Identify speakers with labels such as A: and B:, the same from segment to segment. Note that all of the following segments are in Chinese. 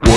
A: 我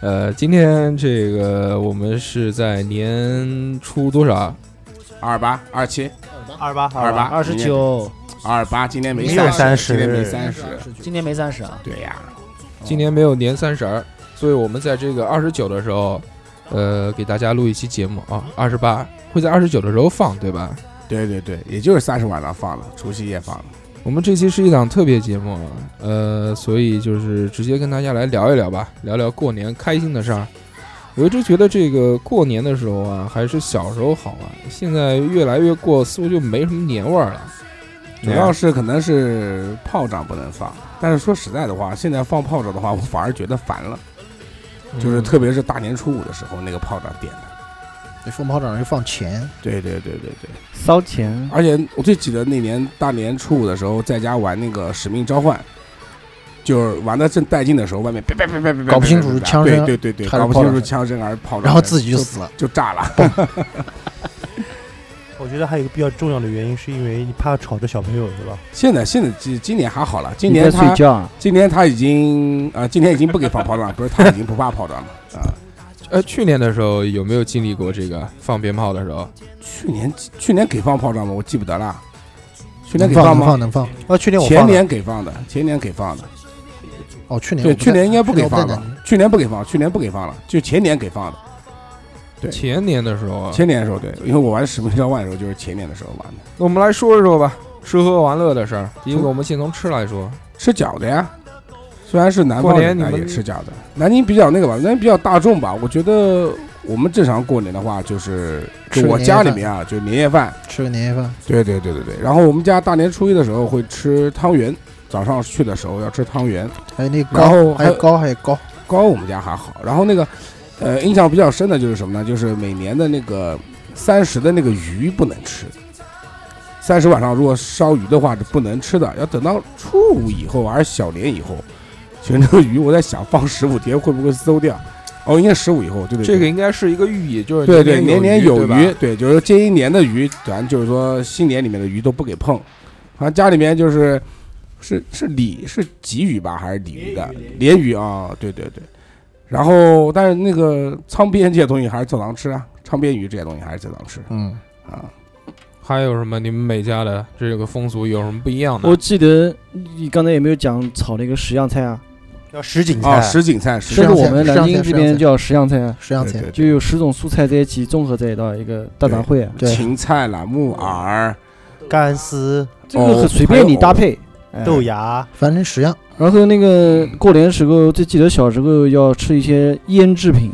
A: 呃，今天这个我们是在年初多少啊？
B: 二八二七
C: 二八
B: 二八
D: 二十九，
B: 二八，今天没
C: 没有
B: 三
C: 30
B: 今天没三十。
E: 今年没三十啊？
B: 对呀，
A: 今年没有年三十儿，所以我们在这个二十九的时候，呃，给大家录一期节目啊。二十八会在二十九的时候放，对吧？
B: 对对对，也就是三十晚上放了，除夕夜放了。
A: 我们这期是一档特别节目，呃，所以就是直接跟大家来聊一聊吧，聊聊过年开心的事儿。我一直觉得这个过年的时候啊，还是小时候好玩，现在越来越过，似乎就没什么年味儿了。
B: 主
A: 啊
B: 要是可能是炮仗不能放，但是说实在的话，现在放炮仗的话，我反而觉得烦了。
A: 嗯
B: 就是特别是大年初五的时候，那个炮仗点的。
F: 那放炮仗是放钱，
B: 对对对对对，
D: 骚钱，
B: 而且我最记得那年大年初五的时候，在家玩那个《使命召唤》，就是玩的正带劲的时候，外面别别别别别，
F: 搞不清楚是枪声
B: 对对对对，
F: 还是
B: 搞不
F: 炮
B: 清楚
F: 仗
B: 枪声还是炮仗声，
F: 然后自己就死了。
B: 就炸了。
C: 我觉得还有一个比较重要的原因，是因为你怕吵着小朋友，是吧？
B: 现在现在今今年还好了，今
D: 你
B: 年
D: 在睡
B: 他
D: 觉啊？
B: 今年他已经啊、今年已经不给放 炮仗了，不是他已经不怕炮仗了啊、
A: 呃，去年的时候有没有经历过这个放鞭炮的时候？
B: 去年去年给放炮仗吗？我记不得了。去年给
F: 能放能
B: 吗？
F: 放能放。
C: 啊，去年我
B: 前
C: 放了
B: 年给放的，前年给放的。
F: 哦，去年
B: 对，
F: 我不
B: 去
F: 在
B: 年应该不给
F: 我
B: 放
F: 在
B: 了
F: 南，
B: 去年不给放，去年不给放了，就前年给放的。对
A: 前年的时候啊，
B: 前年的时候，对，因为我玩《使命召唤》的时候，就是前年的时候玩的。
A: 那我们来说一说吧，吃喝玩乐的事儿。第一个，我们先从吃来说，
B: 吃饺子呀。虽然是南方
A: 过
B: 人，
A: 年
B: 但
A: 你
B: 也
A: 们
B: 吃饺子。南京比较那个吧，南京比较大众吧。我觉得我们正常过年的话，就是就
F: 吃
B: 我
F: 年夜
B: 家里
F: 饭
B: 面啊，就年夜饭。
F: 吃个年夜饭，
B: 对对对对对。然后我们家大年初一的时候会吃汤圆，早上去的时候要吃汤圆。
F: 还有那个
B: 然后
F: 糕，还有糕，还有糕，
B: 糕我们家还好。然后那个，呃，印象比较深的就是什么呢？就是每年的那个三十的那个鱼不能吃。三十晚上如果烧鱼的话是不能吃的，要等到初五以后还是小年以后。其实那个鱼我在想放十五天会不会馊掉？哦，应该十五以后，对对对。
A: 这个应该是一个寓意，就是
B: 对对，年年有
A: 对吧
B: 余，对，就是说这一年的鱼，咱就是说新年里面的鱼都不给碰。好像家里面就是是是鲤是鲫鱼吧，还是鲤鱼的鲢鱼啊？对对对。然后，但是那个昌边这些东西还是正常吃啊，昌边鱼这些东西还是正常吃
F: 嗯，
B: 啊。
A: 还有什么？你们每家的这个风俗有什么不一样的？
D: 我记得你刚才有没有讲炒那个十样菜啊？
C: 要什锦
B: 啊，
C: 菜，
B: 什锦菜
F: 十
B: 是
D: 这
F: 样
D: 是
F: 菜
D: 我们
F: 十样
D: 南
F: 菜
D: 京
F: 十
D: 这
F: 样
D: 边
F: 菜
D: 叫十样菜啊，
F: 十样
B: 对
F: 钱。
B: 对
D: 就有十种蔬菜在一起综合在一道一个大杂烩啊。
F: 对
B: 芹菜啦、木耳、
C: 干丝、
D: 这个很随便你搭
B: 哦
D: 配。哎
C: 豆芽，
F: 反正十样，
D: 然后那个过年时候，最记得小时候要吃一些腌制品，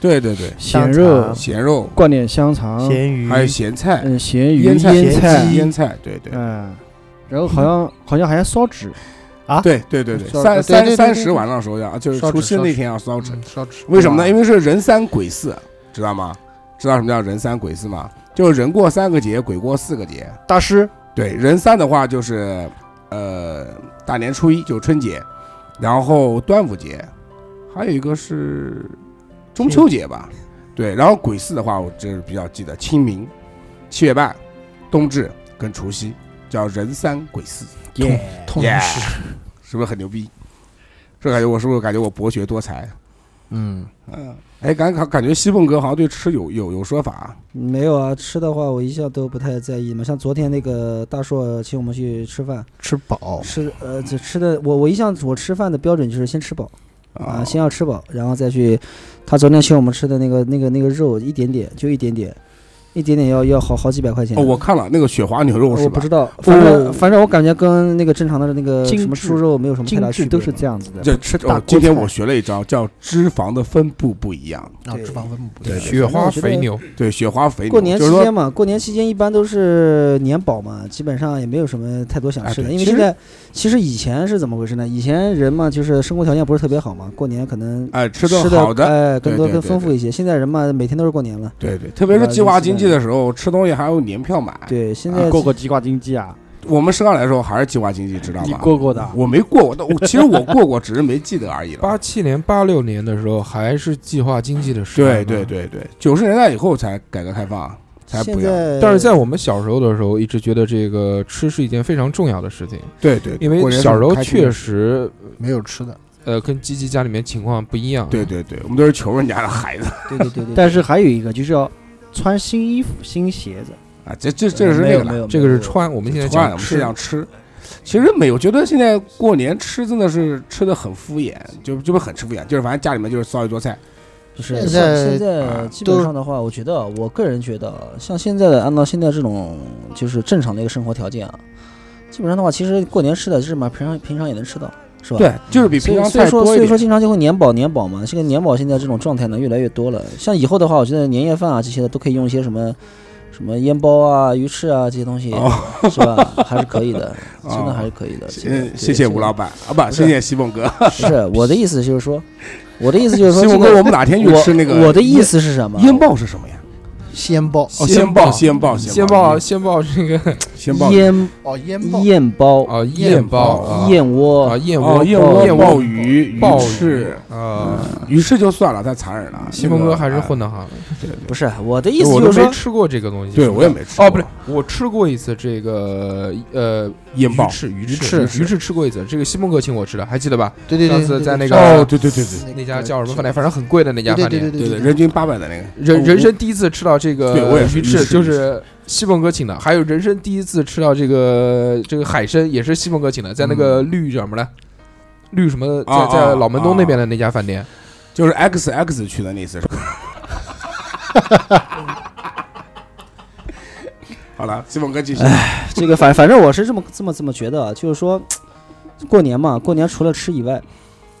B: 对对对，
D: 咸
C: 香
D: 肉
C: 肠、
B: 咸肉，
D: 灌点香肠，
C: 咸鱼，
B: 还有咸菜、
D: 嗯，咸鱼、
B: 腌菜、
D: 腌菜，
B: 腌菜，对对
D: 嗯，然后好像好像还要烧纸，
B: 对对对对，
F: 烧
B: 三
F: 对对
B: 三
F: 对
B: 三
F: 对
B: 十晚上的时候要，啊就是
F: 烧
B: 除
F: 纸
B: 夕
F: 烧
B: 那
F: 纸
B: 天要烧纸。
F: 嗯少吃。
B: 为什么呢？因为是人三鬼四，知道吗？知道什么叫人三鬼四吗？就是人过三个节，鬼过四个节。
D: 大师
B: 对，人三的话就是，呃，大年初一就是春节，然后端午节，还有一个是中秋节吧。对，然后鬼四的话，我这是比较记得清明、七月半、冬至跟除夕，叫人三鬼四，
F: 耶痛
B: 耶
F: 时，
B: 是不是很牛逼？是不是感觉我是不是感觉我博学多才？
F: 嗯，
B: 嗯，哎，感感感觉西凤哥好像对吃有有有说法，
G: 没有啊，吃的话我一向都不太在意嘛。像昨天那个呃大硕请我们去吃饭，
F: 吃饱，
G: 吃呃就吃的，我我一向我吃饭的标准就是先吃饱啊，
B: 哦
G: 先要吃饱，然后再去。他昨天请我们吃的那个那个那个肉，一点点就一点点，一点点要要好好几百块钱。
B: 哦，我看了那个雪花牛肉是
G: 哦我不
B: 吧
G: 知？道，反正、
D: 哦
G: 反正我感觉跟那个正常的那个
D: 精
G: 什么
D: 致
G: 猪肉没有什么太
D: 精
G: 大区
D: 致
G: 别，
D: 都是这样子的。
B: 这吃
D: 大
B: 哦
D: 锅，
B: 今天
D: 菜
B: 我学了一招，叫脂肪的分布不一样。
F: 然后脂肪分布，
B: 对
A: 雪花肥牛，
B: 对，雪花肥牛，
G: 过年
B: 就
G: 期
B: 是说
G: 间嘛，过年期间一般都是年饱嘛，基本上也没有什么太多想吃的，
B: 哎对
G: 因为
B: 其实
G: 现在其实以前是怎么回事呢？以前人嘛，就是生活条件不是特别好嘛，过年可能
B: 哎，吃
G: 的
B: 的好的，
G: 哎
B: 对
G: 更多
B: 对
G: 更
B: 对
G: 丰富一些。现在人嘛，每天都是过年了，
B: 对对，特别是计划经济的时候，吃东西还有年票买。
G: 对，现在
D: 过过计划经济啊，
B: 我们生下来的时候还是计划经济，知道
D: 你
B: 吗？
D: 过过的啊，
B: 我没过过，但我其实我过过，只是没记得而已
A: 八
B: 了。
A: 七年、八六年的时候还是计划经济的时代，
B: 对对。对对，九十年代以后才改革开放，才
G: 现
B: 不要。
G: 在，
A: 但是在我们小时候的时候，一直觉得这个吃是一件非常重要的事情，
B: 对对，
A: 因为
B: 过年
A: 小时候
B: 开心
A: 确实，
F: 没有吃的，
A: 呃，跟鸡鸡家里面情况不一样。
B: 对对对，我们都是穷人家的孩子
G: 对对 对对，
D: 但是还有一个就是要穿新衣服、新鞋子。
B: 啊，这这这是
E: 没
B: 那
E: 有
B: 个
E: 没
B: 了，
E: 有，
A: 这个是穿，我们现在
B: 穿我
A: 讲
B: 们
A: 吃
B: 是，想吃。其实没有，觉得现在过年吃真的是吃的很敷衍，就就不是很吃敷衍，就是反正家里面就是烧一桌菜，
G: 就是
F: 现
G: 像
F: 在啊
G: 现在基本上的话，我觉得啊我个人觉得啊，像现在的按照现在这种就是正常的一个生活条件啊，基本上的话，其实过年吃的是嘛，平常平常也能吃到，是吧？
B: 对，就是比
G: 所
B: 平
G: 以
B: 常
G: 所以
B: 菜
G: 说，
B: 多
G: 所
B: 一
G: 以说
B: 点。
G: 经常就会年保年保嘛，这个年保现在这种状态呢越来越多了。像以后的话，我觉得年夜饭啊这些的都可以用一些什么什么腌包啊、鱼翅啊这些东西，
B: 哦，
G: 是吧？还是可 以的，真
B: 哦
G: 的还是可以的。这个
B: 嗯，
G: 对
B: 谢谢
G: 这个
B: 吴老板啊，不，谢
G: 是
B: 谢西凤哥。
G: 不是我的意思，就是 说，我的意思就是说，
B: 西
G: 这
B: 凤
G: 个
B: 哥，我们哪天去
G: 我
B: 吃那个
G: 我的意思是什么？
B: 烟爆是什么呀？
F: 鲜包，
B: 哦，
A: 鲜
B: 鲜爆，
A: 爆
B: 鲜爆，
A: 先报先报这个
B: 鲜爆，
G: 腌
F: 哦，腌包，
G: 燕包、
A: 啊
B: 燕
A: 燕
B: 包
A: 包啊
G: 燕
A: 啊
G: 窝，
A: 燕
B: 哦，
A: 窝
B: 燕窝、
A: 燕
B: 鲍
A: 窝
B: 鱼、
A: 鲍
B: 鱼
A: 鱼
B: 翅，
A: 啊，
B: 鱼翅就算了，太残忍了。
A: 西蒙哥还是
B: 那个啊
A: 混。得好，
G: 不是我的意思
A: 我
G: 就
A: 都
G: 是
A: 没
G: 说，
A: 吃过这个东西。
B: 对，我也没吃过。
A: 哦，不是，我吃过一次这个呃
B: 烟爆
A: 鱼。翅，鱼翅，
B: 翅
A: 鱼翅吃过一次。这个西蒙哥请我吃的，还记得吧？
F: 对对对，
A: 上次在那个
B: 哦，对对对对
A: 那家叫什么饭店？反正很贵的那家
F: 对
A: 饭
F: 对对
A: 店。
F: 对
B: 对对，
F: 对
B: 人均八百的那个。
A: 人人生第一次吃到这
B: 对我
A: 个
B: 也是
A: 鱼
B: 鱼
A: 翅，
B: 翅
A: 就是西蒙哥请的。还有人生第一次吃到这个这个海参，也是西蒙哥请的，在那个绿叫什么呢？绿什么？
B: 嗯啊
A: 在在
B: 啊
A: 老门
B: 啊
A: 东那边的那家饭店。
B: 就是 X X 去的那次。 好了，西蒙哥继续。
G: 这个反反正我是这么这么这么觉得啊，就是说，过年嘛，过年除了吃以外，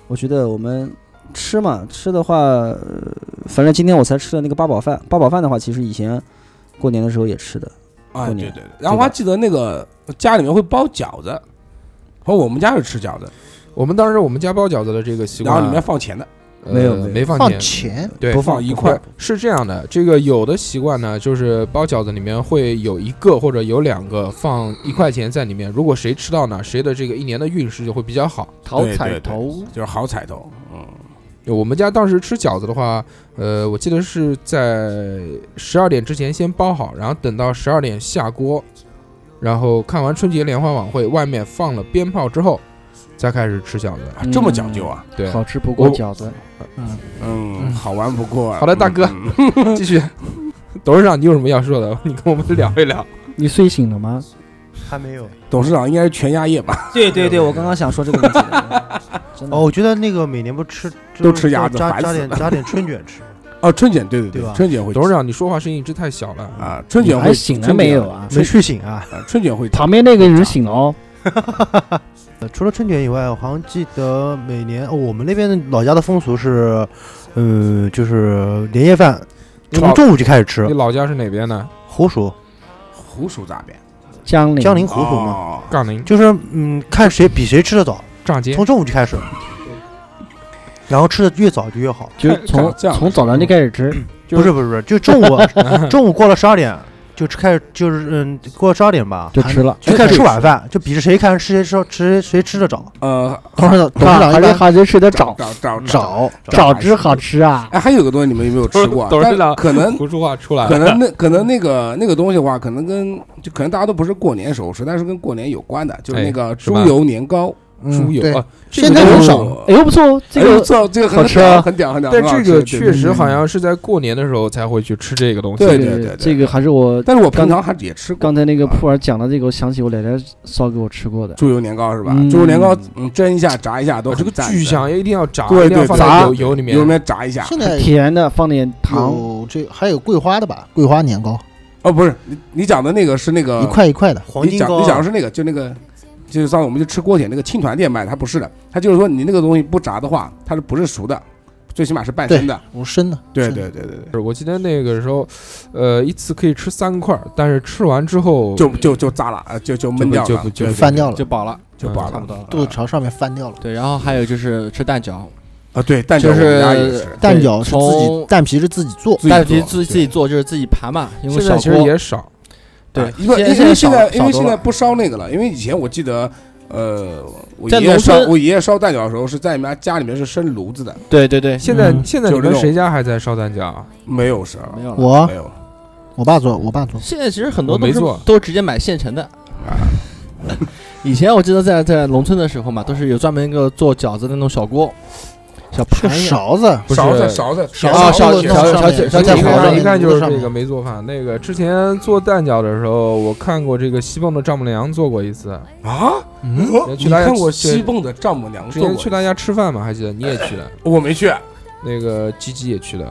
G: 我觉得我们吃嘛，吃的话，呃反正今天我才吃的那个八宝饭，八宝饭的话，其实以前过年的时候也吃的，
B: 啊，
G: 过
B: 对
G: 年
B: 对对。然后我还
G: 对吧
B: 记得那个家里面会包饺子，和我们家是吃饺子，
A: 我们当时我们家包饺子的这个习
B: 然
A: 惯啊，
B: 后里面放钱的，
A: 呃
G: 没有没有
A: 没放
F: 放
A: 钱，
F: 钱，
A: 对，
B: 不放一块
A: 不。是这样的，这个有的习惯呢，就是包饺子里面会有一个或者有两个放一块钱在里面，如果谁吃到呢，谁的这个一年的运势就会比较好。
D: 讨
B: 对
D: 彩
B: 对对
D: 头，
B: 就是好彩头。嗯，
A: 我们家当时吃饺子的话，呃，我记得是在十二点之前先包好，然后等到十二点下锅，然后看完春节联欢晚会，外面放了鞭炮之后，再开始吃饺子。
B: 啊，这么讲究啊。
A: 对，
D: 好吃不过
A: 我
D: 饺子。
B: 嗯，好玩不过。
A: 好的大哥
B: 嗯
A: 继续，董事长，你有什么要说的？ 你跟我们聊一聊。
D: 你睡醒了吗？
C: 还没有。
B: 董事长应该是全家业吧？
G: 对对对，我刚刚想说这个问题的，真的
C: 哦，，我觉得那个每年不吃
B: 都吃鸭子
C: 加
B: 烦
C: 加
B: 死
C: 点
B: 了
C: 加点春卷吃。
B: 哦，春卷，对对
C: 对吧
B: 春卷会
A: 董事长，你说话声音一直太小了。
B: 啊，春
D: 你
B: 卷会
D: 还醒了没有？啊？
C: 没 睡醒啊？
B: 春卷啊春卷会
D: 旁边那个人醒了哦，
C: 呃除了春卷以外，我好像记得每年、哦我们那边的老家的风俗是，嗯，就是年夜饭从
A: 老
C: 中午就开始
A: 你
C: 吃
A: 老家是哪边的？
C: 火鼠、
B: 胡说杂边，
D: 江陵
C: 江陵
B: 哦
C: 火鼠嘛，
B: 嘛。
A: 杠铃
C: 就是嗯，看谁比谁吃的早，
A: 炸街
C: 从中午就开始，然后吃的越早就越好。
D: 就从
B: 这样
D: 从早上就开始吃，
A: 就
C: 不是不是不是，就中午中午过了十二点就吃开始就是嗯过了十二点吧，
D: 就吃了。
C: 就开始吃晚饭，就比着谁看谁吃吃谁吃的早。啊
B: 呃，
F: 董事长，董事长
D: 还
F: 一
D: 是
F: 般
D: 还是睡得早，
B: 找找找。
F: 找
D: 早知好吃啊！
B: 哎，还有个东西你们有没有吃过啊？
A: 董事长
B: 但可能
A: 胡说话出来
B: 可
A: 了。
B: 能那可能那个那个东西的话，可能跟就可能大家都不是过年时候吃，但是跟过年有关的，就是那个
A: 哎是
B: 猪
A: 吧
B: 油年糕。
A: 猪油啊，这个
C: 嗯现在很
A: 东西
C: 少
A: 我
D: 哎呦不错，这
B: 哎呦
D: 个
B: 这这个很
D: 好吃
B: 屌
D: 啊
B: 很屌很屌。
A: 但
B: 很好
A: 这
B: 吃
A: 个
B: 对
A: 确实好像是在过年的时候才会去吃这个东西。
B: 对对
D: 这个
B: 对对
D: 这个还是我
B: 但是我平常还也吃过
D: 刚才那个
H: 啊
D: 普洱讲的这个，我想起我奶奶烧给我吃过的。
B: 猪油年糕是吧？
D: 嗯
B: 猪油年糕，嗯，蒸一下、炸一下都
A: 啊我这个
B: 很赞
A: 巨香一定要炸，
B: 对
A: 一定要
B: 对
A: 放
B: 炸
A: 在油油里面
B: 油里。面炸一下。
C: 现在
D: 甜的，放点糖，
C: 有这还有桂花的吧？桂花年糕，
B: 哦，不是，你你讲的那个是那个
C: 一块一块的，
I: 黄
B: 你讲你讲的是那个，就那个，就是上次我们去吃锅铁那个青团店卖的，它不是的，它就是说你那个东西不炸的话，它是不是熟的，最起码是半生的。
C: 我生的。
B: 对
C: 生的
B: 对对对对，
A: 我记得那个时候，呃，一次可以吃三块儿，但是吃完之后
B: 就就就炸了，呃就就闷掉
A: 就
B: 了
A: 不，就
B: 对
A: 不
B: 对
C: 翻掉了，
H: 就饱了，
B: 就饱
H: 差不多
B: 了
H: 了。
C: 肚子朝上面翻掉了。
H: 对，然后还有就是吃蛋饺，
B: 啊！对，蛋饺
H: 就
B: 我
H: 是
B: 们家也是
C: 蛋饺是自己
H: 从，啊
C: 蛋皮是自己做，
H: 蛋
B: 己
H: 皮
B: 做
H: 自自
B: 对
H: 己做，就是自己盘嘛，用
A: 现
H: 小
A: 在其实
H: 锅。
A: 也少，
H: 对，
B: 因为因
H: 现
B: 为
H: 在
B: 现
H: 少
B: 在因为
H: 少多
B: 现在
H: 了。
B: 不烧那个了，因为以前我记得，呃，我
H: 在
B: 爷爷
H: 农
B: 烧
H: 村
B: 我爷爷烧蛋饺的时候是在你们家家里面是生炉子的，
H: 对对对，
A: 现在
D: 嗯
A: 现在你
B: 就这
A: 们
B: 种
A: 谁家还在烧蛋饺啊？
B: 没有生，
H: 没有了。
C: 我
B: 没有，
C: 我爸做，我爸做，
H: 现在其实很多
A: 我
H: 都
A: 没
H: 是
A: 做
H: 都直接买现成的。 以前我记得在在农村的时候嘛，都是有专门一个做饺子的那种小锅，小
C: 是
H: 盘
C: 个
H: 一样
C: 勺子，
A: 不是
B: 勺子勺子
C: 勺
H: 啊
C: 子
H: 勺
C: 弄
H: 子勺
C: 上
H: 子
C: 面
H: 勺子勺子
C: 弄在
A: 一
H: 勺
C: 火上
A: 看
C: 面
A: 一看就
C: 弄
A: 是
C: 上
A: 这
C: 面
A: 个没做饭。那个之前做蛋饺的时候，我看过这个西凤的丈母娘做过一次。
B: 啊！
A: 嗯，
B: 哦
A: 去
B: 你
A: 大家
B: 看过
A: 去
B: 西贡的丈母娘
A: 之
B: 做
A: 前去
B: 过，
A: 他家吃饭嘛，还记得你也去了，
B: 我没去，
A: 那个吉吉也去了，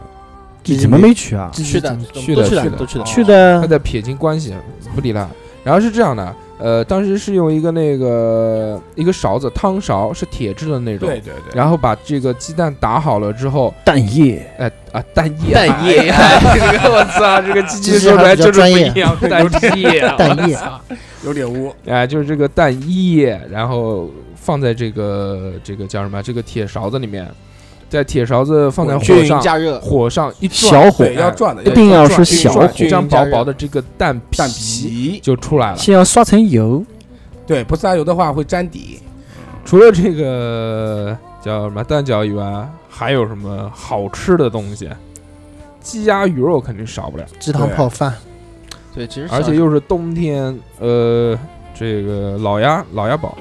D: 你怎么没取啊？
H: 去的，
A: 去
H: 都
A: 的
H: 去
A: 去
H: 的，
A: 的
H: 都去的。
D: 去
A: 他
D: 的
A: 在撇清关系，不理他。然后是这样的，呃，当时是用一个那个一个勺子，汤勺是铁质的那种，
B: 对对对，
A: 然后把这个鸡蛋打好了之后，
D: 蛋液，
A: 哎啊蛋液，
H: 蛋液
A: 哎这个我操，这个鸡鸡
C: 鸡鸡
A: 说出
C: 还
A: 来
C: 比较
A: 真是
C: 专
A: 不
C: 业
A: 一样，蛋 液，
C: 蛋液，
B: 有点污，
A: 哎，就是这个蛋液，然后放在这个这个叫什么？这个铁勺子里面，在铁勺子放在
B: 滚
A: 火
H: 均匀
A: 上，
H: 加热，
A: 火哎上一转，
D: 小火
B: 对，要转的，
D: 一定要是小火
B: 转，
A: 这
B: 均
A: 张
B: 匀
A: 薄
B: 加
A: 薄
B: 热
A: 的这个蛋皮
B: 蛋皮，
A: 就出来了。
D: 先要刷成油，
B: 对，不撒油的话会粘底。
A: 除了这个叫什么蛋饺以外，还有什么好吃的东西？鸡鸭鱼肉肯定少不了，
C: 鸡汤泡饭，
H: 对，其实
A: 而且又是冬天，呃，这个老鸭老鸭煲，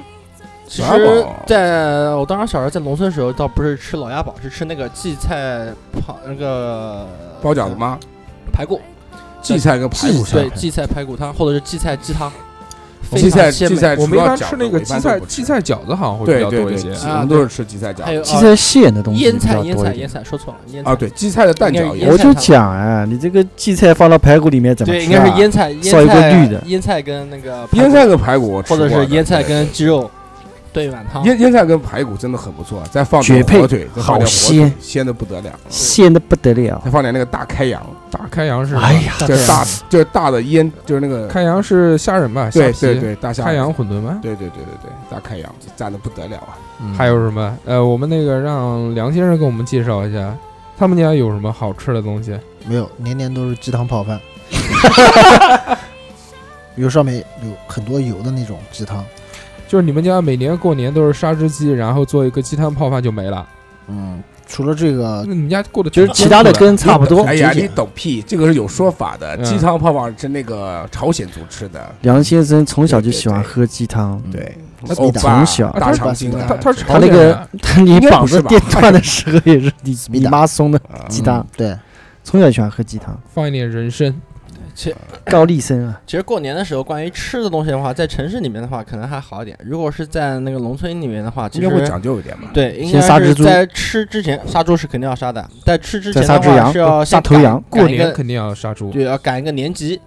H: 其
B: 老
H: 实
B: 鸭煲
H: 在我当时小时候在农村的时候，倒不是吃老鸭煲，是吃那个荠菜泡那个
B: 包饺子吗？
H: 排骨，
B: 荠菜跟排骨
H: 对，荠菜排骨汤或者是荠菜鸡汤，非
B: 荠菜
H: 常鲜
B: 荠
H: 美
B: 菜，
A: 我们一
B: 除了
A: 般
B: 饺子
A: 吃那个
B: 我一
A: 荠
B: 般
A: 菜
B: 都不吃
A: 荠菜饺子好像会比
B: 对
A: 较
B: 对
A: 多一
B: 对，
A: 些。
B: 我
H: 啊
B: 们
H: 对
B: 都是吃荠菜饺
H: 还
B: 子
H: 有
D: 荠菜馅哦的东西
H: 腌
D: 比
H: 菜
D: 较
H: 腌
D: 多
H: 菜
D: 一
H: 腌
D: 点。
H: 菜，说错了，腌菜
B: 啊，对，荠菜的蛋
H: 应该
B: 饺
H: 是
B: 也
H: 腌
D: 我
H: 菜
D: 就
H: 汤
D: 讲啊，你这个荠菜放到排骨里面怎么
H: 对，应
D: 吃
H: 该
D: 啊
H: 是？腌菜，腌
D: 烧一个
H: 菜
D: 绿的
H: 腌菜跟那个排
B: 腌
H: 骨
B: 菜跟排骨我吃
H: 或
B: 过
H: 者
B: 的，
H: 是腌菜
B: 对
H: 跟鸡肉炖一碗汤，啊
B: 腌腌菜跟排骨真的很不错，再放点
D: 绝配
B: 火腿，再放点火
D: 好
B: 腿
D: 鲜，
B: 鲜的不得了，
D: 鲜的不得了。
B: 再放点那个大开洋，
A: 大开洋是什么
D: 哎呀，
B: 就是大就是大的腌，就是那个
A: 开洋是虾仁吧？
B: 对
A: 虾皮
B: 对，对大虾
A: 开洋馄饨吗？
B: 对对对对对，大开洋赞的不得了啊！
A: 还有什么？呃，我们那个让梁先生给我们介绍一下，他们家有什么好吃的东西？
C: 没有，年年都是鸡汤泡饭，比如上面有很多油的那种鸡汤，
A: 就是你们家每年过年都是杀只鸡，然后做一个鸡汤泡饭就没了。
C: 嗯，除了这个
A: 那你们家过得
D: 就
A: 挺
D: 是其他的
A: 艰苦
D: 跟差不多。
B: 哎呀，
C: 节
B: 你
C: 俭
B: 懂屁，这个是有说法的，
A: 嗯
B: 鸡汤泡泡是那个朝鲜族吃的，
D: 梁先生从小就喜欢喝鸡汤，
B: 对，
C: 那
B: 欧
C: 你
B: 巴
D: 从小
B: 大肠经
A: 他
B: 啊，
A: 他是
D: 他
A: 朝
D: 那
A: 鲜
D: 个
A: 人，
D: 他 你
B: 应该
D: 膀
B: 不是
D: 子
B: 吧
D: 电断的时候 也是你
C: 米
D: 你
C: 打
D: 妈松的
B: 啊
D: 鸡汤
C: 嗯，对，
D: 从小喜欢喝鸡汤。
A: 放一点人参，
D: 高丽参啊，
H: 其实过年的时候，关于吃的东西的话，在城市里面的话可能还好一点，如果是在那个农村里面的话，其
B: 今
H: 实
B: 天会讲究一点嘛。
H: 对，应
D: 先杀
H: 该
D: 只
H: 是
D: 猪
H: 在吃之前杀猪是肯定要杀的，在吃之
D: 再
H: 前
D: 杀
H: 的
D: 只
H: 话
D: 羊
H: 是要，
D: 杀
H: 先
D: 头
H: 赶
D: 羊。
A: 过
H: 赶一
A: 年
H: 个
A: 肯定要杀猪。
H: 对，要赶一个年集，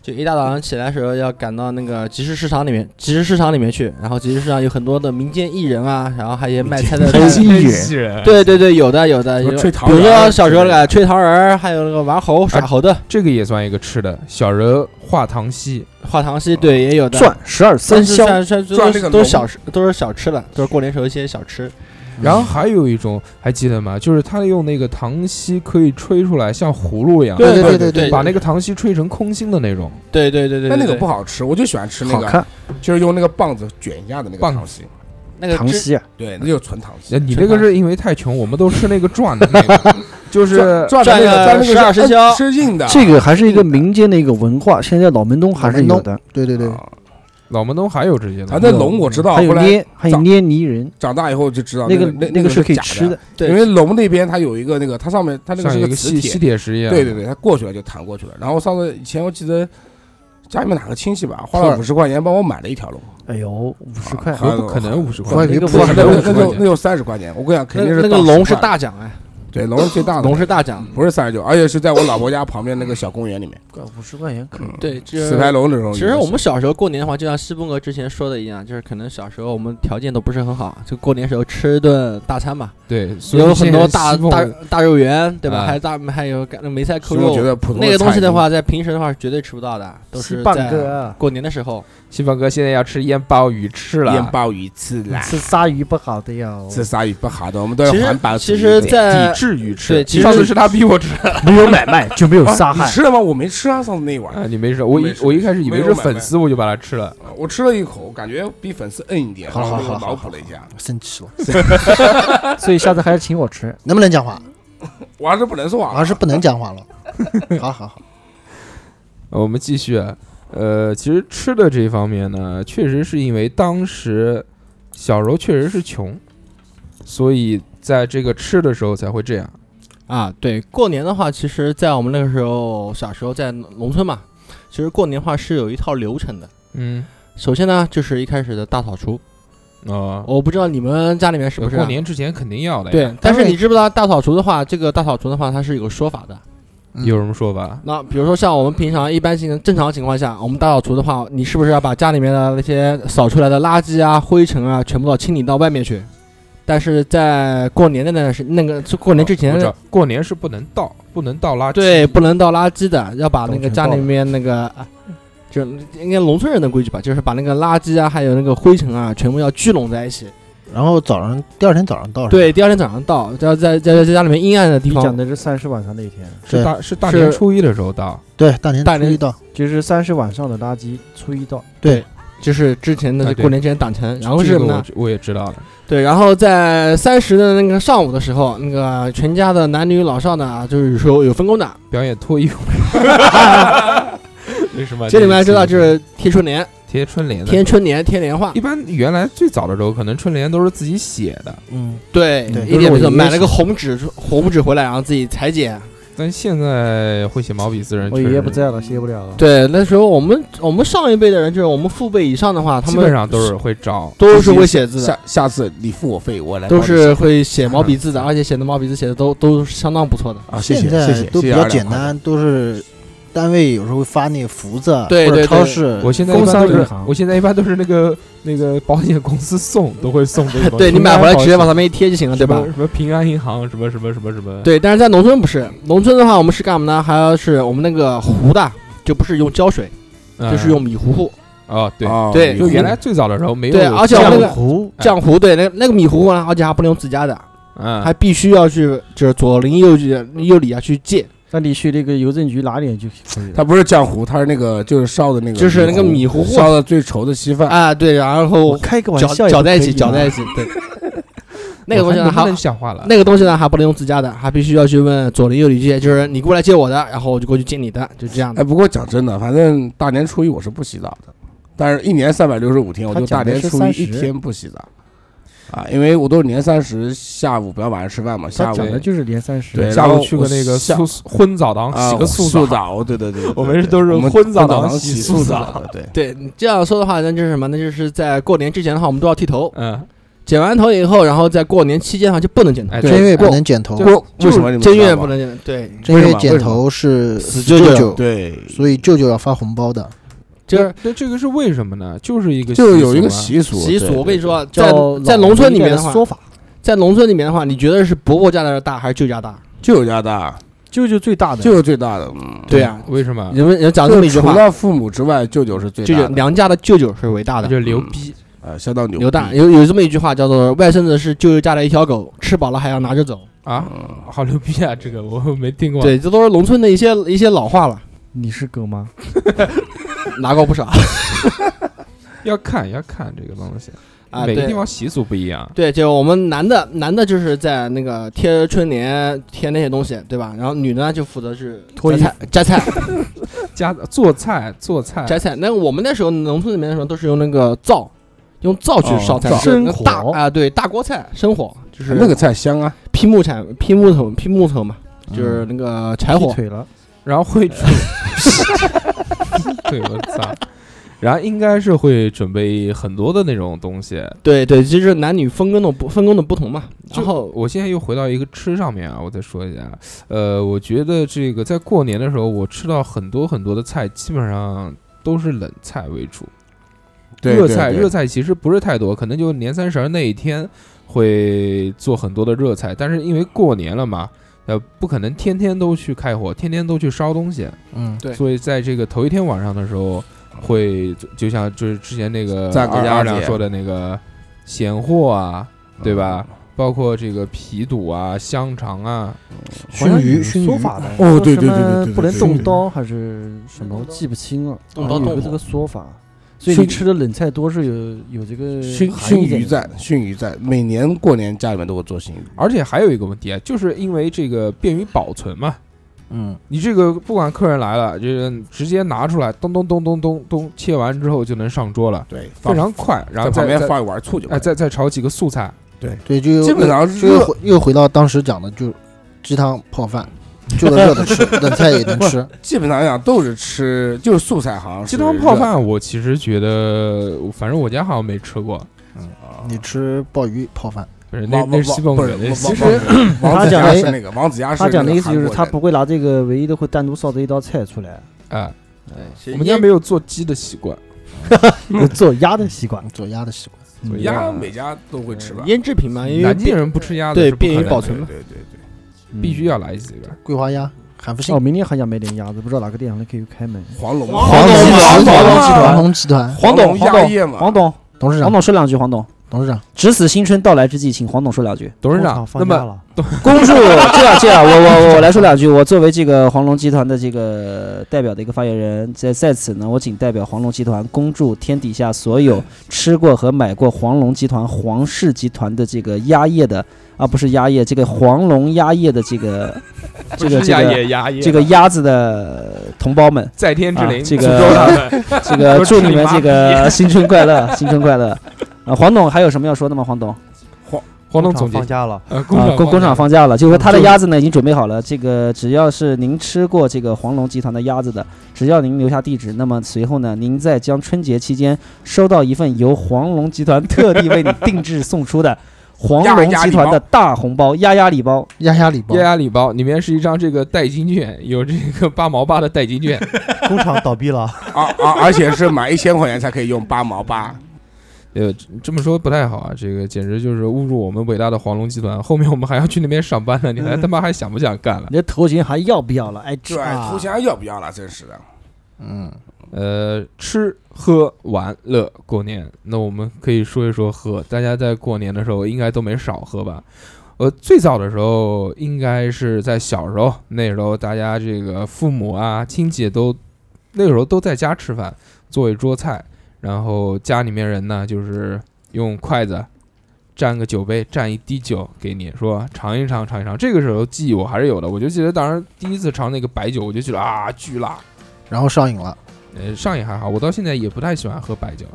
H: 就一大早上起来的时候要赶到那个集市市场里面，集市市场里面去，然后集市市场有很多的民间艺人啊，然后还有卖菜的啊
D: 民间艺人
A: 西人，
H: 对对对，有的有的，
B: 什么
H: 有
B: 哎吹
H: 比
B: 糖
H: 如
B: 人啊
H: 说小时候
B: 之类的哎
H: 那个吹糖人儿，还有那个玩猴耍猴的，
A: 这个也算一个吃的。小人画糖稀，
H: 画糖
B: 啊
H: 戏，对，也有的。
D: 转十二生
H: 但是
D: 肖，
H: 算算都
B: 转那
H: 是
B: 个
H: 都
B: 龙
H: 是小吃，都是小吃了，都是过年时候一些小吃。
A: 然后还有一种还记得吗？就是他用那个糖稀可以吹出来，像葫芦一样，
C: 对对
H: 对
A: 把那个糖稀吹成空心的那种。
H: 对对对对，
B: 但那
H: 对
B: 个不好吃，我就喜欢吃那
D: 好
B: 个，
D: 看，
B: 就是用那个棒子卷一下的那个
A: 棒
B: 糖稀，
H: 那个
D: 糖
H: 汁
D: 稀啊，
B: 对，那就是纯糖稀
A: 哎，。你那个是因为太穷，我们都吃那个转的那个，就是
B: 转的那个，转
H: 转个
B: 那个
H: 十二生
B: 是摁
H: 肖
B: 是硬的，
D: 这个还是一个民间的一个文化，现在老门东还是有的。
C: 对对对，
B: 啊
A: 老门东还有这些
B: 啊
A: 东，西
B: 那龙我知道，
J: 还有
B: 后来
J: 捏，还有捏泥人，
B: 长大以后就知道
J: 那
B: 个
J: 个
B: 那
J: 那
B: 个
J: 个是可以
B: 假
J: 吃
B: 的
J: 的，，
H: 对
B: 因为龙那边它有一个那个，它上面它那个
A: 像
B: 是
A: 一
B: 个
A: 个
B: 磁
A: 吸
B: 铁
A: 吸，铁石一样。
B: 对对对，它过去了就弹过去了。然后上次以前我记得家里面哪个亲戚吧，花了五十块钱帮我买了一条龙，啊
D: 哎呦，五十块，
A: 可不可能五十块
C: 我
A: 钱？
C: 以为
A: 不
C: 不
A: 可
B: 那
A: 能
B: 就那
A: 五十
B: 就
A: 块
B: 那
A: 钱。
B: 就三十块钱，我跟你讲，肯
H: 那
B: 定是
H: 那个
B: 到
H: 龙
B: 10
H: 是
B: 块的，
H: 大奖哎，
B: 对，龙是最大的，嗯
H: 龙是大奖，
B: 不是三十九，而且是在我老婆家旁边那个小公园里面，
D: 五十块钱可以。
H: 对，这
B: 死牌龙那种。
H: 其实我们小时候过年的话，就像西风哥之前说的一样，就是可能小时候我们条件都不是很好，就过年时候吃一顿大餐嘛，
A: 对，所以
H: 有很多
A: 现在
H: 大
A: 西凤
H: 大大肉圆，对
B: 啊
H: 吧？
A: 哎
H: 还有大还有干梅菜扣
B: 所以我觉
H: 肉，
B: 得普通
H: 那个东
B: 菜
H: 西的
B: 就，
H: 话，在平时的话是绝对吃不到的，都是
D: 半
H: 在
D: 个啊
H: 过年的时候。
A: 西凤哥现在要吃腌鲍鱼吃了，
B: 腌鲍鱼吃啦，
D: 吃鲨鱼不好 的哟。
B: 吃鲨鱼不好的，我们都要
H: 其实
B: 环保主义
H: 其
B: 一
H: 实
B: 点。
H: 在
A: 抵制鱼吃。
H: 对其实
A: 上次是他逼我吃
D: 没有买卖就没有杀
B: 啊你
D: 害。
B: 吃了吗？我没吃啊，上次那一碗。
H: 嗯
A: 啊，你没事，我
B: 没
A: 一
B: 事
A: 我一开始以为
B: 没
A: 是
B: 有买卖
A: 粉丝，我就把它吃了。
B: 啊我吃了一口，感觉比粉丝硬一点，
D: 好
B: 然后
D: 好
B: 我
D: 好好
B: 脑补了一下，
C: 生气了，
J: 所以下次还是请我吃。
C: 能不能讲话？
B: 我还是不能说
C: 好像
B: 啊。
C: 是不能讲话了。好好好，
A: 呃我们继续啊，呃，其实吃的这方面呢，确实是因为当时小时候确实是穷，所以在这个吃的时候才会这样。
H: 啊，对，过年的话，其实，在我们那个时候，小时候在农村嘛，其实过年的话是有一套流程的。
A: 嗯，
H: 首先呢，就是一开始的大扫除，
A: 哦，
H: 我不知道你们家里面是不是啊
A: 过年之前肯定要的呀。
H: 对，但是你知不知道大扫除的话，这个大扫除的话，它是有个说法的。
C: 嗯
A: 有什么说法？
H: 那比如说像我们平常一般性正常情况下，我们大扫除的话，你是不是要把家里面的那些扫出来的垃圾啊、灰尘啊，全部都清理到外面去？但是在过年的那是那个是过年之前
A: 啊我知，道过年是不能倒，不能倒垃圾。
H: 对，不能倒垃圾的，要把那
D: 懂
H: 个
D: 全
H: 家
D: 倒
H: 里
D: 了
H: 面那个，啊就应该农村人的规矩吧，就是把那个垃圾啊，还有那个灰尘啊，全部要聚拢在一起。
C: 然后早上第二天早上到，
H: 对，第二天早上倒，要在在在家里面阴暗的地
D: 你讲
H: 方，
D: 的是三十晚上那一天，
A: 是
C: 对
A: 大是大
H: 是
A: 年初一的时候倒。
C: 对，大年
H: 大
C: 初
H: 年
C: 一到，
D: 就是三十晚上的垃圾，初一
B: 嗯
D: 到。
H: 就是之前
A: 啊
H: 的
A: 对
H: 过年之前挡成，然后是
A: 这
H: 什
A: 个
H: 么呢
A: 我？我也知道的。
H: 对，然后在三十的那个上午的时候，那个全家的男女老少呢，就是说有分工的。
A: 表演脱 衣服，为什么？
H: 这里面知道就是贴春联、
A: 贴春联的。
H: 贴春联、贴联画
A: 一。般原来最早的时候，可能春联都是自己写的，
C: 嗯，
H: 对
C: 对
H: 一点没错，买了个红纸，红纸回来，然后自己裁剪。
A: 但现在会写毛笔字的人，
D: 我哎爷爷不，在了，写不了了。
H: 对，那时候我们我们上一辈的人，就是我们父辈以上的话，他
A: 基本
H: 们
A: 上都是会找
H: 都是会写字的，
B: 下下次你付我费，我来帮
H: 都
B: 你
H: 是会写毛笔字的，而且写的毛笔字写的都都是相当不错的。
B: 啊，谢谢
C: 嗯现
B: 谢
C: 在
B: 谢，
C: 都比
B: 谢谢
C: 较
B: 二两啊
C: 简
B: 块钱。
C: 单，都是单位有时候会发那个福字，啊
H: 对
C: 或
H: 对对
C: 者超市。
A: 我现在一
D: 工
A: 般
D: 商
A: 都
D: 银
A: 是，
D: 行
A: 我现在一般都是那个那个保险公司送，都会送这个东 西。
H: 对你买回来直接往
A: 它
H: 上面一贴就行了，对吧？
A: 什么平安银行，什么什么什么什么。，
H: 对，但是在农村不是，农村的话，我们是干嘛呢？还要是我们那个壶的，就不是用胶水，就是用米糊糊。
A: 嗯哦，对，
B: 哦
H: 对
A: 就原来最早的嗯时候没有
H: 对，
A: 酱，
H: 而且我们那个
D: 糊
H: 浆糊，对，那那个米糊呢，而且还不能用自家的，
A: 嗯，
H: 还必须要去就是左邻右里右里啊去借，
D: 那你去那个邮政局拿点就可以了。
B: 它不是浆糊，它是那个就是烧的那个，
H: 就是那个米糊
B: 烧的最稠的
A: 嗯
B: 稀饭。
H: 啊，对，然后
D: 开个
H: 搅搅在一起，搅在一
D: 起。
H: 起， 对。那个东西
A: 我
H: 呢，
A: 还能
H: 还
A: 不能讲话了？
H: 那个东西呢，还不能用自家的，还必须要去问左邻右里借，就是你过来借我的，然后我就过去借你的，就这样的
B: 哎，。不过讲真的，反正大年初一我是不洗澡的，但是一年三百六十五天，我
D: 他
B: 就大
D: 讲的
B: 年
D: 是
B: 初一一
D: 30
B: 天不洗澡啊，因为我都是年三十下午，不要晚上吃饭嘛，下
D: 他
B: 午
D: 讲的就是年三十。
B: 对
A: 下
B: 然
A: 午
B: 后
A: 去
B: 我
A: 过那个
B: 下
A: 素荤澡堂
B: 啊
A: 洗个
B: 素
A: 素，
B: 澡，对对对，对
A: 我们是
B: 对
A: 都是
B: 我们
A: 荤澡
B: 澡
A: 堂洗
B: 洗
A: 素澡
B: 澡的，对。
H: 对你这样说的话，那就是什么？那就是在过年之前的话，我们都要剃头。
A: 嗯，
H: 剪完头以后，然后在过年期间的话就不能剪头，
A: 哎，
C: 正月不能剪头，
A: 就
B: 为什么你们
H: 正
B: 知道
H: 月
B: 吗
H: 不能剪头。对，
C: 正
B: 为什
C: 月
B: 么
C: 剪头是
H: 死
C: 舅
H: 舅舅
C: 舅，
B: 对，
C: 所以舅舅要发红包的。
H: 就是
A: 那这个是为什么呢？就是一个
B: 就是有一个
A: 习俗嘛啊
B: 习俗，
H: 习俗。
B: 对
H: 我跟你，说，在
D: 叫
H: 在农村里面的话，
D: 说法，
H: 在农村里面的话，你觉得是伯伯家的大还是舅家大？
B: 舅舅家大，
D: 舅舅最大的，
B: 舅舅最大的，嗯，
H: 对啊，
A: 为什么？
H: 人们人讲这
B: 就
H: 么一句
B: 除
H: 话，
B: 了父母之外，舅舅是最
H: 舅舅
B: 大的，
H: 娘家的舅舅是伟大
A: 那
H: 的。
A: 啊就牛逼，
B: 呃，相当牛
H: 牛大
B: 逼
H: 有有这么一句话叫做“外孙子是舅舅家的一条狗，吃饱了还要拿着走
A: 啊，
B: 嗯
A: 好牛逼啊！这个我没听”。过。
H: 对，这都是农村的一些一些老话了，
D: 你是狗吗？
H: 拿过不少。
A: 要看要看这个东西。
K: 啊，
A: 每个
K: 对
A: 地方习俗不一样。
K: 对，就我们男的，男的就是在那个贴春联、贴那些东西，对吧？然后女的呢就负责是
A: 脱
K: 摘
A: 衣
K: 菜、摘菜、
A: 加做菜做菜，
K: 摘菜。那我们那时候农村里面的时候都是用那个灶，用灶去烧菜，
B: 灶
K: 是那个
C: 生
K: 大
C: 火
K: 啊，对，大锅菜生火，就是
B: 那个菜香啊，
K: 劈木铲、劈木头、劈木头嘛，
H: 嗯
K: 就是那个柴
C: 劈
K: 火。
C: 腿了，
A: 然后 会准， 对我操，然后应该是会准备很多的那种东西。
K: 对对，就是男女分工的不分工的不同嘛。然后
A: 我现在又回到一个吃上面啊，我再说一下，呃，我觉得这个在过年的时候，我吃到很多很多的菜，基本上都是冷菜为主，
B: 对
A: 热
B: 对
A: 菜
B: 对
A: 热菜其实不是太多，可能就年三十儿那一天会做很多的热菜，但是因为过年了嘛。呃，不可能天天都去开火，天天都去烧东西，
F: 嗯，
K: 对
A: 所以在这个头一天晚上的时候，会就就像就是之前那个
B: 赞个
A: 二
B: 鸭子
A: 二两
B: 也
A: 说的那个咸货啊，
B: 嗯
A: 对吧？包括这个皮肚啊、香肠啊，
F: 熏鱼熏
D: 说
F: 鱼，
D: 法的，
B: 哦对对
D: 说
B: 对
D: 什么
B: 对对对
D: 不能
B: 对
D: 动
B: 对
D: 刀还是什么，我记不清了，
K: 动刀动
D: 有个
K: 火
D: 这个说法。所以
B: 熏
D: 你吃的冷菜多是有有这个
B: 熏
D: 呃含
B: 熏
D: 义
B: 鱼
D: 在
B: 在，熏鱼在，每年过年家里面都会做熏鱼。
A: 而且还有一个问题啊，就是因为这个便于保存嘛，
F: 嗯，
A: 你这个不管客人来了，就是直接拿出来，咚咚咚咚咚咚，切完之后就能上桌了，
B: 对，放
A: 非常快。然后
B: 在
A: 再
B: 旁边
A: 再
B: 放一碗醋就可以
A: 哎，再再炒几个素菜，
F: 对，就
B: 基本上
F: 就
B: 热
F: 又回又回到当时讲的，就鸡汤泡饭，就能热的吃，冷菜也能吃。
B: 基本上讲都是吃，就是素菜好像是
A: 鸡汤泡
B: 热
A: 饭，我其实觉得，反正我家好像没吃过。
F: 你吃鲍鱼泡饭，
A: 不是，
B: 王
A: 那
B: 王
A: 那是西凤
B: 不
A: 哥
B: 是
A: 那
B: 王
A: 西
B: 王王
D: 他
B: 子
D: 讲
B: 牙
D: 的
B: 是那个王子牙是
D: 他讲的
B: 那
D: 意
B: 个
D: 思就是
B: 韩国
D: 他
B: 人
D: 不会拿这个唯一的会单独烧的一道菜出来，
A: 啊，
K: 我
B: 哎
A: 我们家没有做鸡的习惯，
D: 有 做鸭的习惯。
F: 做鸭的习惯。
A: 做
B: 嗯鸭
A: 鸭
B: 每家都会吃吧？
K: 腌制品
H: 啊
K: 嘛，因为
A: 南京人不吃鸭子，
K: 对
A: 是不可能
K: 便于保
A: 的
K: 存嘛
B: 对对对，
A: 必须要来几个。
F: 桂花鸭、韩福
D: 嗯
F: 信
D: 哦，、明天还想买点鸭子，不知道哪个店还可以开门。
B: 黄龙
K: 黄董黄
F: 集团、
K: 董
F: 黄
K: 嘛
F: 集团、黄
E: 董黄
B: 黄
F: 龙集团
B: 鸭
E: 董
B: 业嘛，
E: 黄董，
F: 董事
E: 黄
F: 长、
E: 董说两句，黄董，
F: 董事长，
G: 值此新春到来之际，请黄董说两句。
A: 董事
D: 工
A: 长，那
D: 厂放
A: 么
D: 假了，
G: 恭祝这样这样，我我我来说两句。我作为这个黄龙集团的这个代表的一个发言人，在在此呢，我谨代表黄龙集团，恭祝天底下所有吃过和买过黄龙集团、黄氏集团的这个鸭业的啊，不是鸭业，这个黄龙鸭业的这个这个
A: 不是
G: 这
A: 鸭
G: 个
A: 也鸭也
G: 这个鸭子的同胞们，
A: 在天之
G: 啊
A: 灵，
G: 这
A: 诅咒他们
G: 这个
A: 都
G: 祝
A: 吃
G: 你
A: 你
G: 们
A: 妈
G: 这个新春快乐，新春快乐。啊，黄董还有什么要说的吗？黄董，
A: 黄龙
C: 工厂
A: 总结
C: 放，假了，
A: 呃， 工
G: 啊，
A: 厂
G: 工工厂
A: 放
G: 放假了，就是说他的鸭子呢已经准备好了。这个只要是您吃过这个黄龙集团的鸭子的，只要您留下地址，那么随后呢，您再将春节期间收到一份由黄龙集团特地为你定制送出的黄龙集团的大红包鸭鸭礼包。
F: 鸭鸭礼包
A: 假，鸭鸭礼包里面是一张这个代金券，有这个八毛八的代金券，
C: 工厂倒闭了，
B: 而啊而而且是买一千块钱才可以用八毛八，
A: 呃，这么说不太好啊，这个简直就是侮辱我们伟大的黄龙集团。后面我们还要去那边上班呢，你还他妈还想不想干了？
D: 你的头衔还要不要了？哎，
B: 对
D: 这啊，
B: 头衔要不要了？真是的，
F: 嗯，
A: 呃，吃喝玩乐过年，那我们可以说一说喝。大家在过年的时候应该都没少喝吧？呃，最早的时候应该是在小时候，那时候大家这个父母啊、亲戚都那个时候都在家吃饭，做一桌菜，然后家里面人呢就是用筷子蘸个酒杯，蘸一滴酒给你说尝一尝，尝一尝。这个时候记忆我还是有的，我就记得当时第一次尝那个白酒，我就觉得啊，巨辣。
F: 然后上瘾了，
A: 呃，上瘾还好，我到现在也不太喜欢喝白酒。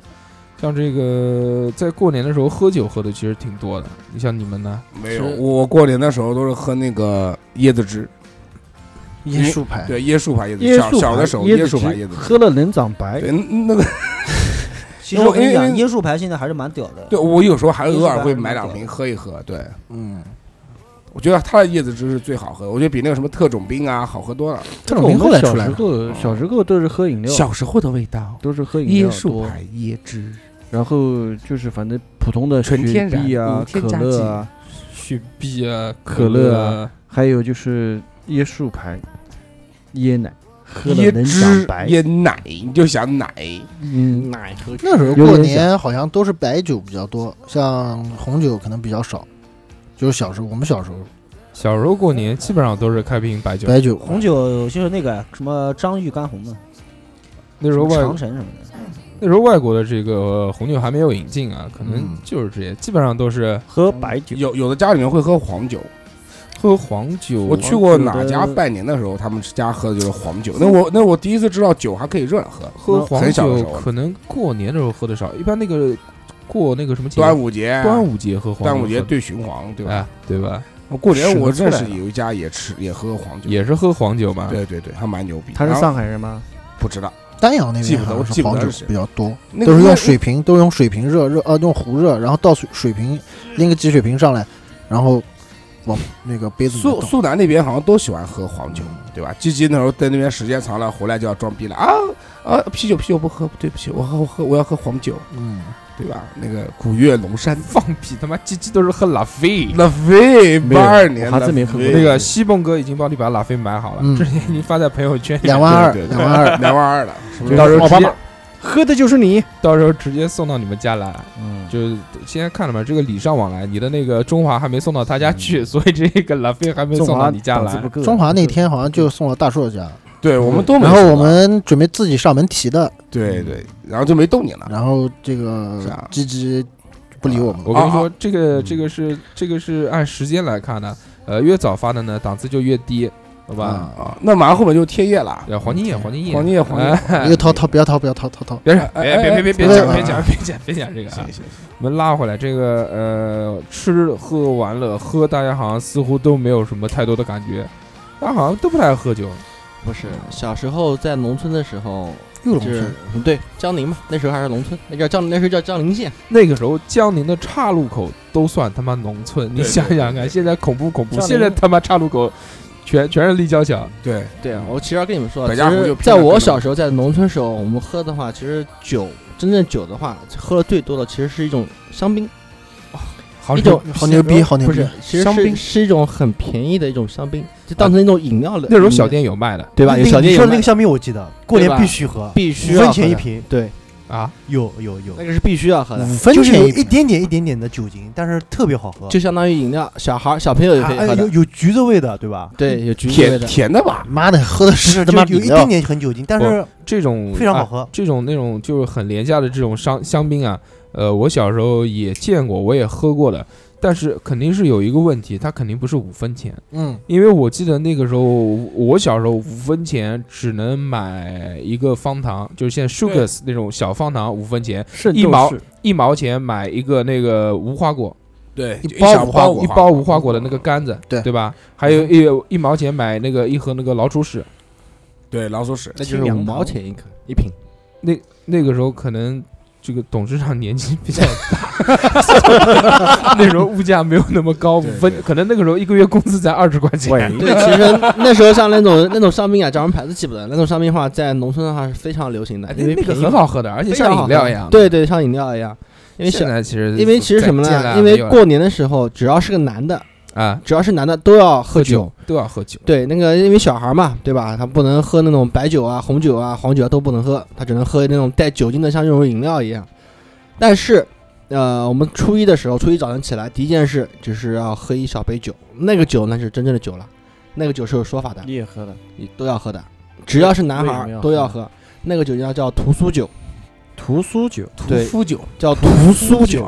A: 像这个在过年的时候喝酒喝的其实挺多的，你像你们呢？
B: 没有。我过年的时候都是喝那个椰子汁，
F: 椰树
C: 哎
F: 牌，
B: 对椰树牌椰子，
D: 椰
B: 小
D: 树
B: 小
D: 牌
B: 的时候椰
D: 椰
B: 树
D: 子
B: 牌
D: 汁
B: 椰子汁，
D: 喝了能长白
B: 对，那个
G: 其
B: 实我跟你讲椰
G: 树牌现在还是蛮屌的
B: 对我有时候还偶尔会买两瓶喝一喝，对。
F: 嗯，
B: 我觉得它的椰子汁是最好喝的，我觉得比那个什么特种兵啊好喝多了。
F: 特
D: 我
F: 种兵后
D: 们
F: 来出
D: 小
F: 来
D: 时
F: 了，
D: 候小时候都是喝饮料，
B: 时候的味道，
D: 都是喝饮料多，
B: 椰汁，
D: 然后就是反正普通的
B: 纯天
D: 雪
B: 然
D: 碧啊
B: 无、
D: 可
B: 添加
D: 乐啊，
A: 雪碧啊，
D: 可乐啊，还有就是椰树牌、椰奶，喝了
B: 椰
D: 能
B: 汁
D: 长白。
B: 椰奶，你就想奶，
D: 嗯，
K: 奶和
F: 那时候
D: 有
F: 过
D: 点
F: 年好像都是白酒比较多，像红酒可能比较少。就是小时候，我们小时候
A: 小时候过年基本上都是开瓶白酒，
F: 白酒，
G: 红酒就是那个什么张裕干红的，
A: 那时候外
G: 城什么的，
A: 那时候外国的这个红酒还没有引进啊，可能
B: 嗯
A: 就是这些，基本上都是
L: 喝白酒，
B: 有有的家里面会喝黄酒，
A: 喝黄酒。
B: 我去过哪家拜年的时候，他们家喝的就是黄酒。那我那我第一次知道酒还可以热着喝，
A: 啊喝黄
B: 很小的
A: 酒
B: 时候，
A: 可能过年的时候喝的少，一般那个过那个什么节，
B: 端午节，啊
A: 端午节喝黄酒，
B: 端午节对循环，对吧？
A: 哎，对吧？
B: 过年我
G: 吃得
B: 认
G: 出来
B: 识有一家也吃也喝黄酒，
A: 也是喝黄酒嘛。
B: 对对对，还蛮牛逼。
G: 他是
B: 然后
G: 上海人吗？
B: 不知道
D: 丹阳那
B: 记
D: 边
B: 不得
D: 好像
B: 记
D: 是
B: 不得
D: 黄
B: 是
D: 酒
B: 谁
D: 比较多，
B: 那个
D: 都是用水瓶，都是用水瓶热热呃用壶热，然后倒水水瓶拎个几水瓶上来，然后往那个杯子里面
B: 苏
D: 倒。
B: 苏南那边好像都喜欢喝黄酒，对吧？鸡鸡那时候在那边时间长了，回来就要装逼了啊啊！啤酒啤酒不喝，对不起，我喝我喝我要喝黄酒，
D: 嗯，
B: 对吧？那个古越龙山
A: 放屁！他妈鸡鸡都是喝 拉菲。
B: 拉菲
G: 没有
B: 八二年
G: 我还
B: 拉
G: 真没喝过
B: 菲
A: 那个西蹦哥已经帮你把拉菲买好了，
D: 嗯
A: 之前已经发在朋友圈里，
D: 两万二，
B: 对对对
D: 两万二，
B: 两万二了，是不是
A: 到时候
B: 奥
A: 直
B: 巴
A: 接
B: 马
G: 喝的就是你。
A: 到时候直接送到你们家来。
G: 嗯，
A: 就现在看了嘛，这个礼尚往来，你的那个中华还没送到他家去，所以这个拉菲还没
G: 中
A: 送到
G: 华
A: 你家
G: 档次
A: 来
G: 不。够
D: 中华那天好像就送了大硕家，
B: 对我们都没
D: 然
B: 喝过，
D: 后 我们准备自己上门提的，
B: 对对，然后就没动你了。
D: 然后这
B: 是
D: 个
B: 啊
D: 鸡鸡不理我们，
A: 我跟你
B: 啊
A: 说，这个这个是这个是按时间来看的，呃，越早发的呢，档次就越低，好吧？
B: 啊，那马上后面就贴页了，
A: 对，黄金眼，黄金眼，
B: 黄金叶黄金叶
A: 哎
D: 一个掏掏，不要掏，不要掏，掏掏。
A: 别别别别别别讲别讲别讲别讲这个，啊！我们拉回来这个呃，吃喝玩乐喝，大家好像似乎都没有什么太多的感觉，大家好像都不太爱喝酒。
H: 不是，小时候在农村的时候，
D: 又
H: 就
D: 龙
H: 是嗯
D: 村，
H: 对江宁嘛，那时候还是农村，那叫江，那时候叫江宁县。
A: 那个时候江宁的岔路口都算他妈农村，你
B: 对
A: 想想看，现在恐怖恐怖，
H: 江宁
A: 现在他妈岔路口全全是立交桥，
B: 对，
H: 对
A: 嗯
H: 啊，我其实要跟你们说，
B: 百
H: 其
B: 家胡就
H: 实
B: 拼
H: 在
B: 了
H: 我
B: 跟
H: 小时候在农村时候，我们喝的话，其实酒真正酒的话，喝的最多的其实是一种香槟，
A: 好
H: 一种
D: 好牛逼，好牛
H: 不
D: 逼
H: 是，，其实
A: 香
H: 是
A: 槟
H: 是一种很便宜的一种香槟，就当成一种饮料的。
A: 那时候小店有卖的
H: 对吧？有小
C: 你
H: 店有
C: 说的那
H: 卖
C: 个香槟我记得，过
H: 对
C: 年
H: 吧
C: 必须喝，
H: 必须
C: 五
H: 要
C: 分
H: 喝
C: 钱一
H: 的，
C: 瓶，
H: 对，
A: 啊，
C: 有有有
H: 那，个是必须要喝的
D: 五，分
C: 就是
D: 钱
C: 有
D: 一
C: 一点点一点点的酒精，但是特别好喝，
H: 就相当于饮料，小孩儿小朋友也可以
C: 啊哎
H: 喝
C: 有
H: 的，
C: 有橘子味的，对吧？
H: 对，有橘子味
B: 甜
H: 的。
B: 甜的吧？
D: 妈的，喝的是他
C: 就
D: 妈
C: 有一
D: 饮料
C: 点点很酒精，但是
A: 这种
C: 非常
A: 啊
C: 好喝。
A: 这种那种就是很廉价的这种香香槟啊，呃，我小时候也见过，我也喝过的，但是肯定是有一个问题，它肯定不是五分钱，
D: 嗯，
A: 因为我记得那个时候我小时候五分钱只能买一个方糖，就是现在 Sugars 那种小方糖五分钱，
G: 是
A: 一毛一毛钱买一个那个无花果，
B: 对，
D: 一
B: 就
D: 包
B: 小
D: 无花
B: 包
D: 果
A: 一包无花果的那个杆子，
D: 对
A: 对吧？还有一一毛钱买那个一盒那个老鼠屎，
B: 对老鼠屎，
H: 那就是五毛钱一颗一瓶，
A: 那那个时候可能这个董事长年纪比较 大，那时候物价没有那么高，五
B: 对
A: 分
B: 对
A: 可能那个时候一个月工资才二十块钱。
H: 对，其实那时候像那种那种香槟啊，叫什么牌子记不得，那种香槟的话，在农村的话是非常流行的
A: 哎，
H: 因
A: 那
H: 为
A: 那个
H: 便宜
A: 很好喝的，而且像饮料一样。
H: 对，对，像饮料一样。因为
A: 现
H: 现
A: 在其实
H: 因为其实什么
A: 再见了
H: 呢？因为
A: 没有
H: 过年的时候，只要是个男的，
A: 啊
H: 只要是男的都要喝
A: 喝
H: 酒
A: 酒。都要喝酒，
H: 对，那个因为小孩嘛，对吧？他不能喝那种白酒啊、红酒啊、黄酒啊都不能喝，他只能喝那种带酒精的，像这种饮料一样。但是，呃，我们初一的时候，初一早晨起来，第一件事就是要喝一小杯酒。那个酒那是真正的酒了，那个酒是有说法的，
G: 你也 喝了，
H: 你都要喝的，只要是男孩
G: 为什么
H: 儿
G: 要
H: 都要
G: 喝
H: 喝。那个酒叫叫屠苏酒，
G: 屠苏酒，
H: 对，
B: 夫酒，
H: 叫屠苏酒，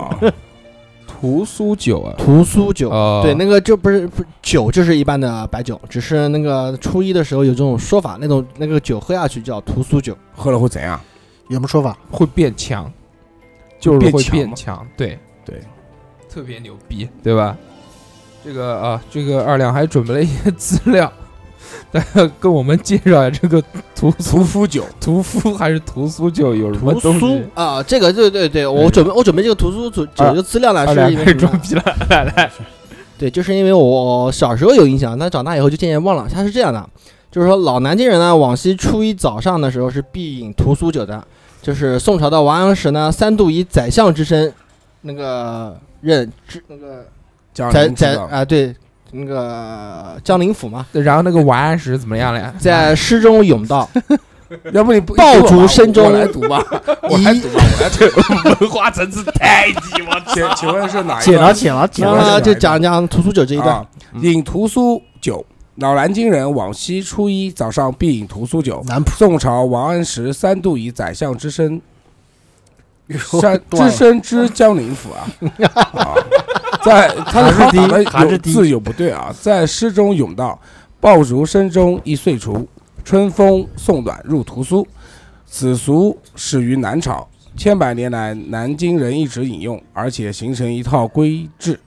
A: 屠苏 酒啊，
H: 屠苏酒。
A: 哦，
H: 对，那个就不是不是酒，就是一般的白酒，只是那个初一的时候有这种说法，那种那个酒喝下去叫屠苏酒，
B: 喝了会怎样？
D: 有什么说法？
A: 会变强，就是会
B: 变强
A: 变
B: 吗
A: 强，对
B: 对，
A: 特别牛逼，对吧？这个啊，这个二两还准备了一些资料， 大家跟我们介绍一下这个屠
B: 屠
A: 苏
B: 夫酒，
A: 屠夫还是屠苏酒有什么
H: 屠
A: 东
H: 苏
A: 西？
H: 啊，这个对对对，我
A: 对
H: 准备我准备这个屠苏酒酒的资料呢，
A: 二
H: 是
A: 啊两
H: 因
A: 开
H: 为
A: 始
H: 什么
A: 装
H: 呢？
A: 逼了，来来，
H: 对，就是因为我小时候有印象，但长大以后就渐渐忘了。它是这样的，就是说老南京人呢，往昔初一早上的时候是必饮屠苏酒的，就是宋朝的王安石呢，三度以宰相之身，那个任之那个
B: 江
H: 宰
B: 宁知
H: 宰
B: 道
H: 啊，对，那个江宁府嘛。
A: 然后那个王安石怎么样 了呀？
H: 在诗中咏道，
B: 要不你不你
H: 爆
B: 给我
H: 竹
B: 吧
H: 声中
B: 我来读吧，我来读吧，我来读。文化层次太低，我 请请问 是哪一
G: 捡
B: 段
G: 了捡了捡
H: 然
B: 我
H: 后
G: 了，
B: 来
H: 呢
B: 读
H: 啊就讲讲屠苏酒这一段
B: 啊。
C: 嗯
B: 饮屠苏酒，老南京人往昔初一早上必饮屠苏酒。
D: 南普
B: 宋朝王安石三度以宰相之身，山知深知江宁府 啊，啊，在他的
C: 还是低
B: 打的
C: 还是
B: 有
C: 低
B: 字有不对啊，在诗中咏道：“爆竹声中一岁除，春风送暖入屠苏。”此俗始于南朝，千百年来南京人一直引用，而且形成一套规制。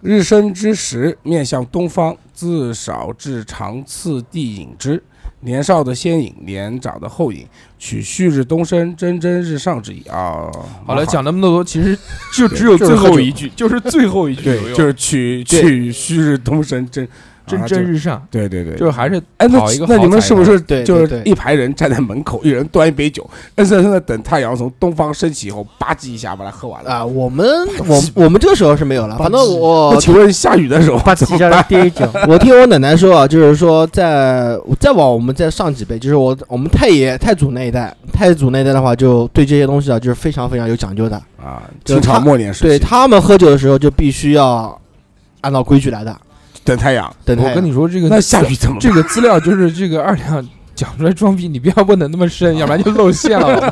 B: 日升之时，面向东方，自少至长次第引之。年少的先引，年长的后引，取旭日东升，蒸蒸日上之意啊。
A: 好了，讲那么多，其实就只有
B: 对就是
A: 最
B: 喝酒
A: 后一句，就是最后一句有
B: 对，
A: 用，
B: 就是取
A: 对
B: 取旭日东升，蒸
A: 蒸
B: 啊
A: 蒸
B: 就
A: 日上，
B: 对对对，
A: 就是还是
B: 哎，那
A: 讨一个
B: 那你们
A: 好
B: 是
A: 彩
B: 不
A: 头
B: 是
E: 对对
B: 就是
E: 对
B: 一排人站在门口，一人端一杯酒，硬生生的等太阳从东方升起以后，吧唧一下把它喝完了？
H: 啊，我们 我我们这个时候是没有了，反正
B: 那
H: 我
B: 请问下雨的时候
D: 把
B: 怎
D: 几
B: 么
D: 下
B: 办？
D: 跌一 跤，
H: 我听我奶奶说啊，就是说在再往我们再上几辈，就是我我们太爷太祖那一代，太祖那一代的话，就对这些东西啊，就是非常非常有讲究的。
B: 啊，
H: 就
B: 清朝
H: 他
B: 末年时期，
H: 对他们喝酒的时候，就必须要按照规矩来的。
B: 等太阳，
H: 等
A: 我
H: 太
A: 跟
H: 阳
A: 你说，这个
B: 那下雨 怎么办？啊
A: 这个资料就是这个二两讲出来装逼，你不要问的那么深，要不然就露馅了。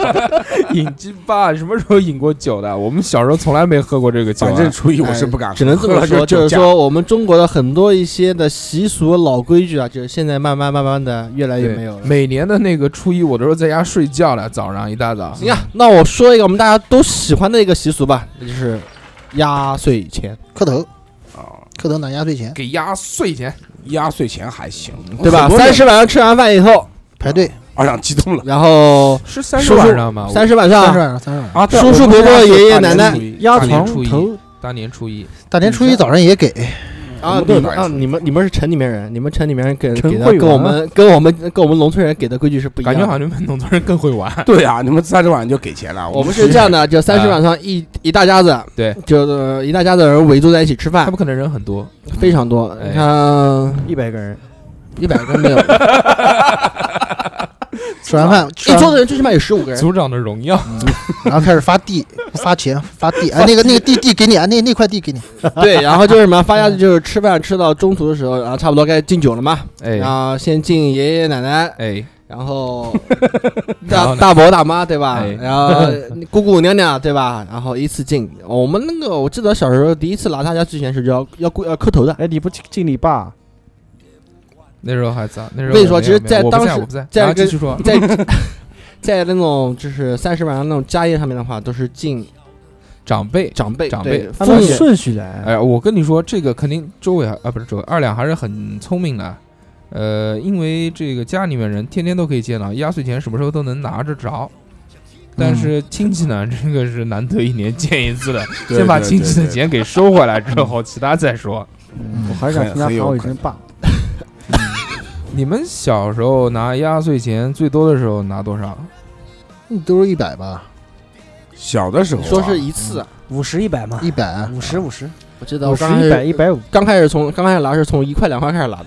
A: 饮鸡巴什么时候饮过酒的？我们小时候从来没喝过这个酒、啊。
B: 反正初一我是不敢喝，
H: 只能这
B: 喝
H: 么
B: 了
H: 说，就
B: 酒
H: 是
B: 驾，
H: 说我们中国的很多一些的习俗老规矩啊，就是现在慢慢慢慢的越来越
A: 对
H: 没有了。
A: 每年的那个初一，我都是在家睡觉了，早上一大早。
H: 行啊，那我说一个我们大家都喜欢的一个习俗吧，那就是压岁钱，
F: 磕头，
B: 啊
F: 磕头拿压岁钱，
A: 给压岁钱，
B: 压岁钱还行，
H: 对吧？三十晚上吃完饭以后，
F: 排队
B: 二两激动了
H: 然后
A: 是三十
H: 叔叔
A: 晚上吗？
H: 啊三十晚
F: 三十
H: 上
F: 晚上，三十
D: 嗯
F: 晚上，
B: 啊！对
H: 叔叔
B: 我们
H: 伯伯
B: 家是
H: 爷爷
B: 大
H: 奶
B: 年
H: 奶
B: 初一
A: 压
D: 压
A: 年
D: 床
A: 初一
D: 头，
A: 大年初一，
F: 大年初一早上也 给，
B: 我
H: 啊，
B: 们
H: 你
B: 都
H: 们
B: 拿
H: 啊，
B: 一次
H: 你们你们是城里面人，你们城里面人给
D: 城
H: 给的
D: 会
H: 跟我
D: 玩
H: 们跟我们跟我们农村人给的规矩是不一样
A: 感
H: 的。
A: 觉好像你们农村人更会 玩。
B: 对啊，你们三十晚上就给钱了，
H: 我们是这样的，就三十晚上一一大家子，
A: 对，
H: 就是一大家子人围坐在一起吃
A: 他
H: 饭，
A: 们可能人很多，
H: 非常多。
A: 哎
H: 你看呃
D: 一百个人，
H: 一百个没 有，
F: 吃完饭，吃
H: 一
F: 完
H: 桌子人最起码有十五个人。
A: 组长的荣耀。
F: 然后开始发地，发钱，发地，哎，那个那个地地给你啊，那那块地给你，
H: 对，然后就是什么，发家就是吃饭吃到中途的时候，然后差不多该敬酒了嘛，
A: 哎
H: 然后先敬爷爷奶奶，
A: 哎，
H: 然 后
A: 然
H: 大
A: 后呢
H: 大伯大妈对吧
A: 哎？
H: 然 后姑姑娘娘对吧？然后依次敬。哦我们那个我记得小时候第一次拿他家之前是要要跪呃要磕头的。
D: 哎，你不敬敬你爸？
A: 那时候还早，那时候
H: 我跟你说
A: 我没
H: 其
A: 有
H: 实在
A: 我不
H: 当时
A: 我不在，
H: 在
A: 然后继
H: 跟
A: 续说，
H: 在在那种就是三十晚上那种家宴上面的话，都是敬
A: 长辈。
H: 长辈、
A: 长
H: 对
A: 辈
H: 父
D: 按
H: 母
D: 照。顺序来，啊
A: 哎，我跟你说，这个肯定周伟还啊，不是周伟，二两还是很聪明的。呃，因为这个家里面人天天都可以见到，压岁钱什么时候都能拿着
H: 嗯
A: 着。但是亲戚呢， 这个是难得一年见一次的，
B: 对
A: 先把
B: 对
A: 亲
B: 对
A: 戚的
B: 对
A: 钱给收回来之后，其他再说。
D: 我还是想
B: 很
D: 听他
B: 很有
D: 喊我一
B: 可
D: 声爸。
A: 你们小时候拿压岁钱最多的时候拿多少？
F: 嗯都是一百吧，
B: 小的时候啊
H: 说是一次，
E: 五十一百嘛，
F: 一百，
E: 五十五十，
H: 我记得
D: 五
H: 我
D: 十
H: 刚开
D: 一百
H: 始
D: 一百五，
H: 刚开始从刚开始拿是从一块两块开始拿的，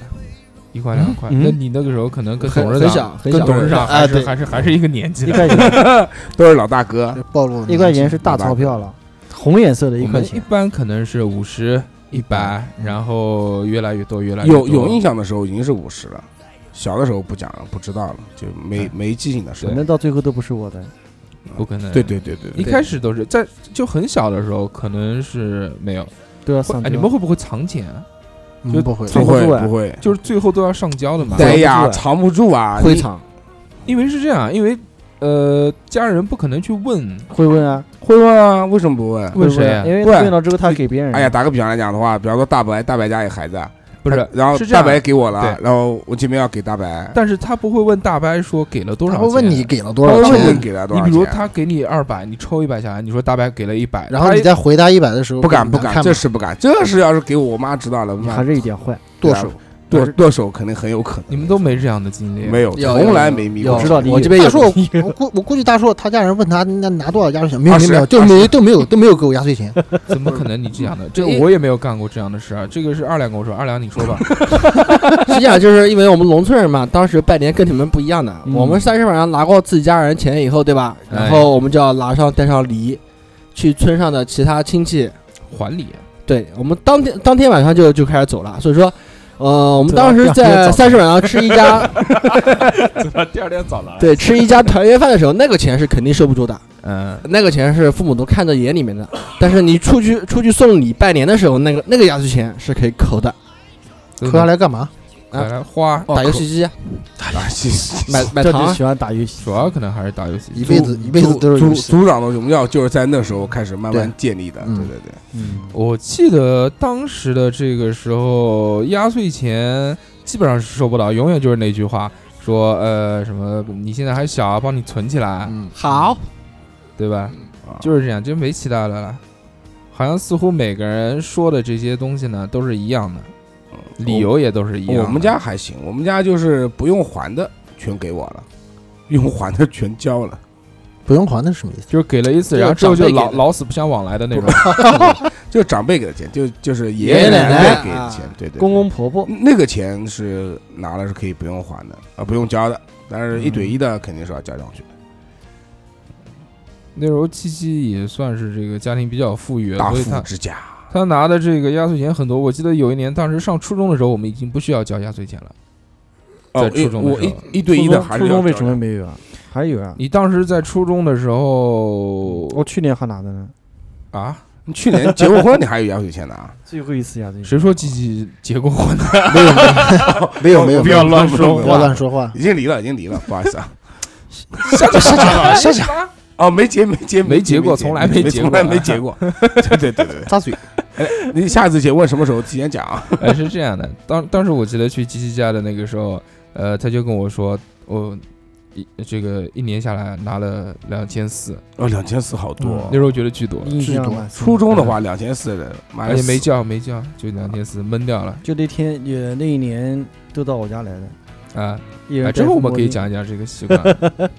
A: 一块两块？
D: 嗯
A: 那你那个时候可能跟
H: 很
A: 董事
H: 很
A: 长、
H: 小很
A: 跟
H: 小
A: 董事长
H: 啊
A: 还是
H: 对
A: 还是还是一个年纪
D: 一
A: 的。
D: 块钱
B: 都是老大哥，
A: 啊
F: 这暴露了
D: 一块钱是大钞票了，红颜色的一
A: 我
D: 块
A: 们一
D: 钱。
A: 般可能是五十、一百，然后越来越多，越来越
B: 有
A: 多。
B: 有印象的时候已经是五十了，小的时候不讲了，不知道了，就没没记性的时候
D: 反。正到最后都不是我的，
A: 不可能。
B: 对对对对
A: 一
B: 对，
A: 开始都是在就很小的时候，可能是没有。
D: 都要上
A: 哎，
D: 交。
A: 你们会不会藏钱啊？
F: 嗯
A: 就
F: 不会，
B: 不
D: 藏不
B: 会
D: 住啊
B: 不会，
A: 就是最后都要上交的嘛。
B: 哎呀，
D: 藏不住啊
B: 藏不住啊，
H: 会
B: 你
H: 场
A: 因为是这样，因为呃，家人不可能去问
D: 会问啊？
B: 会问啊？为什么不问？
A: 问
D: 会
A: 谁
D: 啊
A: 啊，
D: 因为
B: 问
D: 问了之后他给别人。
B: 哎呀，，打个比方来讲的话，比方说大白，大白家有孩子，啊
A: 不是
B: 他。然后
A: 是这
B: 大
A: 样
B: 白给我了，
A: 对
B: 然后我前面要给大白，
A: 但是他不会问大伯说给了多少
F: 他
A: 钱。啊
F: 会哎问你给了多
B: 他
F: 少
B: 会问
F: 钱
B: 你，给了多
A: 你
B: 少
A: 比
B: 钱？啊
A: 如他给你二百，你抽一百下来，你说大白给了一百，
F: 然后你
A: 他
F: 再回答一百的时候，
B: 不敢
F: 你
B: 不
F: 拿
B: 敢，
F: 看
B: 这
F: 吧
B: 是不敢，这是要是给我妈知道了，
D: 你
B: 妈啊
D: 还是有点坏。
F: 剁手，
B: 剁剁手肯定很有可能。
A: 你们都没这样的经历，
B: 没有，
H: 有
B: 从来没迷过
H: 有
D: 知道你
H: 我这边
F: 啊大
H: 有
F: 硕，我估我估计大硕他家人问他那拿多少压岁钱，没有
B: 二
F: 没
B: 十
F: 有没有，就没都没有都没有给我压岁钱，
A: 怎么可能你这样的？这
H: 对
A: 我也没有干过这样的事啊。这个是二两跟我说，二两你说 吧。
H: 实际上就是因为我们农村人嘛，当时拜年跟你们不一样的。
D: 嗯
H: 我们三十晚上拿过自己家人钱以后，对吧？
A: 哎
H: 然后我们就要拿上带上梨，去村上的其他亲戚。
A: 还礼，
H: 对我们当天当天晚上就就开始走了，所以说。呃，我们当时
D: 走了
H: 在
D: 走
H: 三十晚上吃一 家，
A: 第二天早上，
H: 对，吃一家团圆饭的时候，那个钱是肯定收不住的。
D: 嗯，
K: 那个钱是父母都看在眼里面的，但是你出去出去送礼拜年的时候，那个那个压岁钱是可以扣的，
F: 扣下来干嘛？
A: 买来花
H: 哦
K: 打游戏机啊，
B: 啊，是是
K: 买
A: 哎
K: 买
D: 这
K: 糖
D: 就
K: 啊
D: 喜欢打游戏，
A: 主要可能还是打游戏。
F: 一辈子一辈子都是
B: 组
F: 游戏
B: 组长的荣耀就是在那时候开始慢慢建立的，对
F: 嗯
B: 对对，
D: 嗯，
A: 我记得当时的这个时候，压岁钱基本上是收不到，永远就是那句话，说呃什么你现在还小啊，帮你存起来，
F: 嗯，
K: 好，
A: 对吧？
B: 啊
A: 就是这样，就没其他的了。好像似乎每个人说的这些东西呢，都是一样的，理由也都是一样的。
B: 哦
A: 啊
B: 我们家还行，我们家就是不用还的全给我了，用还的全交了。
F: 不用还的是什么意思？
A: 就是给了一次，
K: 就是
A: 然后之后
K: 长
A: 就
K: 辈给
A: 老
K: 的
A: 老死不相往来的 那种。
B: 就长辈给的钱，就就是爷
K: 爷爷奶
B: 奶
K: 奶
B: 给的钱
K: 啊，
B: 对对，
D: 公公婆婆，
B: 那个钱是拿了是可以不用还的啊，不用交的，但是一对一的肯定是要交上去的，
A: 那时候七七也算是这个家庭比较富裕，
B: 大
A: 所以
B: 富
A: 他
B: 之家。
A: 他拿的这个压岁钱很多。我记得有一年，当时上初中的时候，我们已经不需要交压岁钱了。
B: 哦
A: 在，初中的
B: 我
A: 时
B: 一
A: 候
B: 一对一
D: 初
B: 的
D: 中
B: 还是
D: 初
B: 要
D: 中为
B: 交
D: 什么
B: 的
D: 没有啊？还有啊，
A: 你当时在初中的时候
D: 我去年还拿的呢，
A: 啊？
B: 你去年结过婚，你还有压岁钱呢啊？
D: 最后一次呀，这
A: 谁说七七结 过婚的？
F: 没有没有没有，没有
B: 不要乱说
F: 不要乱说话。
B: 已经离了，已经离了，不好意思啊。
A: 下去下去下去！
B: 哦，没结，没结，
A: 没结过从来没结
B: 从
A: 过
B: 来没结过。对对对对，
F: 扎嘴，
B: 你下次结婚什么时候提前讲啊？
A: 哎，是这样的，当当时我记得去七七家的那个时候，呃，他就跟我说，我一这个一年下来拿了两千四，
B: 哦，两千四好多
A: 那。时候觉得巨多了。
D: 印象
F: 多
D: 蛮深
B: 初中的话，两千四的，妈
A: 而
B: 的
A: 且没叫没叫，就两千四闷掉了
D: 就那天也那一年都到我家来的，
A: 啊！
D: 一人
A: 哎，
D: 戴
A: 这个
D: 副
A: 我们
D: 墨
A: 可以
D: 镜，
A: 讲一讲这个习惯，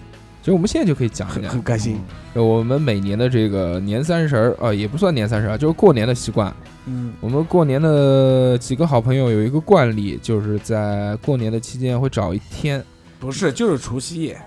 A: 其实我们现在就可以讲一
B: 很
A: 讲
B: 很开心。
A: 呃我们每年的这个年三十儿啊，也不算年三十儿啊，就是过年的习惯。
D: 嗯，
A: 我们过年的几个好朋友有一个惯例，就是在过年的期间会找一天，
B: 不是，就是除夕夜，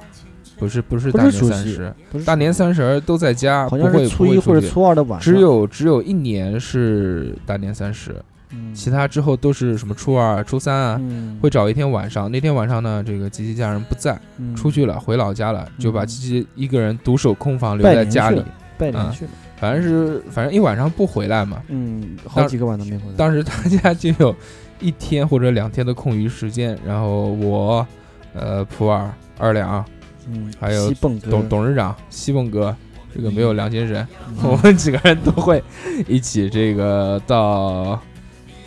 A: 不是不是
D: 不
A: 大年
D: 是除
A: 三
D: 夕
A: 十，
D: 不是
A: 大年三十儿都在家，不
D: 好像
A: 会
D: 是初一
A: 不会
D: 或
A: 出
D: 者
A: 去
D: 初二的晚上，
A: 只有只有一年是大年三十，
D: 嗯
A: 其他之后都是什么初二、初三啊，
D: 嗯
A: 会找一天晚上。那天晚上呢，这个吉吉家人不在，
D: 嗯
A: 出去了，回老家了，就把
D: 嗯
A: 吉吉一个人独守空房留
D: 拜
A: 在
D: 年
A: 家
D: 去
A: 里
D: 了，拜
A: 啊
D: 年去了，
A: 反正是反正一晚上不回来嘛。
D: 嗯，好
A: 当
D: 几个晚都没回来，
A: 当时大家就有一天或者两天的空余时间，然后我，呃，普洱、二两、
D: 嗯，
A: 还有
D: 西蹦哥
A: 董董事长、西凤哥，这个没有梁先生， 我
D: 嗯
A: 们几个人都会一起这个到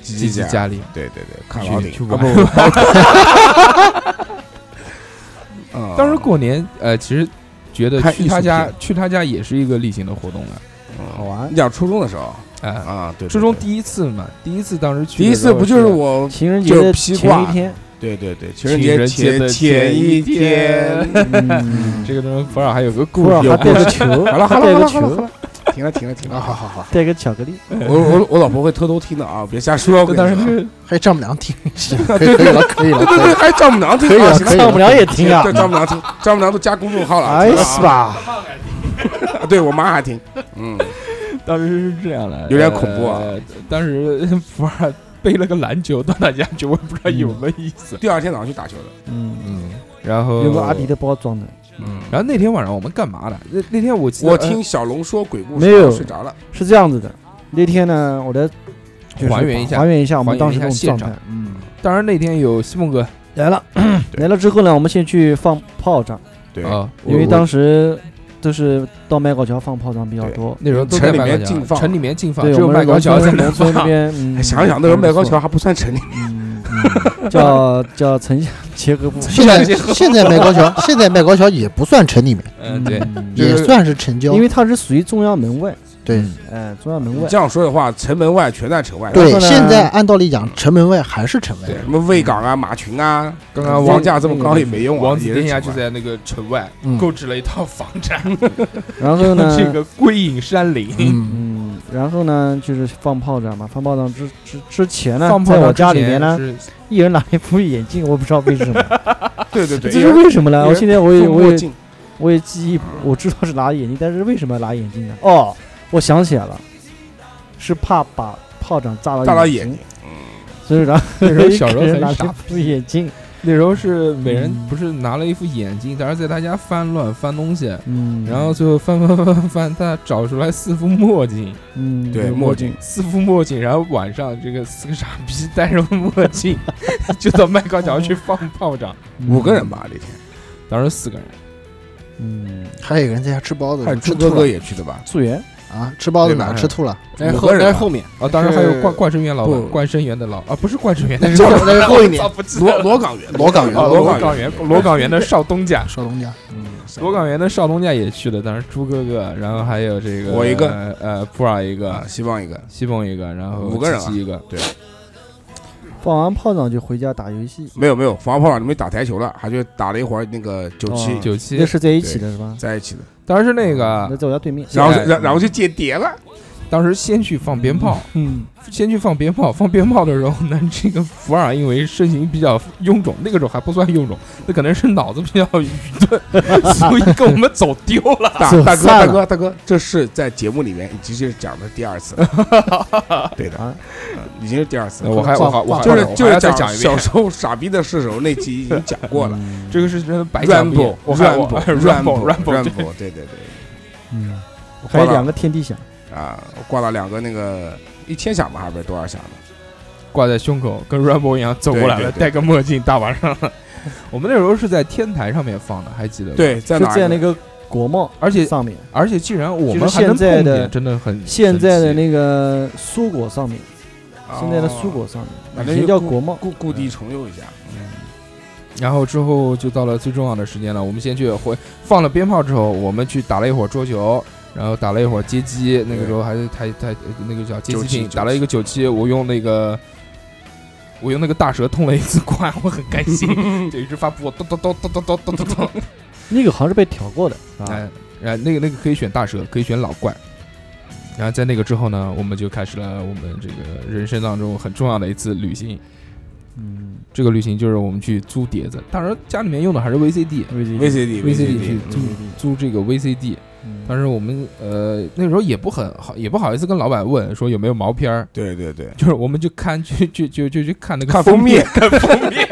B: 吉
A: 吉吉
B: 家。
A: 家里
B: 对对对，看老啊
A: 去去
B: 顶。
A: 玩。
D: 啊
B: 嗯
A: 当时过年，呃，其实觉得
B: 看
A: 去
B: 艺术
A: 他家
B: 品
A: 去他家也是一个例行的活动了，
D: 好
B: 嗯
D: 玩
B: 你，讲初中的时候
A: 哎，
B: 啊，对，对
A: 初中
B: 对
A: 第一次嘛，第一次当时去
B: 第一
A: 的时
B: 次
A: 候
B: 不就是我？
D: 情人节
B: 就是
D: 的
B: 披
D: 前一
B: 挂
D: 天，
B: 对对对，情
A: 情
B: 节
A: 人节
B: 前
A: 的
B: 前
A: 前
B: 一
A: 一天
B: 天。
D: 嗯，
A: 这个东西，普洱还有个故
D: 普洱
A: 事，
D: 还
A: 有故
D: 带个
A: 事。
D: 球，
B: 好了好
D: 带
B: 了好
D: 个
B: 了好了好
D: 球，
B: 了，停了停了停了，好好好。
D: 带个巧克力，
B: 我我我老婆会偷偷听的啊，别瞎说。我
A: 这
B: 跟
A: 当
B: 你
A: 时
B: 说
A: 是
F: 还丈母娘听，行可以可以了，可以
B: 对
F: 了，
B: 对对，还丈母娘听
F: 可以
B: 啊，
F: 了，
B: 行
F: 可以
D: 丈母
F: 了。
D: 娘也听啊
B: 对，丈母娘听，丈母娘都加公众号了。
D: 哎
B: 听了啊
D: 是？吧？
B: 啊对我妈还听，嗯，
A: 当时是这样的，
B: 有点恐怖啊
A: 呃当时 普洱背了个篮球到他家去，我也不知道有没有意思。
B: 第二天早上去打球的，
D: 嗯，
A: 嗯，然后
D: 有个阿迪的包装的，
B: 嗯。
A: 然后那天晚上我们干嘛的？那那天我记得呃
B: 我听小龙说鬼故事，
D: 没有
B: 然后睡着了。
D: 是这样子的。那天呢，我来就是
A: 还原一下
D: 还原一下我
A: 还原
D: 们
A: 一
D: 当时那种
A: 下
D: 状
A: 现
D: 态。嗯，
A: 当然那天有西蒙哥
D: 来了，来了之后呢，我们先去放炮仗，
B: 对，
A: 啊，
D: 因为
A: 我
D: 当时都是到麦皋桥放炮仗比较多。嗯
A: 那时候都在
B: 城里
A: 麦
B: 面
A: 皋
B: 禁
A: 桥，
B: 放
A: 城里面禁放，
D: 对，
A: 只有
D: 我
A: 麦
D: 们
A: 皋桥在
D: 在
A: 能
D: 农村
A: 放
D: 那。边，嗯
B: 哎想想那时候麦高桥，
D: 还
B: 还不算城里，
D: 不错嗯，嗯叫叫城乡结合部，
F: 现在现在麦高桥，现在麦高桥也不算城里面，
A: 嗯，对，
D: 嗯
A: 就是
F: 也算是城郊
D: 因。为它是属于中央门外，
F: 对
D: 哎，中央门
B: 你
D: 外
B: 这，样说的话，城门外全在城外。
F: 对
D: 后，呢
F: 现在按道理讲，城门外还是城外
B: 对，。什么卫岗啊、马群啊，
A: 刚刚
B: 房
A: 王
B: 价这么高也没用啊。
A: 王子
B: 也是
A: 殿下
B: 城
A: 就
B: 外
A: 在那个城外
F: 嗯
A: 购置了一套房产，
D: 然后呢，
A: 这个归隐山林。
F: 嗯，
D: 嗯，然后呢就是放炮仗嘛，放炮仗之之之前呢，
A: 放炮
D: 在
A: 仗
D: 我
A: 之
D: 家里
A: 前
D: 面呢，
A: 是
D: 一人拿一副眼镜，我不知道为什么，
B: 对对
D: 这
B: 对，
D: 是为什么呢？
B: 有
D: 我
B: 人
D: 现在我也我
B: 墨
D: 也
B: 镜，
D: 我也记忆，我知道是拿眼镜，但是为什么要拿眼镜呢？哦，我想起来了，是怕把炮仗炸到
B: 大老
D: 眼
B: 眼
D: 睛
B: 睛，
D: 所以然后
A: 那时候小时候
D: 一个人
A: 很
D: 拿
A: 傻
D: 着副眼镜，
A: 那时候是每人
D: 嗯
A: 不是拿了一副眼镜，当时在他家翻乱翻东西，
D: 嗯，
A: 然后最后翻翻翻翻翻，他找出来四副墨镜，
D: 嗯，
B: 对
D: 有
B: 墨镜，
A: 四副墨镜，然后晚上这个四个傻逼戴上墨镜，就到麦高桥去放炮仗，
B: 五个人吧那天，
A: 当时四个人，
D: 嗯，
F: 还有一个人在家吃包子
B: 还有，朱
F: 吃
B: 哥
F: 吐
B: 哥
F: 了
B: 也去的吧？
D: 溯源，
F: 啊！吃包子哪
B: 对吧
F: 吃吐了？
K: 但是
B: 五
K: 后
B: 个人
K: 但是
B: 吧
K: 后面
A: 啊，当时还有
B: 是
A: 怪怪声园老板
B: 不，
A: 怪声园的老啊，不是怪声园，
F: 那是后那是后一年
A: 我操不记得
B: 罗
A: 了
B: 罗岗园，
F: 罗岗园
A: 啊，
B: 罗
A: 罗
B: 岗
A: 岗园，罗岗园的少东家，
F: 少东家，
A: 罗岗园的少东家也去了，当时朱哥哥，然后还有这个
B: 我一个
A: 呃，普洱一个
B: 啊，，西方一个，
A: 西蒙一个，然后
B: 五个人啊
A: 七七一个，
B: 对，
D: 放完炮仗就回家打游戏，
B: 没有没有，防炮你们打台球了，还去打了一会儿那个九七
D: 哦
A: 九七
D: 那，是在一起的是吧？
B: 在一起的，
A: 当时那
D: 那
A: 个，
D: 在我家对面，
B: 然后
A: 现在
B: 然然后去间谍了，
A: 当时先去放鞭炮，
D: 嗯，
A: 先去放鞭炮，放鞭炮的时候呢，这个普洱啊因为身形比较臃肿，那个时候还不算臃肿，那可能是脑子比较愚钝， 所以跟我们走丢了。
B: 大
D: 走
B: 大哥
D: 散
B: 大
D: 了
B: 哥大哥，这是在节目里面已经是讲的第二次， 对的嗯
D: 啊，
B: 已经是第二次了，
A: 我还我还我还
B: 就是
A: 我
B: 就
A: 还要
B: 是
A: 再讲一遍
B: 小，时候傻逼的射手那集已经讲过了。
A: 这个是真的白讲不
B: ，Rambo
A: 了。我还我
B: Rambo
A: Rambo Rambo，
B: Rambo，对对对，
D: 嗯，
B: 我
D: 还
B: 挂
D: 有两
B: 了
D: 个天地响，
B: 啊，我挂了两个那个一千响吧，还是多少响的？
A: 挂在胸口，跟 Rambo 一样走过来
B: 对对
A: 了，
B: 对
A: 戴个墨镜，大晚上了。 我们那时候是在天台上面放的，还记得吧？
B: 对，在
D: 是
B: 哪儿呢？
D: 在那个国贸
A: 而且
D: 上面，
A: 而且既然我
D: 就
A: 们
D: 是
A: 还能
D: 现在
A: 碰
D: 的
A: 见，真的很
D: 现
A: 神
D: 在的
A: 奇啊
D: 那个蔬果上面，现在的蔬果上
B: 哦
D: 面，以前叫国贸，
B: 故故地重游一下。
A: 然后之后就到了最重要的时间了，我们先去回放了鞭炮之后，我们去打了一会儿桌球，然后打了一会儿街机，那个时候还是台台那个叫街机
B: 九七
A: 厅，
B: 九七
A: 打了一个九七，我用那个。我用那个大蛇痛了一次关，我很开心，就一直发布，咚咚咚咚咚咚咚咚咚。
D: 那个好像是被调过的啊
A: 哎，，哎，那个那个可以选大蛇，可以选老怪。然后在那个之后呢，我们就开始了我们这个人生当中很重要的一次旅行。
D: 嗯
A: 这个旅行就是我们去租碟子，当然家里面用的还是 VCD，
D: ，VCD，
B: VCD
A: VCD 去
B: 嗯
A: 租租这个 VCD，
D: 嗯
A: 当时我们呃那时候也不很好，也不好意思跟老板问说有没有毛片儿，
B: 对对对，
A: 就是我们就看去去就就去看那个
B: 看
A: 嗯封
B: 封面，
A: 看封面，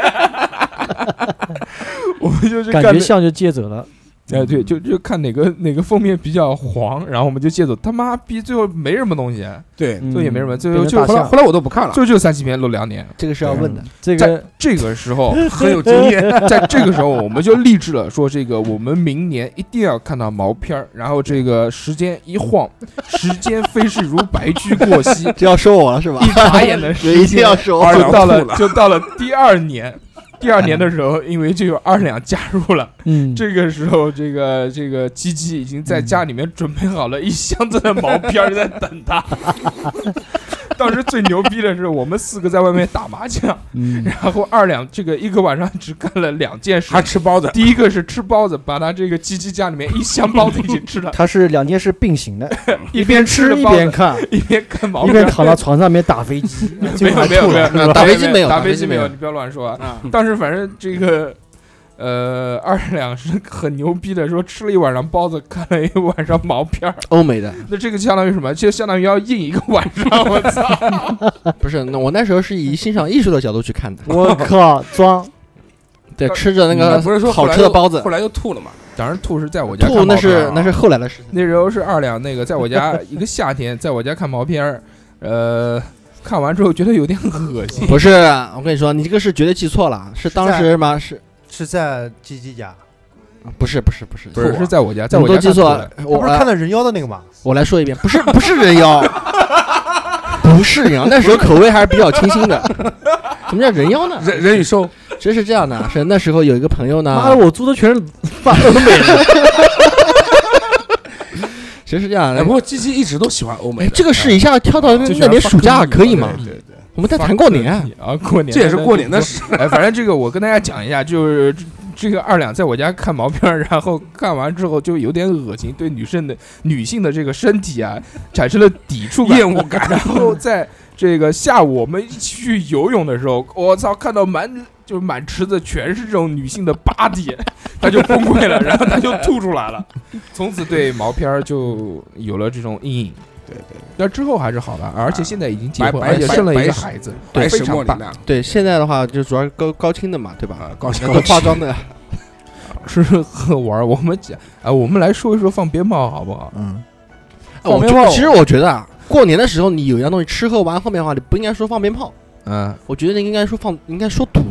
A: 我们就去看
D: 感觉
A: 那
D: 像就借走了，
A: 哎对，就就看哪个哪个封面比较黄，然后我们就借走，他妈逼最后没什么东西，
H: 啊
B: 对，
A: 这也没什么这
D: 变成
A: 就
D: 大
B: 后来
D: 象
B: 后来我都不看了。
A: 嗯就就三七篇露两年，
H: 这个是要问的。
D: 嗯这个
A: 这个时候很有经验， 在这个时候我们就立志了，说这个我们明年一定要看到毛片儿。然后这个时间一晃，时间飞逝如白驹过隙，
H: 这要说我了是吧？
A: 一眨眼的时间
H: 说
B: 二
A: 就
B: 两
A: 到
B: 吐
A: 了
B: 了，
A: 就到了第二年。第二年的时候，因为就有二两加 入了，
D: 嗯，
A: 这个时候，这个这个鸡鸡已经在家里面准备好了一箱子的毛片儿在等 他。当时最牛逼的是，我们四个在外面打麻将，
D: 嗯
A: 然后二两这个一个晚上只干了两件事
B: 还，吃包子，
A: 第一个是吃包子，把他这个鸡鸡家里面一箱包子已经 吃了，
D: 它是两件事并行的，
A: 一边吃着
D: 一
A: 包子
D: 边看，
A: 一边看毛片
D: 一边
A: 儿。
D: 躺到床上面打飞机，
A: 没有没有没有没 有
H: 打飞机没有
A: 打
H: 打
A: 飞
H: 飞
A: 机
H: 机没
A: 没有，
H: 有
A: 你不要乱说啊。 当时反正这个。呃，二两是很牛逼的，说吃了一晚上包子，看了一晚上毛片儿，
H: 欧美的
A: 那这个相当于什么？就相当于要印一个晚上。我 操！
H: 不是，那我那时候是以欣赏艺术的角度去看的，
D: 我靠，啊装
H: 对，吃着那
B: 啊
H: 个
B: 不是说后
H: 好
B: 来
H: 吃的
B: 又
H: 包子
B: 后，来又吐了嘛？
A: 当然吐是在我家看
H: 吐那
A: 毛片儿
H: 是
A: 啊
H: 那是后来的事情。
A: 那时候是二两那个，在我家一个夏天，在我家看毛片儿，呃，看完之后觉得有点恶心。
H: 不是，啊我跟你说，你这个是绝对记错了，是当时嘛是
C: 是在鸡鸡家，
H: 啊不是不 是不是，
A: 不是是在我家，在
H: 你
A: 我
H: 们都
A: 家
H: 记错
A: 看
H: 了
A: 的。。
H: 我
F: 啊
C: 不是看到人妖的那个吗？
H: 我来说一遍，不是不是人妖，不是人妖，那时候口味还是比较清新的。什么叫人妖呢？
A: 嗯
B: 人人与兽，
H: 真是这样的，啊是那时候有一个朋友
D: 妈的，
H: 呢，
D: 我租的全是发欧美人，
H: 其实是这样
B: 哎，
H: 的
B: 不。过鸡鸡一直都喜欢欧美
H: 哎
B: 的，
H: 这个事一下跳到呃那
A: 就喜
H: 那
A: 欢
H: 年
A: 放
H: 暑假
A: 空调
H: 可以吗？
B: 对对对，
H: 我们在谈过年，
A: 啊，过年
B: 这也是过年的。事。
A: 哎，反正这个我跟大家讲一下，就是这个二两在我家看毛片儿，然后看完之后就有点恶心，对女生的女性的这个身体啊产生了抵触感、厌恶感，然后在这个下午我们一起去游泳的时候，我操，看到满就是满池子全是这种女性的 body，他就崩溃了，然后他就吐出来了，从此对毛片儿就有了这种阴影。
B: 对对，
A: 但之后还是好的，而且现在已经结婚，
B: 白
A: 而且
B: 白
A: 生了一
B: 白
A: 个
B: 石
A: 孩子，
B: 白
A: 非
B: 石
A: 常
B: 莫里
A: 棒。
B: 娜
H: 对，现在的话就主要是高高清的嘛，对 吧？
B: 啊，高兴
H: 都啊化妆 的，
A: 吃喝玩，我们讲，哎，我们来说一说放鞭炮好不好？
F: 嗯，
A: 放
H: 我
A: 鞭
H: 觉
A: 炮
H: 得其实我觉得啊，过年的时候你有一样东西吃喝玩后面的话，你不应该说放鞭炮，
A: 嗯，
H: 我觉得你应该说放，应该说赌。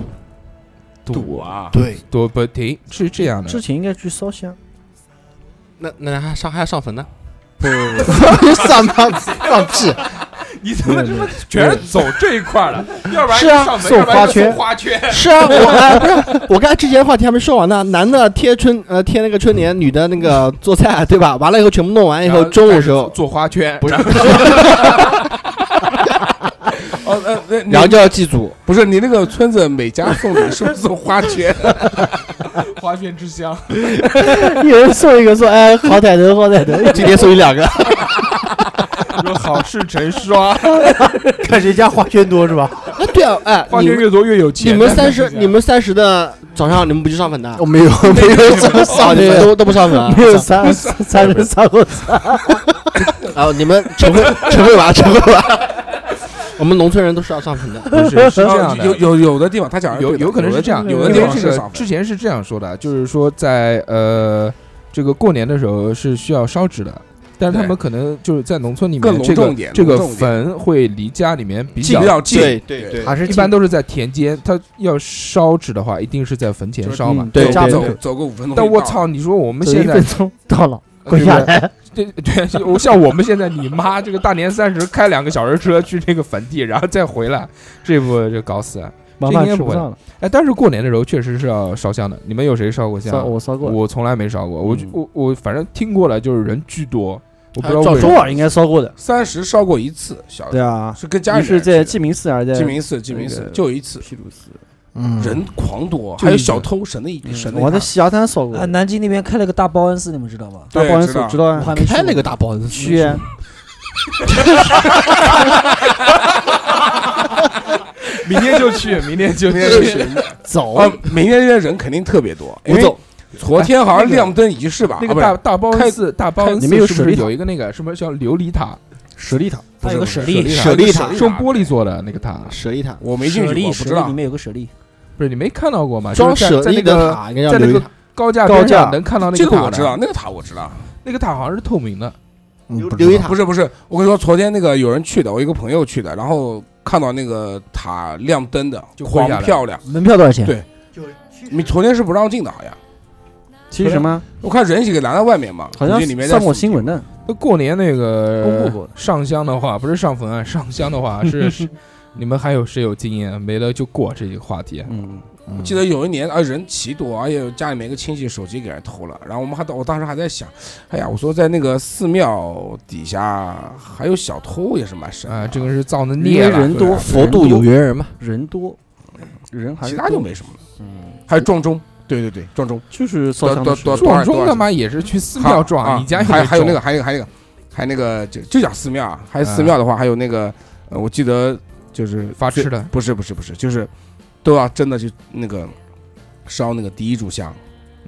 B: 赌啊，
H: 对，
A: 赌不停是这样
D: 之
A: 的，
D: 前应该去烧香，
H: 那那还上还要上坟 呢？
F: 上当放屁，
A: 你怎么这么全是走这一块儿了？要不然
H: 是啊
A: 上门，
D: 送
A: 要不然就
D: 花
A: 送
D: 圈
A: 花圈，
H: 是啊，我哎不是，我刚才之前话题还没说完呢。男的贴春呃贴那个春联，女的那个做菜，对吧？完了以后全部弄完以后，
A: 然后
H: 中午时候，
A: 做花圈，不是？
B: 哦呃那你
H: 然后就要祭 祖。
B: 不是你那个村子每家送礼是不是送花圈？
A: 花圈之乡，
D: 一人送一个，说哎，好歹的，好歹的，
H: 今天送你两个，
A: 说好事成双，
C: 看谁家花圈多是吧？
H: 啊对啊，哎，
A: 花
H: 你
A: 圈
H: 们
A: 越多越有钱。
H: 你们三十你们三十的早上你们不去上坟的？
F: 我 没有没有这么
H: 啊，
F: 上
H: 你们
F: 的，
H: 都都不上坟啊？
D: 没有三三人三后
H: 啊，你们晨会晨会吧，晨会吧。 我们农村人都是要上坟的，
A: 不是是这样
B: 啊
A: 的，
B: 有有有的地方他讲的
A: 有
B: 对的
A: 有可能是这样，
B: 有的
A: 因
B: 地
A: 为
B: 方
A: 这
B: 是
A: 个
B: 上坟
A: 之前是这样说的，就是说在呃这个过年的时候是需要烧纸的，但是他
B: 对
A: 们可能就是在农村里
B: 更
A: 面，
B: 隆
A: 这
B: 重
A: 个
B: 点
A: 这个
B: 隆重点
A: 坟会离家里面比
B: 近
A: 较
B: 比较近，
H: 对
B: 对
F: 还是
A: 一般都是在田间，他要烧纸的话，一定是嗯在坟前烧嘛。
H: 对
D: 家
H: 对
B: 走
D: 走
B: 走个五分钟。
A: 但我，操，你说我们
D: 走一
A: 现在
D: 分钟到了，滚下来。
A: 对对， 就我像我们现在，你妈这个大年三十开两个小时车去那个坟地，然后再回来，这不就搞死啊？
D: 麻
A: 这
D: 烦
A: 应该
D: 吃
A: 不
D: 不
A: 会
D: 上了，
A: 哎，但是过年的时候确实是要烧香的。你们有谁烧过香
D: 烧
A: 啊？
D: 我烧过了，
A: 我从来没烧过，我就
B: 嗯
A: 我我反正听过了，就是人巨多，我不知道
H: 还有
A: 为什
H: 照
A: 么
D: 多。少应该烧过的，
B: 三十烧过一次，小
D: 对啊，
B: 是跟家
D: 你
B: 里
D: 是在济民寺还是在
B: 鸡鸣寺，鸡鸣
D: 那
B: 寺
D: 个
B: 就一次，
D: 毗卢寺？
F: 嗯，
B: 人狂多，
A: 就
B: 还有
A: 一个
B: 小偷神的一神的一
D: 我还
B: 塌，
D: 在西雅滩烧过
G: 啊，，南京那边开了个大报恩寺，你们知道吧？
D: 大
B: 对
D: 报恩
B: 知
D: 寺
B: 道
D: 知道
G: 我
D: 啊？
G: 还没
H: 开了
G: 去
H: 个
G: 过
H: 大包子，
D: 屈原，
A: 明天就去，明天就
B: 明天 就去
A: 去。
D: 走
A: 哦
B: 啊，明天这些人肯定特别多。因为
H: 走
B: 昨天好像亮灯仪式吧？
A: 哎那个
B: 啊
A: 大大包恩寺，大包恩
D: 你们
A: 寺
D: 有
A: 是
D: 舍
A: 不是
D: 利塔
A: 有一个那个什么叫琉璃塔？
D: 舍利塔，
G: 它有个舍
B: 不是
G: 利，
H: 舍利塔
B: 不是
A: 是用玻璃做的那个塔，
B: 嗯
H: 舍利塔，
B: 我没进
G: 舍
B: 去，
G: 利
B: 我不
G: 舍
B: 知
G: 利
B: 道
G: 里。面有个舍利，
A: 不是你没看到过吗？
H: 装
A: 就是在
H: 舍
A: 在
H: 利
A: 那
H: 的
A: 个
H: 塔应该叫
A: 在那
H: 琉璃
A: 个
H: 塔，
A: 高架
D: 高
A: 边上
D: 架
A: 能看到那
B: 这个
A: 塔
B: 我
A: 的
B: 知道，，那个塔我知道。
A: 那个塔好像是透明的。
F: 嗯不知
H: 琉璃
F: 道
H: 塔
B: 不是不是，我跟你说，昨天那个有人去的，我一个朋友去的，然后看到那个塔亮灯的，
A: 就跪
B: 狂
A: 下来
B: 漂亮。
G: 门票多少钱？
B: 对你昨天是不让进的，好像
D: 其实什么？
B: 我看人几个拦在外面嘛，
D: 好像
B: 估计里面在
D: 上过
B: 肃
A: 啊
D: 新闻的，
A: 那过年那
D: 公布
A: 个
D: 过的
A: 上香的话，不是上坟啊，上香 的话是是，你们还有谁有经验？没了就过这个 话题。啊
D: 嗯，
B: 静。记得有一年啊，人奇多，而且有家里面一个亲戚手机给人偷了，然后我们还我当时还在想，哎呀，我说在那个寺庙底下还有小偷也是蛮神的
A: 啊，这个是造的
D: 因
A: 孽
D: 为
A: 了。
D: 人多，
H: 佛度有缘人嘛。
D: 人多，人还
B: 其
D: 是
B: 他就
D: 多
B: 没什么了。嗯，还有撞钟，对对对，撞钟，
D: 就是烧香
B: 多
D: 的
B: 多
D: 时
B: 多
D: 候
A: 撞
B: 少多
A: 钟
B: 少
A: 他
B: 钱
A: 妈也是去寺庙
B: 啊
A: 撞，你家有没
B: 还还有那
A: 撞
B: 个，还有还有那个，还有那个就就讲寺庙啊，还有寺庙的话，还有那个呃，我记得就是
A: 发
B: 最
A: 吃的
B: 不是不是不是，就是都要真的去那个烧那个第一炷香，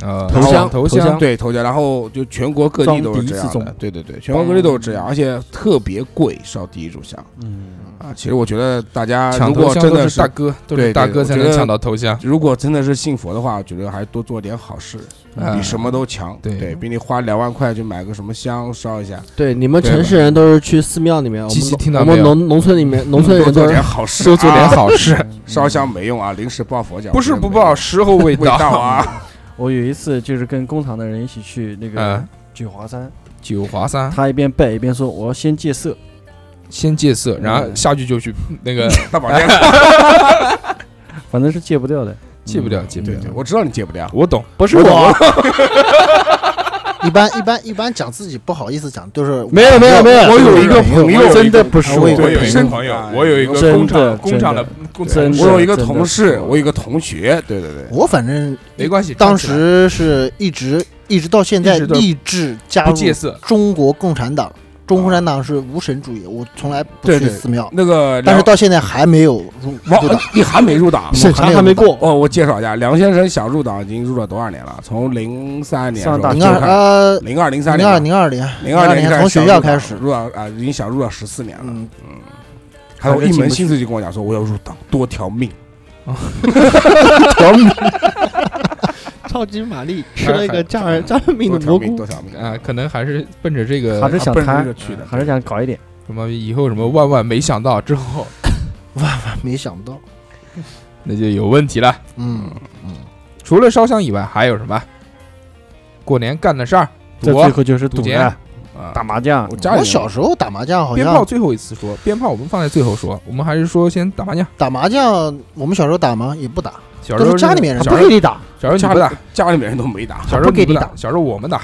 A: 呃，
H: 头香头
A: 头香
H: 香，
B: 对头家，然后就全国各地都是这样
D: 装第一次
B: 的，
D: 粽
B: 对对对，全国各地都是
A: 嗯
B: 这样，而且特别贵，烧第一炷香
D: 嗯，
B: 啊。其实我觉得大家
A: 抢
B: 啊如
A: 头
B: 果
A: 香
B: 真
A: 都
B: 的
A: 是大哥，都是
B: 对
A: 大
B: 对
A: 哥
B: 我
A: 才
B: 觉
A: 能
B: 得
A: 抢到头香。
B: 如果真的是信佛的话，我觉得还是多做点好事，
A: 嗯
B: 比什么都强。
A: 对
B: 对，比你花两万块去买个什么香烧一下，
H: 对，你们
B: 对
H: 城市人都是去寺庙里面，我
A: 鸡
H: 们
A: 鸡听到
H: 我
A: 没
H: 们
A: 有
H: 农农村里面，农村
B: 多
H: 人
B: 做
H: 都是
B: 点好事，
A: 多做点
B: 啊
A: 好事，
B: 烧香没用啊，临时抱佛脚
A: 不是不报，
B: 是
A: 时候未
B: 味道。啊。
D: 我有一次就是跟工厂的人一起去那个
B: 啊
A: 嗯
D: 九华山，
A: 九华山
D: 他一边拜一边说我要先戒色，
A: 先戒色，然后下去就去那 个
B: 大保健，
D: 反正是戒不掉的，
A: 戒不掉，戒不
B: 对
A: 掉
B: 对，。我知道你戒不掉，
A: 我懂，
D: 不是我，
F: 一般一般一般讲自己不好意思讲，就是
H: 没有没有没有，
B: 我有一个朋友
H: 真的不是
F: 我有一个
A: 我有一个
B: 身
A: 朋友
B: 哎，
A: 我有一个
D: 真
A: 工厂
D: 的
A: 工
D: 真
A: 厂
D: 的
A: 的工
D: 真
B: 我
D: 的
B: 有一个
D: 真的
B: 同事
D: 是，
B: 我有一个同学，对对对，
F: 我反正
A: 没关系。
F: 当
A: 站起来
F: 时是一直一直到现在
A: 一直都
F: 立志加
A: 不
F: 入
A: 戒色，
F: 中国共产党，中共产党是无神主义，我从来不
B: 对
F: 去
B: 对
F: 寺庙，
B: 那个
F: 但
B: 梁，
F: 是到现在还没有入入
B: 王
F: 党，，
B: 你还没入党？
F: 审查还没过。
B: 哦，我介绍一下，梁先生想入党已经入了多少年了？从零三年
D: 上大
F: 零二呃，
B: 零二零三
F: 零
B: 年
F: 二
B: 吧，
F: 零二年，
B: 零二
F: 年
B: 开始想
F: 从学
B: 入
F: 校
B: 党
F: 开始，
B: 入党啊，已经想入了十四年了。
F: 嗯，
B: 还有一门心思就跟我讲说，我要入党，多条命。
H: 超级玛丽
A: 吃了一个
H: 加
B: 尔
H: 加尔
B: 多条命，多条
H: 呃
B: 命
A: 啊，！可能还是奔着这个
D: 还是
B: 啊
D: 想
B: 奔着
D: 贪
B: 这个去的
D: 还是想搞一点。
A: 什么以后什么万万没想到之后，
F: 没想到，
A: 那就有问题了。
F: 嗯，
A: 除了烧香以外，还有什么？过年干的事儿，
D: 这
A: 赌
D: 最后就是
A: 赌
D: 赌
A: 钱
D: 了，
B: 啊
D: 打麻将
B: 我。家里
F: 我小时候打麻将好
A: 鞭炮
F: 像
A: 最后一次说，鞭炮我们放在最后说，我们还是说先打麻将。
F: 打麻将，我们小时候打吗？也不打，
A: 小时
F: 都
A: 候
F: 是家里面人
A: 小
F: 打
A: 时
D: 不
A: 候
D: 给你打，
A: 小时
B: 家
A: 候你
B: 里
A: 不打，
B: 家里面人都没打，
A: 小时候
D: 不给
A: 你
D: 你
A: 打，小时候我们打。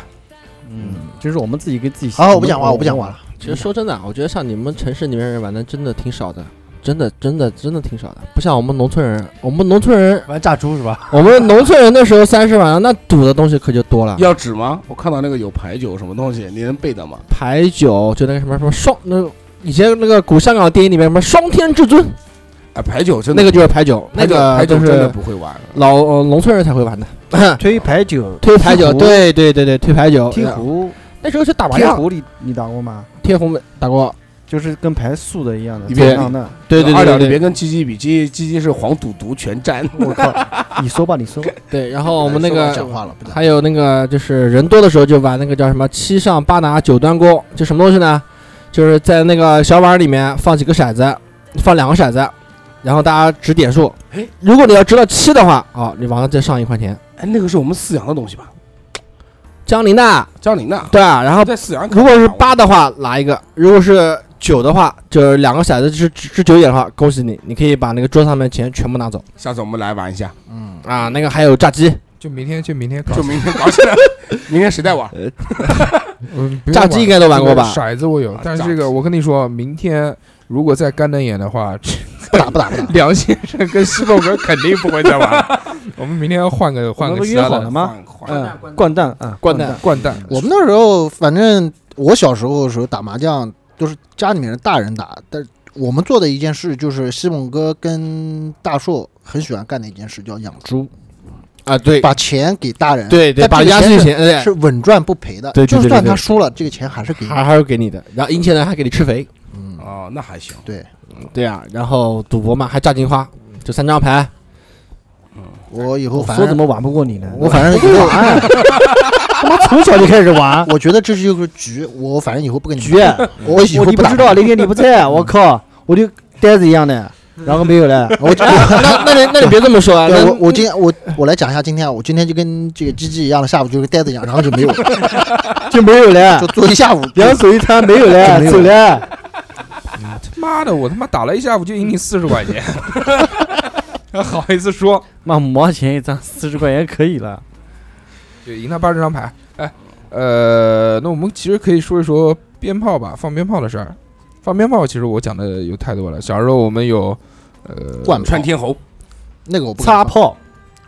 D: 嗯，就是我们自己给自己。嗯
F: 好，我不讲话，我不讲话。了。
H: 其实说真的啊，我觉得像你们城市里面人玩的真的挺少的，真的真的真的挺少的，不像我们农村人。我们农村人，
C: 玩炸猪是吧？
H: 我们农村人那时候三十晚上那赌的东西可就多了，
B: 要纸吗？我看到那个有牌九什么东西，你能背的吗？
H: 牌九，就那个什么什么双，那以前那个古香港电影里面什么双天至尊，
B: 哎，牌九真的
H: 那个就是牌九，那
B: 牌九
H: 个
B: 牌九
H: 就
B: 真的
H: 是
B: 不会玩。
H: 老呃农村人才会 玩的，
D: 推牌九，
H: 推牌九，
D: 踢胡
H: 对对对对，推牌
B: 哦
H: 九。
D: 踢胡，
H: 那时候去
B: 哎
H: 打麻
D: 贴
H: 将，
D: 胡你你打过吗？
H: 贴红没打过，
D: 就是跟牌素的一样的，
B: 一
H: 边
D: 正常的。
H: 对对
B: 二
H: 对
B: 两你
H: 对
B: 别
H: 对
B: 跟鸡鸡比，鸡鸡鸡是黄赌毒全占。
D: 我靠，你说吧，你说吧。
H: 对。然后我们那
F: 说我
H: 个
F: 讲话了，不讲
H: 还有那个就是人多的时候就玩那个叫什么七上八拿九端锅，就什么东西呢？就是在那个小碗里面放几个骰子，放两个骰子，然后大家指点数。如果你要知道七的话，哦，你往上再上一块钱。
B: 哎，那个是我们饲养的东西吧？
H: 江陵的，
B: 江陵的，
H: 对啊，然后
B: 在饲养。
H: 如果是八，的话，拿一个；如果是九的话，就是两个骰子是是是九点的话，恭喜你，你可以把那个桌上面的钱全部拿走
B: 下次我们来玩一下，
F: 嗯，
H: 啊。那个还有炸鸡，
A: 就明天，就明天搞
B: 就。明天搞起来。 明天谁带玩？
A: 嗯不用
H: 炸鸡应该都玩过吧
A: 这个骰子我有
B: 啊，
A: 但是
B: 炸
A: 这
B: 鸡
A: 个我跟你说，明天如果再干瞪眼的话，这
F: 不打不打不打，
A: 梁先生跟西凤哥肯定不会再玩了。我们明天要换个换
D: 我
A: 个
D: 们不
A: 其
D: 约
A: 他
D: 好
A: 的
D: 了吗？
B: 换换
D: 嗯，掼蛋啊，
H: 掼
D: 蛋
H: 蛋。
A: 掼蛋。
F: 我们那时候，反正我小时候的时候打麻将，都是家里面的大人打。但我们做的一件事就是西蒙哥跟大硕很喜欢干的一件事，叫养猪，
H: 啊，对
F: 把钱给大人，
H: 对对，
F: 但
H: 把
F: 这个
H: 压
F: 钱
H: 岁
F: 是
H: 钱，对，
F: 是稳赚不赔的。
H: 对对对
F: 就算
H: 对对
F: 他输了，这个钱 还是给你。
H: 还还是给你的，然后赢钱呢还给你吃肥，
F: 嗯，
B: 哦，那还行。
F: 对
H: 对啊，然后赌博嘛还炸金花，就三张牌，
F: 我以后
D: 我
F: 反
D: 说怎
F: 正
D: 么玩不过你呢？
F: 我反正以后，。
D: 哎 他妈从小就开始玩
F: 我觉得这就是个局，我反正以后不跟你
D: 局
F: 们打我以
D: 我
F: 后
D: 你不
F: 打
D: 知道，那天你不在，我靠，我就呆子一样的，然后没有了。
F: 我
H: 那那你那你别这么说啊，
F: 对，我
H: 那
F: 我今天我我来讲一下今天，我今天就跟这个鸡鸡一样的，下午就跟呆子一样，然后就没有了，
D: 就没有了
F: 就，坐一下午。
D: 两手一摊没有
F: 就没
D: 了，
F: 有
D: 走了。
A: 妈的，我他妈打了一下午就赢你四十块钱，还好意思说
D: 妈，五毛钱一张，四十块钱可以了。
A: 就赢他八十张牌。哎，呃，那我们其实可以说一说鞭炮吧，放鞭炮的事儿。放鞭炮其实我讲的有太多了。小时候我们有，呃，
F: 灌
B: 穿天猴，
F: 那个我不敢
D: 擦
F: 放
D: 炮、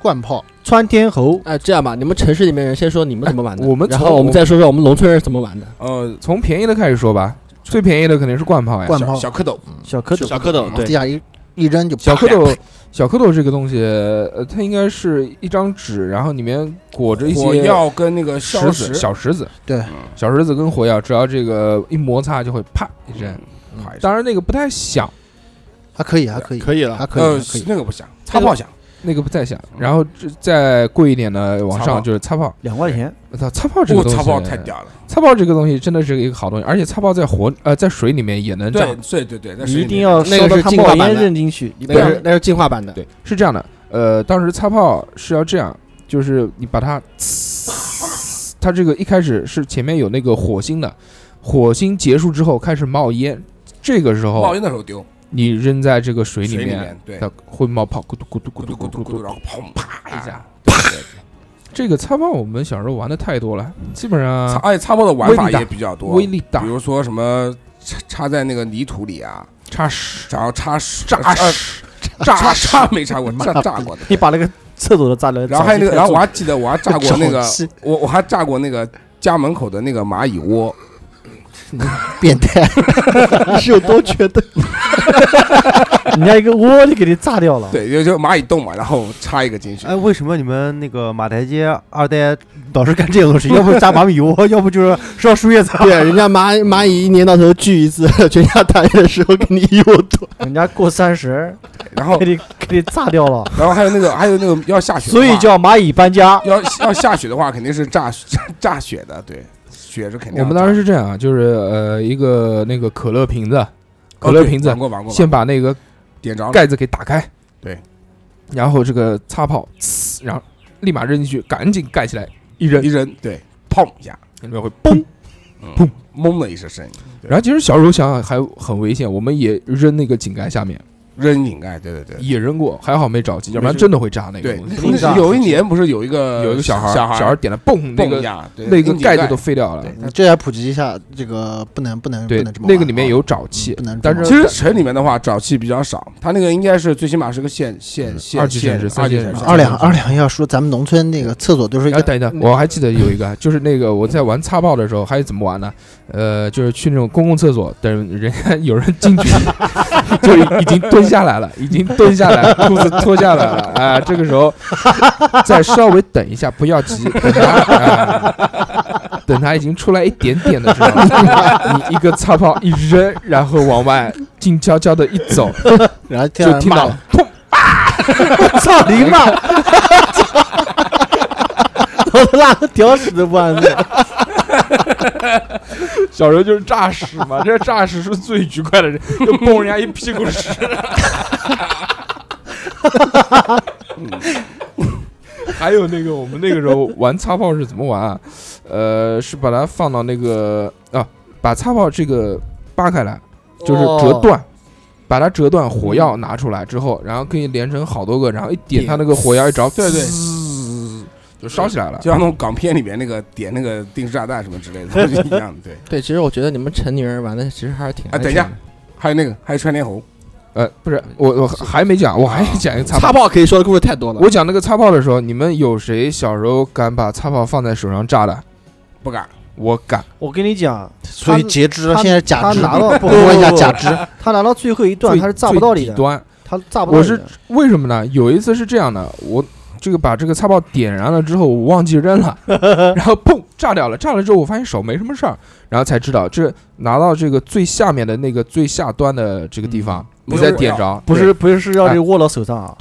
F: 灌炮，
D: 穿天猴，
H: 哎这样吧，你们城市里面人先说你们怎么玩的，
A: 哎我们
H: 然
A: 从
H: 后我们再说说我们农村人是怎么玩的。
B: 呃，
A: 从便宜的开始说吧。最便宜的肯定是灌炮呀，
F: 灌
B: 小
F: 炮，
B: 小蝌蚪，
D: 小蝌蚪，
H: 小蝌蚪
F: 往地下一一扔就
A: 小
F: 啪
A: 蝌蚪，小蝌蚪这个东西，呃，它应该是一张纸，然后里面裹着一
B: 火
A: 些
B: 药跟那个消
A: 石
B: 石，
A: 子、小石子，
F: 对
A: 嗯，小石子跟火药，只要这个一摩擦就会啪一声。
F: 嗯
B: 好一声
A: 当然那个不太响，
F: 还啊可以，还可以，
H: 以了，
F: 还可
B: 呃
F: 以，还啊可以。
B: 那个不响，擦炮响，
A: 那个不太响。然后这再贵一点的往
B: 擦炮
A: 上就是擦炮，
D: 两块钱，
A: 我操，擦炮这个
B: 哦，
A: 东西，
B: 擦炮太，屌了，
A: 擦炮这个东西真的是一个好东西，而且擦炮在火呃在水里面也能炸
B: 对。对对对，在水
D: 你
B: 里
D: 一定
B: 面
D: 要
H: 那
D: 烧
H: 个
D: 到
H: 是
D: 它
H: 进化
D: 冒
H: 版
D: 烟
H: 的
D: 扔进去，你不
H: 那
D: 要
H: 是那是进化版的，
A: 对，是这样的，呃，当时擦炮是要这样，就是你把它，它这个一开始是前面有那个火星的，火星结束之后开始冒烟，这个时
B: 冒
A: 候
B: 烟的时候丢
A: 你扔在这个水里
B: 水里
A: 面
B: 面，，对，
A: 它会冒泡，咕嘟咕嘟咕
B: 咕嘟
A: 嘟咕
B: 咕
A: 嘟
B: 嘟
A: 咕
B: 咕
A: 嘟
B: 嘟，然后砰啪
A: 一
B: 一
A: 下
B: 下。。
A: 这个擦炮我们小时候玩的太多了，基本
B: 擦
A: 上
B: 而且擦炮的玩
A: 啊威
B: 法
A: 力大
B: 也比较多，
A: 威力大
B: 比，如说什么插插在那个泥土里啊，
A: 插屎、
B: 然后插屎
A: 炸
B: 呃
A: 屎、
B: 炸炸没炸过，炸炸过的。
D: 你把那个厕所都炸了。
B: 然后还有那个，
D: 早就
B: 然后我还记得我还炸过那个
F: 早期，
B: 我我还炸过那个家门口的那个蚂蚁窝，
F: 变态，
C: 是有多缺德？
D: 人家一个窝就给你炸掉了。
B: 对，就就蚂蚁洞嘛，然后插一个进去。
C: 哎，为什么你们那个马台街二代老是干这 种事？要不炸马米窝， 要不就是烧树叶草。
H: 对，人家蚂蚂蚁一年到头聚一次， 全家团圆的时候给你一窝多。
D: 人家过三十
B: 然后
D: 给你给你炸掉 了，
B: 然后还有那个还有那个要下雪的话，
D: 所以叫蚂蚁搬家。
B: 要要下雪的话，肯定是炸炸雪 的，对，雪是肯定
A: 我
B: 要炸。哦
A: 们当时是这样啊，就是呃一个那个可乐瓶子，可
B: 哦
A: 乐
B: 对
A: 瓶子
B: 玩过玩过，
A: 先把那个
B: 点着了
A: 盖子给打开，
B: 对，
A: 然后这个擦炮，呲然后立马扔进去，赶紧盖起来，一扔
B: 一扔，对，砰一下，
A: 里面会嘣。
B: 砰嗡的一声声音，
A: 然后其实小时候想想还很危险，我们也扔那个井盖下面，
B: 扔井盖，对对对。
A: 也扔过，还好没着急，要不然
B: 没事
A: 真的会炸那个
B: 对
A: 东西。，
B: 那有一年不是有一个
A: 有一个小孩儿，
B: 小孩
A: 小孩儿点了嘣，那
B: 蹦一
A: 个
B: 下，对
A: 那个
B: 扔井
A: 盖子都飞掉了
B: 对。
F: 你这要普及一下，这个不能不能不
A: 对
F: 能这，么玩啊。
A: 那个里面有沼气
F: 不能，这
A: 但
F: 么
A: 是
F: 玩
B: 其实城里面的话，沼气比较少，它那个应该是最起码是个县
H: 嗯
B: 县县
A: 二级
B: 县
A: 城市
B: 二
A: 三
B: 级
A: 线
B: 城市
A: 城市
F: 二两二两要说，咱们农村那个厕所都是 一
A: 哎，
F: 个
A: 等一等，我还记得有一 个，就是那个我在玩擦炮的时候，还有怎么玩呢？呃，就是去那种公共厕所，等人家有人进去， 就已经蹲下来了，已经蹲下来了，裤子脱下来了，啊、这个时候再稍微等一下，不要急，等他、啊等他已经出来一点点的时候， 你一个擦炮一扔，然后往外静悄悄的一走，
F: 然后
A: 就听到
F: 了，
A: 砰，
D: 操你妈！老子拉个屌屎都不安分，
A: 小时候就是诈尸 嘛，这诈尸是最愉快的人，就蹦人家一屁股 屎。还有那个，我们那个时候玩擦炮是怎么玩啊？呃，是把它放到那个啊，把擦炮这个扒开来，就是折断，
B: 哦
A: 把它折断，火药拿出来之后，然后可以连成好多个，然后一点它那个火药一着，
B: 对对
A: 滋，就烧起来了。
B: 就像那种港片里面那个点那个定时炸弹什么之类的，都是一样的。对，
H: 对，其实我觉得你们城里人玩的其实还 是挺……
B: 哎等一下，还有那个还有穿天猴，
A: 呃，不是，我我还没讲，我
B: 啊
A: 还讲一个擦炮
H: 擦。炮可以说的故事太多了。
A: 我讲那个擦炮的时候，你们有谁小时候敢把擦炮放在手上炸的？
B: 不敢，
A: 我敢，
D: 我跟你讲，
F: 所以截肢了，
D: 他
F: 现在是假
D: 他
F: 肢，
D: 拿到不
F: 摸一下
D: 不不
F: 假肢，
D: 他拿到最后一段
A: 最
D: 啊他是炸不到你
A: 最
D: 的
A: 底，端
D: 他炸不到你的。
A: 我是为什么呢？有一次是这样的，我这个把这个擦炮点燃了之后，我忘记扔 了，然后砰炸掉了。炸了之后，我发现手没什么事儿，然后才知道这拿到这个最下面的那个最下端的这个地方，
B: 嗯
A: 你再点着，
D: 不是不是是要
A: 哎
D: 这握到手上啊？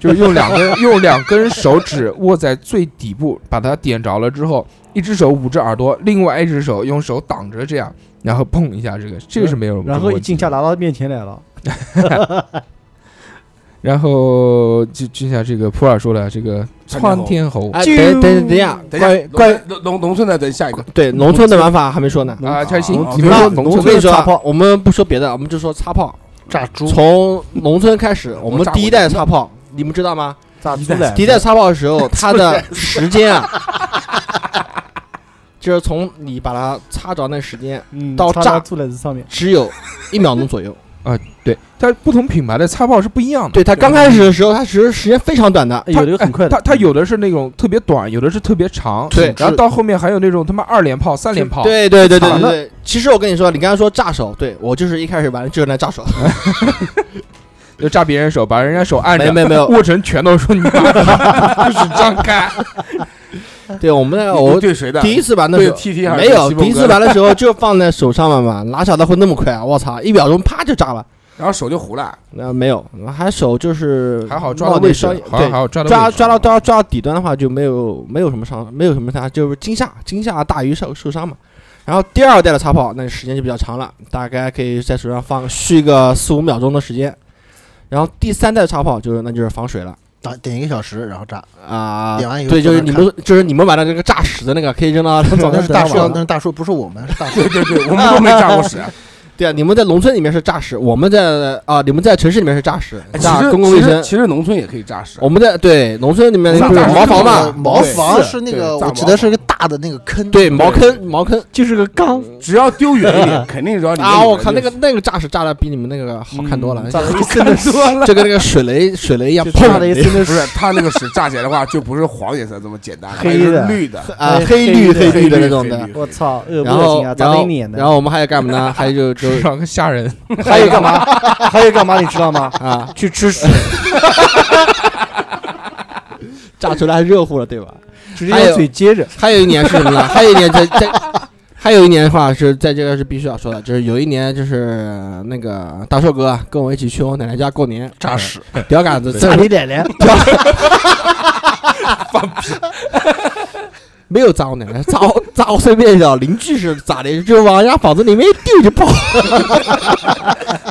A: 就是用两根用两根手指握在最底部，把它点着了之后，一只手捂着耳朵，另外一只手用手挡着，这样，然后砰一下，这个这个是没有什么
D: 然后
A: 问题
D: 一
A: 的
D: 惊吓拿到面前来了，
A: 然后就就像这个普洱说的，这个窜天猴
H: 哎，等等等一下，
B: 等
H: 关于关于
B: 于农农村的，等下一个。
H: 对农村的玩法还没说呢。
A: 啊，开心，
B: 啊
A: 你们
H: 那
A: 说
H: 农
A: 农
H: 我
A: 村
H: 跟你
A: 的
H: 说
A: 擦
H: 啊
A: 炮，，
H: 我们不说别的，我们就说擦炮。
F: 炸猪。
H: 从农村开始，我们第一代擦炮，你们知道吗？
D: 炸出
F: 哎
D: 来
H: 第一代擦炮的时候，它 的时间啊， 就是从你把它擦着那时间，
D: 嗯
H: 到
D: 插
H: 炸
D: 出来这上面，
H: 只有一秒钟左右。
A: 对，它不同品牌的擦炮是不一样的。
H: 对，它刚开始的时候，它其实时间非常短的。
D: 哎有的很快的
A: 它，它有的是那种特别短，有的是特别长，
H: 对
A: 然后到后面还有那种他妈二连炮、三连炮，
H: 对对对对
A: 长
H: 对
A: 的
H: 对，其实我跟你说，你刚才说炸手，对我就是一开始玩就是那炸手，
A: 就炸别人手，把人家手按
H: 没
A: 着，
H: 没没有，
A: 握成拳头说你妈就是张开，
H: 对我们那个
B: 你
H: 我
B: 你对谁的？
H: 第一次玩的
B: 对
H: 时候
B: T T 还是
H: 没有，
B: 西蒙
H: 第一
B: 哥
H: 次玩的时候就放在手上面嘛，哪晓得会那么快啊！我操，一秒钟啪就炸了。
B: 然后手就糊了，
H: 那、没有，还手就是
A: 还好抓到
H: 那
A: 位置
H: 稍，
A: 好像
H: 对，
A: 还好抓到
H: 抓
A: 位置
H: 抓到抓抓到底端的话就没有没有什么伤，没有什么伤，就是惊吓惊吓大于受受伤嘛。然后第二代的擦炮，那时间就比较长了，大概可以在手上放续个四五秒钟的时间。然后第三代擦炮就是那就是防水了
F: 打点一个小时，然后炸，
H: 啊、
F: 点完以后
H: 对，就是
F: 坐
H: 你
F: 那
H: 们就是你们玩的这个炸屎的那个，可以扔到早
F: 那
H: 上
F: 是大啊
H: 树
F: 树，那是大树，不是我们，是大树。
B: 对对对，我们都没炸过屎。
H: 对啊，你们在农村里面是诈尸，我们在啊，你们在城市里面是诈尸，
B: 哎其
H: 诈
B: 实
H: 公共卫生
B: 其实。其实农村也可以炸屎，
H: 我们在对农村里面
B: 炸
H: 不是
B: 炸
H: 茅房嘛，
F: 毛
B: 对
F: 房
B: 是
F: 是那
B: 对
F: 个，
B: 炸
F: 我记
B: 茅
F: 得是一个大大的那个坑，
H: 对茅坑茅坑
D: 就是个缸，
B: 只要丢远一 点，肯定只要你
H: 啊！我靠，那个那个炸是炸的比你们那个好看多了，
D: 嗯炸的
B: 看多了。
H: 就跟那个水雷水雷一样，
D: 就
H: 砰
D: 炸的一身
B: 不
D: 的
B: 是，它那个屎炸起来的话，就不是黄颜色这么简单了，
D: 黑
B: 还有
D: 的
B: 是绿的，
H: 啊，黑
D: 黑
H: 绿
D: 黑
H: 绿的那
B: 黑
H: 种
B: 绿
H: 的。
B: 黑绿
D: 我操，恶
H: 然
D: 不
H: 后
D: 心啊，，
H: 然
D: 砸了
H: 后
D: 一脸，的。
H: 然后我们还要干嘛呢？还有就
A: 吃
H: 就
A: 上个虾仁，
D: 还有干嘛？ 还有干嘛？你知道吗？
H: 啊，
D: 去吃屎，
H: 炸出来热乎了，对吧？
D: 直接
H: 还有
D: 用嘴接着。
H: 还有一年是什么呢？还有一年在在，还有一年的话是在这个是必须要说的，就是有一年就是那个大寿哥啊跟我一起去我奶奶家过年，
A: 炸屎，
H: 屌杆子，
D: 炸
H: 这
D: 你奶奶！
H: 没有砸我奶奶，砸我砸我身边的邻居是咋的，就往人家房子里面一丢就爆。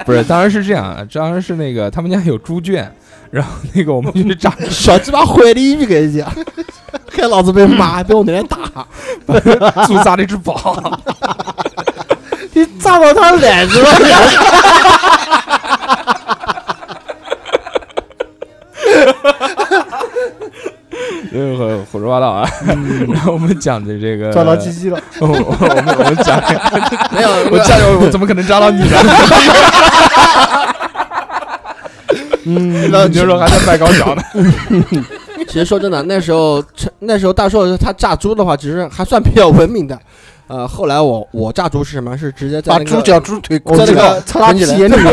A: 不是，当然是这样，啊，当然是那个他们家有猪圈，然后那个我们就 去炸，
H: 小鸡巴坏的衣服给人家，害老子被骂，被我奶奶打。
A: 猪炸了一 只宝，
D: 你炸到他奶子了！
A: 因为很胡说八道啊。
H: 嗯
A: 然后我们讲的这个，
D: 抓到鸡鸡了，
A: 我我我们我们讲，
H: 没有，
A: 我炸我怎么可能炸到你 呢？嗯， 那你就说还在卖高 脚呢，
H: 其实说真的，那时候那时候大硕他炸猪的话，其实还算比较文明的。呃，后来我我炸猪是什么？是直接在
F: 把
H: 那个
F: 猪脚、猪腿
H: 我
F: 捆
H: 这
F: 起来。
H: 个
D: 擦拉皮
H: 起来
D: 眼里面，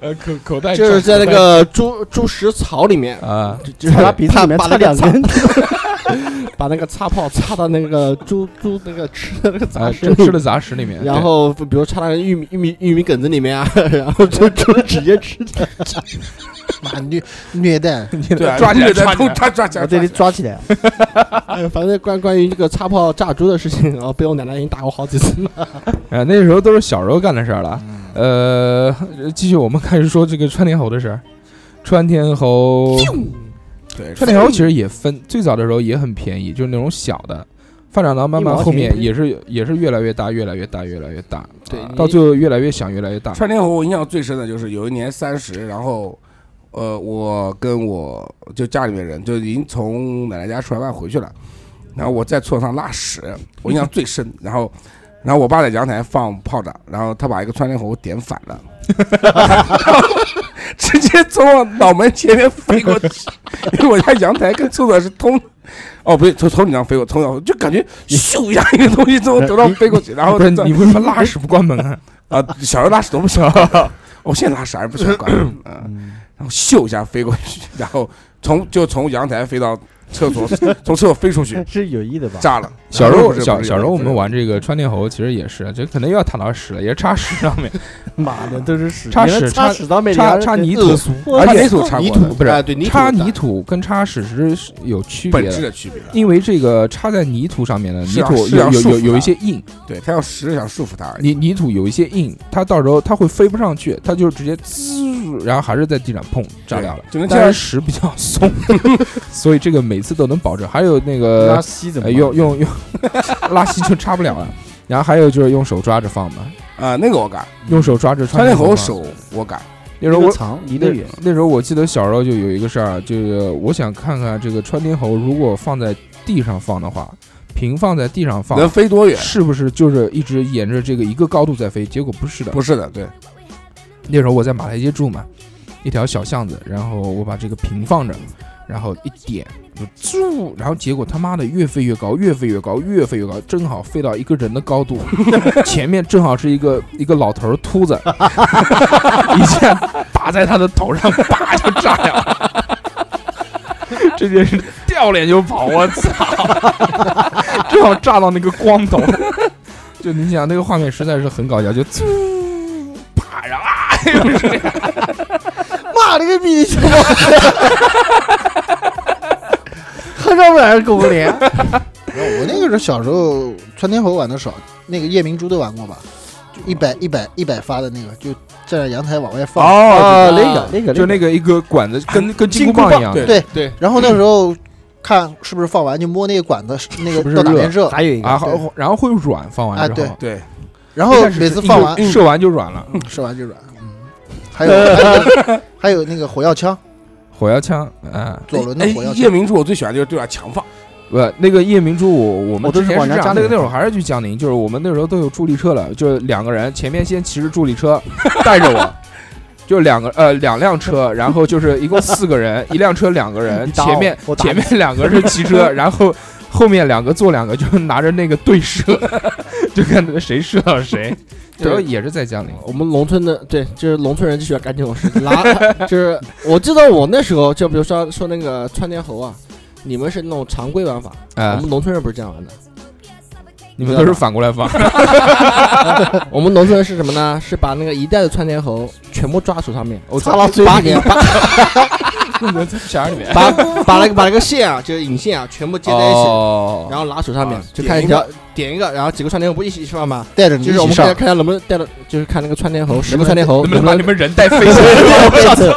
A: 呃，口口 袋
H: 就是在那个猪猪食槽里面，
A: 啊，
H: 就是
D: 擦拉鼻子里面
H: 把
D: 插
H: 把那个
D: 两
H: 擦
D: 根，
H: 把那个擦炮插到那个猪猪那个吃的那个
A: 啊，
H: 杂食
A: 吃
H: 里
A: 吃了杂食里面，
H: 然后比如插到玉米玉米玉米梗子里面啊， 然后就就直接吃的。
F: 妈虐虐待，
B: 对啊，
A: 抓起来
B: 绿的
A: 抓起来
B: 抓抓起来
D: 我这
B: 抓
D: 里
B: 起来。
D: 抓起来。啊
H: 哎反正关关于这个擦炮炸猪的事情， 然后被我奶奶已经打过好几次了。
A: 啊，那时候都是小时候干的事儿了。
B: 嗯
A: 呃，继续我们开始说这个川天侯的事儿。川天侯，
B: 对，
A: 川天侯其实也分，最早的时候也很便宜，就是那种小的，发展到慢慢
D: 一毛钱
A: 后面
D: 一根
A: 也是也是越来越大，越来越大，越来越大，
H: 对
A: 啊
H: 你
A: 到最后越来越响，越来越大。
B: 川天侯，我印象最深的就是有一年三十，然后，呃，我跟我就家里面人就已经从奶奶家吃完饭回去了，然后我在厕所上拉屎，我印象最深。然后，然后我爸在阳台放炮仗，然后他把一个川天侯点反了， 直接从我脑门前面飞过去，因为我家阳台跟厕所是通。哦，不对，从从你那飞过，从我就感觉咻一下，一个东西从我头上飞过去，然后
A: 不是
B: 再
A: 你为什么拉屎不关门 啊？
B: 啊，小时候拉屎多么喜欢管，我现在拉屎还是不喜欢管，嗯，然后咻一下飞过去，然后从就从阳台飞到厕所，从厕所飞出去，
D: 是有意的吧？
B: 炸了。
A: 小时候
B: 是
A: 小
B: 不是
A: 小时候我们玩这个川天侯，其实也是，这可能又要谈到屎了，也是插屎上面，
D: 妈的，都是屎，
A: 插
D: 原来
A: 屎
D: 插
A: 插
D: 屎到美
A: 插
D: 里
A: 插
D: 还是
A: 泥
D: 恶
A: 土，
D: 俗
B: 而
A: 而
B: 且
A: 且
B: 泥土啊插
A: 泥
B: 过
A: 土
B: 的，
A: 不
H: 哎
A: 是
H: 对，泥土
A: 插
H: 的
A: 泥土跟插屎是有区别
B: 本质
A: 的，
B: 的区别。啊
A: 因为这个插在泥土上面的
B: 是
A: 泥
B: 啊
A: 土
B: 是啊
A: 有有
B: 束
A: 有
B: 缚
A: 有一
B: 它
A: 些硬，
B: 对他要实质想束缚他而已。
A: 泥泥土有一些硬，它到时候它会飞不上去，它就直接滋，然后还是在地上砰炸掉了。
B: 只能这
A: 但
B: 样
A: 是屎比较松， 所以这个每次都能保证。还有那
D: 拉
A: 个
D: 稀怎么
A: 呃
D: 办？
A: 用用用 拉稀就插不了了，然后还有就是用手抓着放嘛，
B: 啊，那个我敢，
A: 用手抓着
B: 川
A: 穿
B: 天侯
A: 放
B: 手我敢，
A: 那时候我
D: 藏离
A: 那
D: 得远，
A: 那时候我记得小时候就有一个事儿，就是我想看看这个穿天猴如果放在地上放的话，平放在地上放
B: 能飞多远？
A: 是不是就是一直沿着这个一个高度在飞？结果不是的，
B: 不是的，对，
A: 那时候我在马台街住嘛，一条小巷子，然后我把这个平放着，然后一点就啾，然后结果他妈的越飞越高，越飞越高，越飞越高，正好飞到一个人的高度，前面正好是一个一个老头儿秃子， 一下打在他的头上，叭就炸掉了。这件事掉脸就跑，我操！ 正好炸到那个光头， 就你想那个画面实在是很搞笑，就啾，啪，然后啊，又是
F: 妈了个逼！
D: 喝上晚上狗不脸，
F: 我那个时候小时候窜天猴玩的少，那个夜明珠都玩过吧？就一百一百一百发的那个，就站在阳台往外放。
D: 啊，
A: 哦，
D: 那个那个
A: 就 那个一个管子跟跟金
D: 金
A: 箍
D: 箍
A: 棒
D: 棒
A: 一样，
B: 对
F: 对
H: 对，
F: 然后那时候看是不是放完就摸那个管子，那
A: 是不
F: 个
A: 是
F: 到哪
A: 热
F: 边热，
D: 还有一
A: 啊，
D: 个，
A: 好然后会软，放
F: 啊
A: 完之
F: 对
A: 后，
B: 对，
F: 然
A: 一
F: 后
A: 开始
F: 每
A: 是
F: 次
A: 硬
F: 放完
A: 射完就软了。
F: 射完就软。嗯，还有 还有还有那个火药枪，
A: 火药枪，啊，
F: 左轮的
B: 哎
F: 火药，枪
B: 夜。明珠我最喜欢就是对外强放，
A: 不，那个夜明珠，我我们
D: 哦都
A: 之
D: 是
A: 前
D: 往
A: 是
D: 人
A: 这
D: 家
A: 样，
D: 家
A: 那个
D: 里
A: 那会儿还是去江宁，就是我们那时候都有助力车了，就是两个人，前面先骑着助力车 带着我，就两个呃两辆车，然后就是一共四个 人，一辆车两个人，
D: 打我
A: 前面
D: 我打
A: 前
D: 你
A: 面两个是骑 车，然后后面两个坐两个，就拿着那个对射， 就看谁射到 谁，主要也是在江
D: 哦
A: 宁，
H: 我们农村的对，就是农村人就喜欢干这种 事，拿就是我记得我那时候就比如说说那个窜天猴啊，你们是那种常规玩法，我
A: 啊，
D: 哦
H: 们农村人不是这样玩的。
A: 你们都是反过来 放，
H: 我们农村人是什么呢？是把那个一代的窜天猴全部抓手上面，
A: 我
H: 到嘴里面，把
A: 匣里面
D: 哦
H: 把把那个把那个线啊，就是引线啊，全部接在一起，
A: 哦
H: 然后拿手上面
B: 啊
H: 就看
B: 点
H: 一
B: 一
H: 条点一个，然后几个窜天猴不一起一起放吗？
F: 带着
A: 嗯
F: 你
H: 就
F: 一
H: 是我
F: 起
H: 们看
F: 上
H: 看，看能不能带到，就是看那个窜天猴，十个窜天猴
A: 能不能把你们人带飞起来？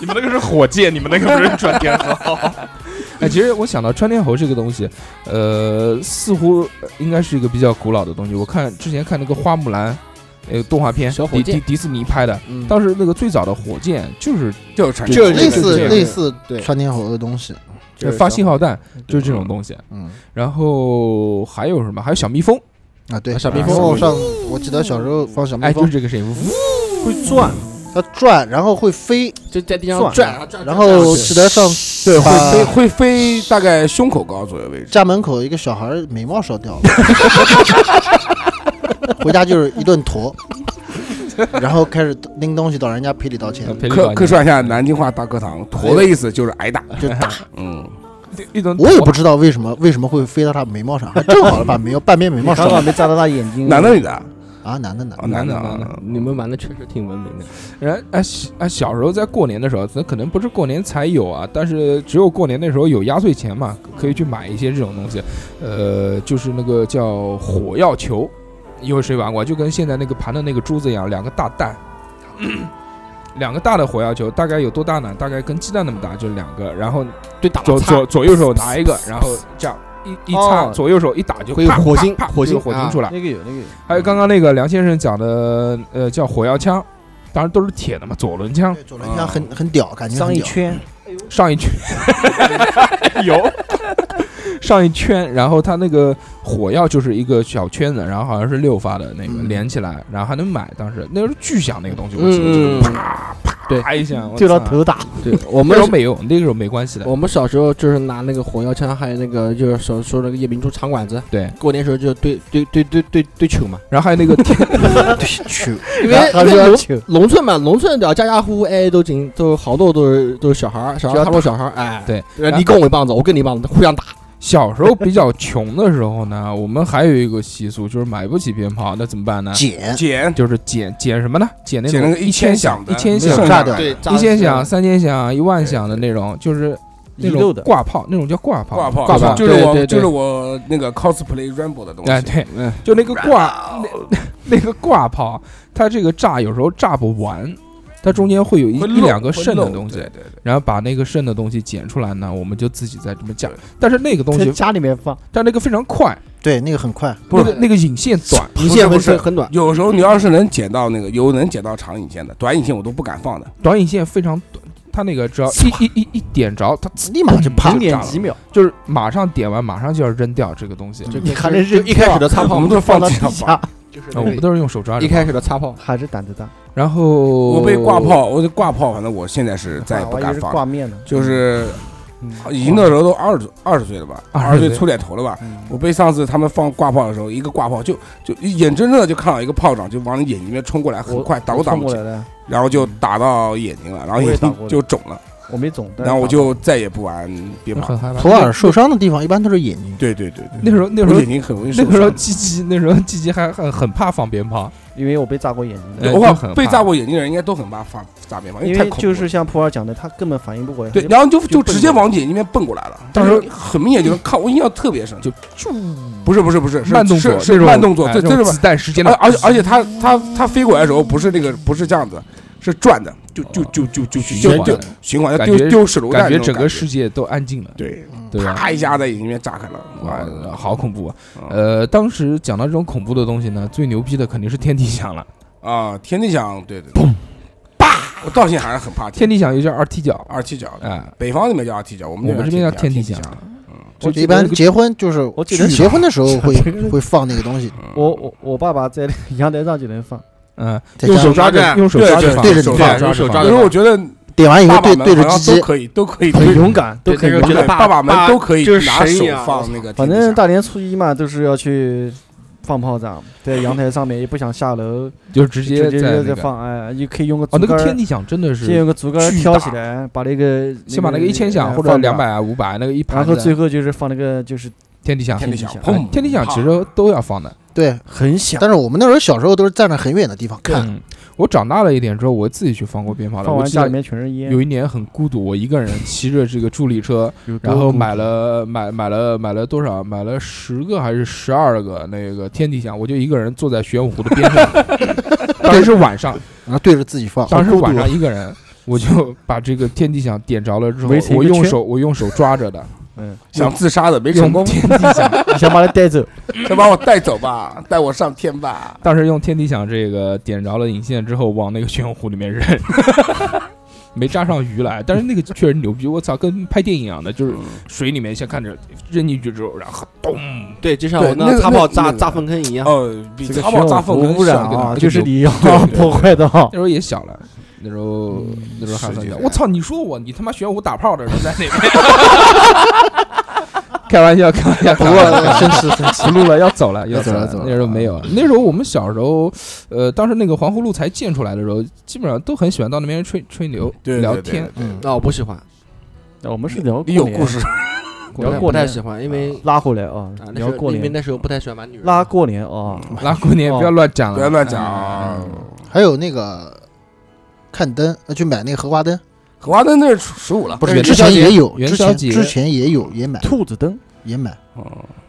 A: 你们那个是火箭，你们那个不是穿天猴。 哎，其实我想到穿天猴这个东西，呃，似乎呃应该是一个比较古老的东西。我看之前看那个花木兰，呃，动画片，
H: 小火
A: 迪
H: 箭
A: 迪迪士尼拍的，
H: 嗯
A: 当时那个最早的火箭就是呃
B: 就是产
H: 就是
F: 类似
A: 这个
F: 类似
H: 对
F: 窜天猴的东西。
H: 就是
A: 发信号弹，就是这种
H: 嗯
A: 东西。
F: 嗯
A: 然后还有什么？还有小蜜蜂，
F: 啊，对，
H: 小蜜
F: 然
H: 蜂
F: 后上，我记得小时候放小蜜
A: 哎，就
F: 蜂
A: 是，这个声音，呜
D: 会转，
F: 它转，然后会飞，
H: 就在地上
D: 转
H: 转，然后转转
F: 然后
H: 转
F: 使得上
B: 对，会
F: 把
B: 飞会飞大概胸口高左右位置。
F: 家门口一个小孩儿眉毛烧掉了， 回家就是一顿驮，然后开始拎东西到人家赔礼道
H: 嗯
F: 歉，
A: 赔礼道
B: 客
A: 歉
B: 客串一下南京话大课堂，驼的意思就是挨打。
F: 就打。
B: 嗯，
A: 一种
F: 我也不知道为什么为什么会飞到他眉毛上，还正好把眉毛半边眉毛烧
D: 刚刚哦
F: 了
D: 没扎到他眼睛。
B: 男的女的？
F: 啊！男的男的
B: 哦，男的
A: 男的
B: 啊。
H: 你们玩的确实挺文明的。
A: 然后哎小哎，小时候在过年的时候，那可能不是过年才有啊，但是只有过年那时候有压岁钱嘛，可以去买一些这种东西。呃，就是那个叫火药球，有谁玩过？就跟现在那个盘的那个珠子一样，两个大蛋， 两个大的火药球，大概有多大呢？大概跟鸡蛋那么大，就两个。然后
H: 对打
A: 左
H: 擦
A: 左左右手拿一个，然后这样一一擦，
H: 哦
A: 左右手一打就
H: 会有
A: 啪
H: 火
A: 啪
H: 星
A: 啪
H: 火
A: 就有
H: 星
A: 火星
H: 啊
A: 出来。
D: 那个有那个有，
A: 还有刚刚那个梁先生讲的，呃，叫火药枪，当然都是铁的嘛，左轮枪。
F: 左轮枪很很屌，感觉
D: 上
F: 很
D: 一
F: 屌。
D: 圈，
A: 上一圈有上一圈，然后它那个火药就是一个小圈子，然后好像是六发的那个
F: 嗯
A: 连起来，然后还能买。当时那是巨响那个东西，我记得就是
H: 嗯，
A: 啪一下，我
D: 对到
A: 操
D: 头打，
H: 对，哦我
A: 那
H: 们
A: 时候没有，那个时候没关系的。
H: 我们小时候就是拿那个火药枪，还有那个就是手说那个夜明珠长管子，
A: 对，
H: 过年时候就对对对对对对球 嘛，
A: 然后还有那个铁，
F: 去，
H: 因为
D: 他
H: 因
D: 就
H: 为
D: 要
H: 农
D: 球，
H: 农村嘛，农村只要家家户户哎都进，都好多都是都是小孩儿，小孩儿他说小孩儿，哎，
A: 对
H: 呃，你跟我一棒子，我跟你一棒子，互相打。
A: 小时候比较穷的时候呢，我们还有一个习俗就是买不起鞭炮，那怎么办呢？
F: 捡
B: 捡
A: 就是捡捡什么呢？捡那
B: 捡那
A: 种
B: 个一
A: 千
B: 千响的，
A: 一千
B: 没
A: 响
B: 有、
F: 炸掉
H: 对，
A: 一千响、三千响、一万响的那种，就是那
D: 遗漏
A: 种
D: 的
A: 挂炮，那种叫挂炮，
B: 挂炮，
A: 挂炮，
B: 就是
H: 对
B: 我
H: 对对
B: 就是我那个 cosplay Rambo 的东
A: 哎，
B: 西。嗯
A: 对，就那个挂那那个挂炮，它这个炸有时候炸不完，它中间会有一
B: 会
A: 一
B: 漏
A: 两个
B: 会
A: 剩的
B: 漏
A: 东西
B: 对，对对，
A: 然后把那个剩的东西捡出来呢，我们就自己再这么架。但是那个东
D: 在
A: 西，
D: 家里面放，
A: 但那个非常快，
F: 对那个很快，
A: 那个那个引线短，
H: 一
B: 不
H: 线
B: 是不
H: 很
B: 是
H: 很很短，
B: 有时候你要是能捡到那个，有能捡到长引线的，短引线我都不敢放的。
A: 短引线非常短，它那个只要一一一一点着，它嗯
F: 立马就啪
D: 零
A: 啊炸
D: 点
A: 了
D: 几秒，
A: 就是马上点完，马上就要扔掉这个东西。
D: 你还能
H: 就
D: 扔
H: 一开始的擦
B: 我
H: 炮
B: 们
H: 嘛，
B: 都是
D: 放
B: 放
D: 到
B: 地
D: 地
B: 上放
D: 下，，
H: 就是
A: 啊我们
H: 那个
A: 都是用手抓着
H: 一，开始的擦炮，
D: 还是胆子大，
A: 然后
B: 我
A: 我
B: 被挂炮，我的挂炮，反正我现在是再也不
D: 我以为
B: 敢
D: 啊是
B: 放
D: 挂
B: 了。
D: 面呢，
B: 就是
D: 嗯
B: 已经那时候都二十二十岁了吧，
A: 20
B: 二十岁出点头了吧。
D: 嗯
B: 我被上次他们放挂炮的时候，一个挂炮就就眼睁睁的就看到一一个炮仗就往你眼睛里面冲过来，很快打
D: 我
B: 都打
D: 冲
B: 不
D: 过
B: 起
D: 来，了，
B: 然后
A: 嗯
B: 就打到眼睛了，然后
D: 我也
B: 眼
D: 打过
B: 睛
D: 的
B: 就肿了，
D: 我没肿，但是
B: 然后我
D: 打
B: 就再也不玩鞭炮
A: 嗯很
B: 了。
A: 害怕。
F: 普洱受伤的地方一般都是眼睛，
B: 对对对对，
A: 那时候那时
B: 我
A: 候
B: 眼睛很容易
A: 那
B: 受
A: 个时候
B: 伤。
A: 鸡鸡那时候鸡鸡还很很怕放鞭炮，
D: 因为我被炸过眼睛的，
A: 呃
B: 我
A: 就很
B: 靠，被
A: 怕
B: 炸过眼睛的人应该都很怕发炸鞭炮，
D: 因
B: 太
D: 为
B: 恐怖
D: 就
B: 了。
D: 是像普洱讲的，他根本反应不过来，
B: 对，
D: 他就
B: 然后就
D: 就
B: 就
D: 奔
B: 直接
D: 过来
B: 往眼睛里面蹦过来了，
A: 当时
B: 就是很明显就是看，我印象特别深，就不是不是不是是
A: 慢动作
B: 是
A: 那
B: 是
A: 种
B: 慢动作，
A: 哎
B: 对，
A: 那
B: 真
A: 种
B: 是慢哎
A: 子弹时间
B: 而
A: 的，
B: 而且而且它它它飞过来的时候不是那个不是这样子，是转的，就就就就就
A: 循
B: 就
A: 环
B: 就循环的
A: 感
B: 丢
A: 觉
B: 丢手榴弹
A: 感
B: 那
A: 觉
B: 种
A: 整个
B: 感
A: 世界都安静了，
B: 对，
A: 对吧？
B: 啪一下在眼睛里面炸开了，
A: 哇，
B: 哇，
A: 好恐怖啊！
B: 嗯
A: 呃，当时讲到这种恐怖的东西呢，最牛逼的肯定是天地响了。
B: 啊！天地响，对对，对，啪！我到现在还是很怕
A: 天
B: 地
A: 地响又叫二踢脚，
B: 二踢脚，
A: 啊，
B: 北方那边叫二踢脚，我们
A: 我们这边
B: 叫
A: 叫天
B: 地
A: 地响。这
F: 一般结婚就是
D: 我记得
F: 结婚的时候会会放那个东西，
B: 嗯
D: 我我我爸爸在 阳台上就能放，
A: 嗯，
F: 在
A: 用
F: 家
A: 手抓
B: 拿
A: 着，
B: 着
A: 用手抓着放，
F: 对着
A: 手
F: 你
A: 抓
B: 放
A: 着
B: 用
A: 手
B: 因
A: 抓
B: 为
A: 着
B: 我觉得
F: 点完以
B: 爸
F: 后
B: 爸
F: 对
B: 们
F: 对着
B: 好
F: 鸡
B: 像都
F: 鸡，
B: 可以，都可以
D: 很
B: 对
D: 勇敢，都可以
B: 对
D: 玩。
B: 那个爸爸们都可以
K: 就是
B: 拿
K: 神
B: 手
K: 一样
B: 放那个天
D: 反
B: 地下，
D: 正大年初一嘛，都是要去放炮仗，在阳台上面也不想下楼，
A: 就是直接
D: 直接
A: 在那
D: 在
A: 个
D: 放，哎，也可以用个
A: 哦，
D: 竹
A: 那
D: 竿
A: 个天
D: 儿，
A: 地响真的是
D: 先用个竹竿儿
A: 巨
D: 挑
A: 大
D: 起来，把那个
A: 先把那个一千响
D: 哎
A: 或者
D: 放
A: 两
D: 掉
A: 百、五百那个一
D: 然
A: 盘
D: 后最
A: 子，
D: 后就是放那个就是
A: 天地响，
B: 天地
D: 地
B: 响，
D: 响
B: 砰，
A: 天地响其实都要放的。
F: 对。
D: 很响，
F: 但是我们那时候小时候都是站在很远的地方看，
A: 嗯，我长大了一点之后，我自己去放过鞭炮的。
D: 放
A: 我
D: 完
A: 记
D: 家
A: 得
D: 里面全是烟
A: 有，一年很孤独，我一个人骑着这个助力车，然后买了买买了买了多少？买了十个还是十二个那个天地响？我就一个人坐在玄武湖的边上， 当时是晚上，
D: 啊
F: 然后对着自己放，
A: 当时晚上一个人，我就把这个天地响点着了之后
D: 围，成一
A: 我
D: 个
A: 用
D: 圈
A: 手我用手抓着的，
D: 嗯，
B: 想自杀的没成
A: 用
B: 功，
A: 天地响，
D: 想把它带走，
B: 先把我带走吧，带我上天 吧。
A: 当时用天地响这个点着了引线之后，往那个玄武湖里面 扔，没扎上鱼来，但是那个确实牛逼，我操，跟拍电影一样的，就是水里面先看着扔进去之后，然后咚，
K: 对，就像
B: 对
K: 我
B: 那
K: 那
B: 个
K: 擦炮
B: 那个那
K: 炸
B: 个
K: 炸粪坑一样。
B: 哦，比
D: 这个
B: 擦
D: 需要
B: 炮炸粪
D: 有
B: 坑
D: 污染
B: 小
D: 啊，
B: 更
D: 就是
B: 牛
D: 你要
A: 对对对
D: 破坏的啊
A: 那，时候也小了，那时候那时候还很
B: 十几
A: 小，
B: 岁
A: 我操，你说我你他妈玄武打炮的人在哪边？ 开玩笑，开玩笑，开玩笑。
F: 真是真是
A: 不录了，要走 了，要
F: 要走了
A: 了。嗯
F: 走了
A: 那时候没有，那时候我们小时候，呃，当时那个环湖路才建出来的时候，基本上都很喜欢到那边吹吹牛、
B: 对对
A: 聊
B: 对对
A: 天。
F: 嗯，
K: 那我哦不喜欢，
D: 我们是聊
B: 你有
D: 过年
B: 故事，
A: 过年
K: 我不太喜欢，因为
D: 拉回来啊
K: 啊，，那时
D: 聊
K: 候
D: 过
K: 因为
D: 年
K: 那时候不太喜欢玩女人。
D: 拉过年啊，
A: 拉过年
D: 哦
A: 不要乱讲
B: 不要
A: 了，嗯
B: 乱讲啊。
K: 哦
F: 还有那个看灯，呃去买那个荷花灯，
B: 荷花灯那是十五了，
F: 不
A: 元
F: 是
A: 宵
F: 之前
A: 节
F: 也有，
A: 元
F: 之
A: 宵
F: 前
A: 节
F: 之前也有也买
D: 兔子灯
F: 也买，
A: 嗯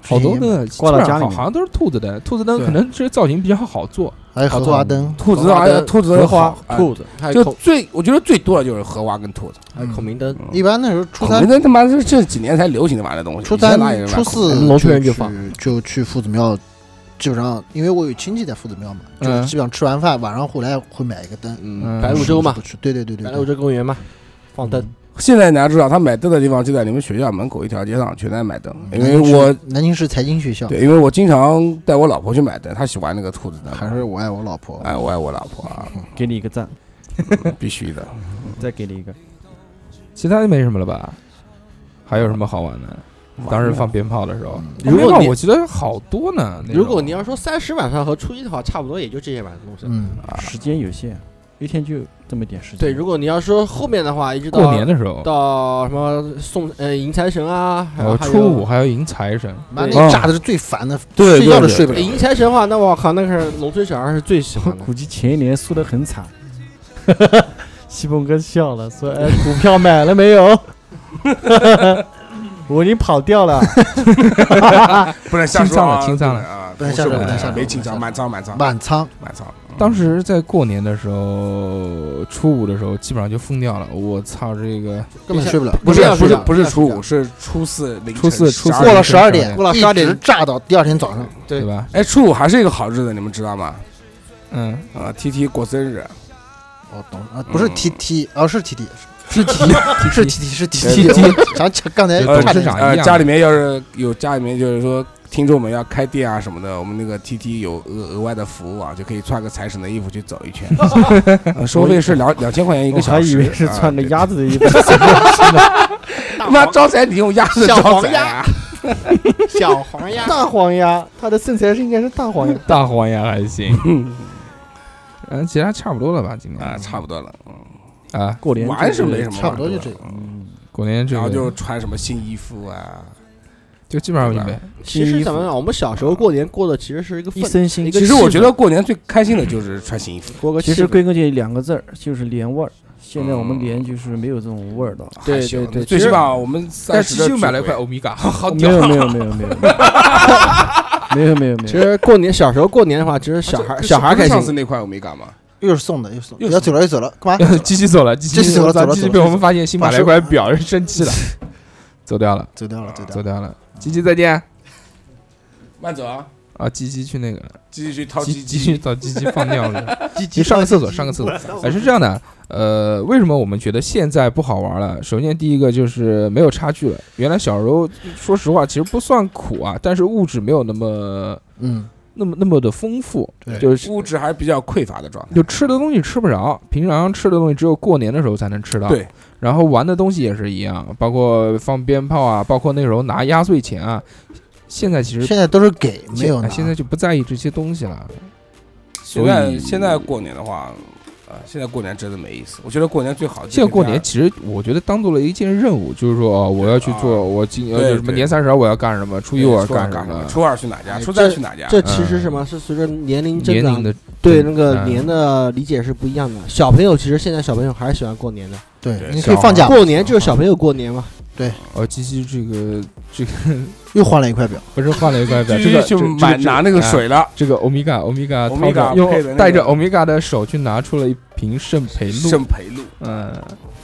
A: 好多
F: 之前也买
A: 的
D: 挂到
A: 基本上
D: 家里
A: 好
D: 面
A: 好像都是兔子灯，兔子灯
B: 对
A: 可能这造型比较好做，
F: 还有荷花灯，
B: 兔子
K: 荷花
B: 啊，
K: 灯
B: 兔子
D: 荷
B: 很
D: 花
B: 好哎
D: 兔子，
K: 还有
B: 就
K: 孔
B: 最我觉得最多的就是荷花跟兔子。
K: 还有孔明灯，
F: 一般那时候初
B: 孔
F: 三
B: 明灯他妈是这几年才流行的玩的东西，
F: 初
B: 以前哪有
F: 三
B: 人玩
F: 初四
K: 我嗯们农村人
F: 就
K: 就
F: 去
K: 放
F: 就去夫子庙，基本上因为我有亲戚在夫子庙嘛，就是
A: 嗯
F: 基本上吃完饭晚上回来会买一个灯，
A: 嗯
K: 嗯，白鹭洲嘛
F: 不，去，对对对对
K: 白鹭
F: 对，
K: 洲公园嘛，放灯。
B: 现在你要知道，他买灯的地方就在你们学校门口一条街上，全在买灯。因为
F: 南京市
B: 我
F: 南京市财经学校，
B: 对，因为我经常带我老婆去买灯，她喜欢那个兔子灯。
F: 还是我爱我老婆，
B: 哎，我爱我老婆 啊，
D: 给你一个赞，
B: 必须的。
D: 再给你一个，
A: 其他就没什么了吧？还有什么好玩的？当时放鞭炮的时候，
K: 嗯如果
A: 放鞭炮
K: 你
A: 我记得好多呢。那种
K: 如果你要说三十晚上和初一的话，差不多也就这些晚上东西。
F: 嗯，
B: 啊
D: 时间有限，一天就这么点时间。
K: 对，如果你要说后面的话，一直到
A: 过年的时候，
K: 到什么送呃迎财神啊，还有嗯
A: 哦，初五，还要迎财神，
F: 妈
K: 对
F: 那炸的是最烦的，
B: 对
F: 睡觉都
B: 对对
F: 睡不
K: 还有
F: 了
K: 哎。迎财神的话，那我靠，那个是农村小孩是最喜欢 的。
D: 估计前一年输得很惨。西蒙哥笑了，说：“哎，股票买了没有？ 我已经跑掉了。
B: 不能瞎
A: 清
B: 说
A: 仓了
B: 啊，
A: 清仓了
B: 啊，
F: 不能瞎
B: 是
F: 说
B: 不
F: 不能瞎
B: 能
F: 说
B: 没清仓，
F: 不能瞎说
B: 满仓，满仓，
F: 满仓，
B: 满仓。
A: 当时在过年的时候，初五的时候基本上就疯掉了。我操，这个
K: 根本
F: 睡不了。
B: 不是
K: 不是
B: 不是啊
K: 不是
B: 不是初五，是初四凌晨
A: 初四初四
B: 12
A: 凌
F: 过了
A: 晨
F: 十二点，
A: 过
K: 了12点
F: 一直炸到第二天早上。
K: 对
A: 对吧？
B: 哎，初五还是一个好日子，你们知道吗？
A: 嗯，
B: 啊，T T 过生日，
F: 哦，懂了啊，不是
B: 嗯
F: T T，哦是 T T，
A: 是提
F: 是 T T，是 T
A: 提
F: T。想起刚才
A: 呃
B: 呃，
A: 董
F: 差
A: 事
F: 点
A: 长一
B: 呃，
A: 样
B: 家里面要是有家里面就是说听众们要开店啊什么的，我们那个 TT 有额额外的服务啊，就可以穿个财神的衣服去走一圈，呃收费是两两千块钱”一
D: 我
B: 个
D: 还
B: 小
D: 以
B: 时。
D: 为是穿个
B: 啊
D: 鸭子的衣服，
B: 对他妈招财你用鸭子
K: 小
B: 招
K: 黄
B: 财
K: 鸭
B: 啊，
K: 小黄鸭
D: 大黄鸭，它的身材是应该是大黄 鸭。
A: 大黄鸭还行。嗯，其他差不多了吧？今天
B: 啊，差不多了，
A: 啊，
D: 过年
B: 玩是没什么玩的，
F: 差不多就这个
B: 嗯
A: 过年这
B: 然后
A: 个
B: 就穿什么新衣服啊，
A: 就基本上明白。
K: 其实怎么讲，我们小时候过年过的其实是一个
D: 一
K: 氛，
D: 身腥
K: 一。个
B: 其实我觉得过年最开心的就是穿新衣服，
K: 过个
D: 其
K: 气
D: 实
K: 氛
D: 归根结底两个字儿，就是连味儿。现在我们连就是没有这种味儿的。
K: 对
B: 还行
K: 对对
B: 最
K: 其
B: 起
K: 实
B: 码我们三
A: 但
B: 十
A: 是
B: 的
A: 又买了一
B: 聚
A: 块
B: 会
A: 欧 米伽，好
D: 没
A: 屌！
D: 有没有没有 没有没有没有没有没
K: 其
D: 有。
K: 实过年小时候过年的话，其实小孩
B: 啊这
K: 小孩
B: 这不
K: 开
B: 是上次
K: 心。
B: 那块我没干嘛，
F: 又是送的，又是送的，
B: 又是
F: 要走了，又走了，干嘛？
A: 机器走了，机
F: 机
A: 器
F: 器走了走了
A: 机器
F: 走了
A: 被我
F: 走
A: 们
F: 了
A: 发现新买了一块表，生气了，走掉了，
F: 走掉了，走掉
A: 走
B: 啊
F: 了。
A: 掉了。鸡鸡再见
B: 慢走啊，
A: 啊！鸡鸡去那个了。
B: 继续去掏
A: 鸡
B: 鸡
A: 鸡
B: 鸡
A: 去。找鸡鸡放尿了，你上个厕所，上个厕所。哎，是这样的，呃，为什么我们觉得现在不好玩了？首先，第一个就是没有差距了。原来小时候，说实话，其实不算苦啊，但是物质没有那么
F: 嗯，
A: 那么那么的丰富，
F: 对
A: 就是
B: 物质还是比较匮乏的状态。
A: 就吃的东西吃不着，平常吃的东西只有过年的时候才能吃到。
B: 对，
A: 然后玩的东西也是一样，包括放鞭炮啊，包括那时候拿压岁钱啊，现在其实
F: 现在都是给没有
A: 现
F: 拿，
A: 现在就不在意这些东西了。
B: 现在
A: 所以
B: 现在过年的话，啊，现在过年真的没意思。我觉得过年最好就是
A: 现在过
B: 跟
A: 年
B: 家
A: 其实我觉得当做了一件任务，就是说哦，我要去
B: 啊
A: 做，我今呃
B: 对
A: 就什么
B: 对
A: 年三十儿我要干什么，初一我要
B: 初二
A: 干
B: 干
A: 什么，
B: 初二去哪家，
K: 哎
B: 初三
K: 这
B: 去哪家。
K: 这其实什么是随着年龄增
A: 年龄
K: 长，
A: 的
K: 对那个年的
A: 的
K: 理解是不一样的。小朋友其实现在小朋友还是喜欢过年的，
F: 对
B: 对，
F: 你可以
A: 小
F: 放假，
K: 过年就是小朋友过年嘛。
A: 哦，鸡鸡这个这个
F: 又换了一块表，
A: 不是换了一块表，
B: 继
A: 这
B: 续
A: 个
B: 去
A: 这
B: 买拿那个，水了，
A: 这个欧米伽欧米伽，
B: 欧米伽
A: 用
B: 配的那个
A: 带着欧米伽的手去拿出了一瓶圣培露，
B: 圣培露
A: 嗯，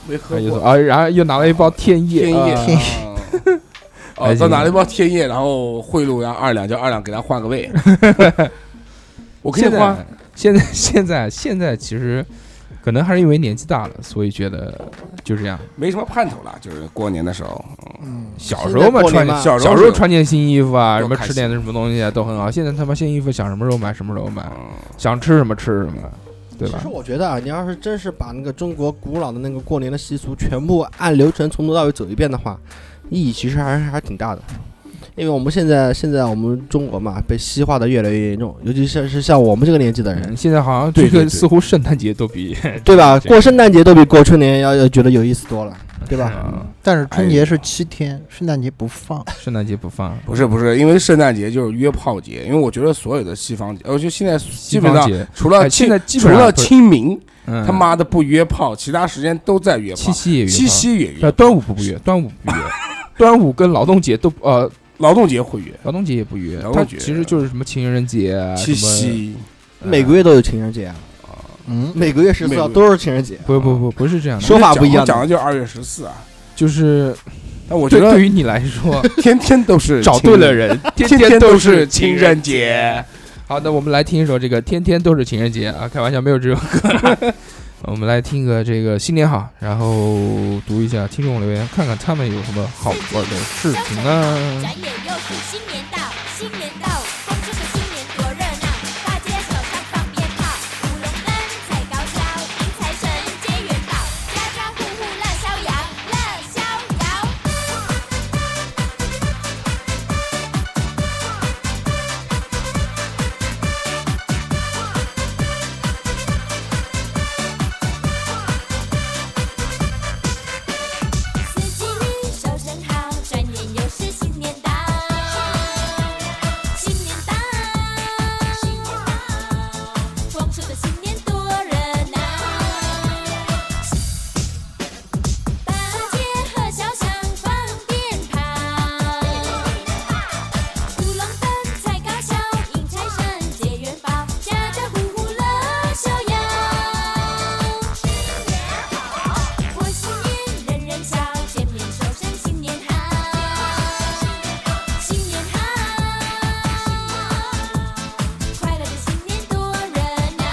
B: 没喝
A: 很有意思
B: 过。
A: 啊，然后又拿了一包天叶，
B: 天叶
A: 啊
F: 天，
B: 啊哦，他拿了一包天叶，然后贿赂然后二两，叫二两给他换个 位。我可以
A: 现
B: 换
A: 在，现在现在现在其实可能还是因为年纪大了，所以觉得就这样。
B: 没什么盼头了，就是过年的时候，
F: 嗯，
A: 小时候嘛，
B: 过
A: 穿
B: 年嘛小时候
A: 小时候穿件新衣服啊，
B: 多
A: 什么
B: 开
A: 吃点的什么东西啊，都很好。现在他妈新衣服想什么时候买什么时候
B: 哦
A: 买，
B: 嗯
A: 想吃什么吃什么，对
K: 其
A: 吧
K: 实？我觉得啊，你要是真是把那个中国古老的那个过年的习俗全部按流程从头到尾走一遍的话，意义其实还是还是挺大的。因为我们现在现在我们中国嘛被西化的越来越严重，尤其像是像我们这个年纪的人，
A: 嗯，现在好像
B: 对
A: 这
B: 对
A: 个
B: 对
A: 似乎圣诞节都 比
K: 对吧？
A: 这个
K: 过圣诞节都比过春联要要觉得有意思多了，对吧？
A: 嗯
F: 但是春节是七天，圣诞节不放，
A: 圣诞节不放，
B: 不是不是，因为圣诞节就是约炮节，因为我觉得所有的西方，我觉得现在基
A: 西
B: 本
A: 方
B: 上
A: 节
B: 除了
A: 哎现
B: 清
A: 在基
B: 除
A: 本上
B: 了
A: 不是
B: 清明，
A: 嗯
B: 他妈的不约炮，其他时间都在约炮
A: 七。夕也约，
B: 七，夕也
A: 呃
B: 约，
A: 端午不不约，端午 不约，端午跟劳动节都不呃
B: 劳动节会约，
A: 劳动节也不约
B: 劳，
A: 它
B: 动节
A: 其实就是什么情人节啊，
B: 七
A: 什么
B: 夕嗯
K: 每个月都有情人节啊，
F: 嗯，
K: 每个月十四号
B: 每个月
K: 都是情人节。
A: 不不不不是这样的，
K: 说法不一样
B: 我讲的就是二月十四啊。
A: 就是
B: 但我觉
A: 对
B: 得
A: 对于你来说
B: 天天都是
A: 找
B: 情
A: 对了
B: 人，
A: 人，天
B: 天天
A: 都
B: 都
A: 是
B: 是
A: 情
B: 情
A: 人
B: 人
A: 节
B: 节。
A: 好的，我们来听一首这个《天天都是情人节》啊，开玩笑，没有这首歌。 我们来听个这个新年好，然后读一下听众留言，看看他们有什么好玩的事情呢？
M: 转眼又是新年到，新年到，风中的新年多热闹，大街小巷放鞭炮，舞龙灯踩高跷，迎财神接元宝，家家户户乐逍遥，乐逍遥。四季里手声好，转眼又是新年到。新年到，新年到，丰收的新年多热闹。大街和小巷放鞭炮，舞龙灯踩高跷，迎财神接元宝，家家户户乐逍遥。过新年人人笑，见面说声新年好，新年好，快乐的新年多热闹。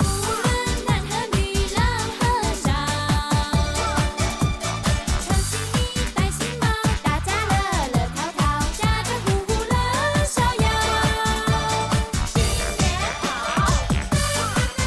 M: 无论男和女，老和少，穿新衣戴新帽，大家乐乐淘淘，家家户户乐逍遥，新年好。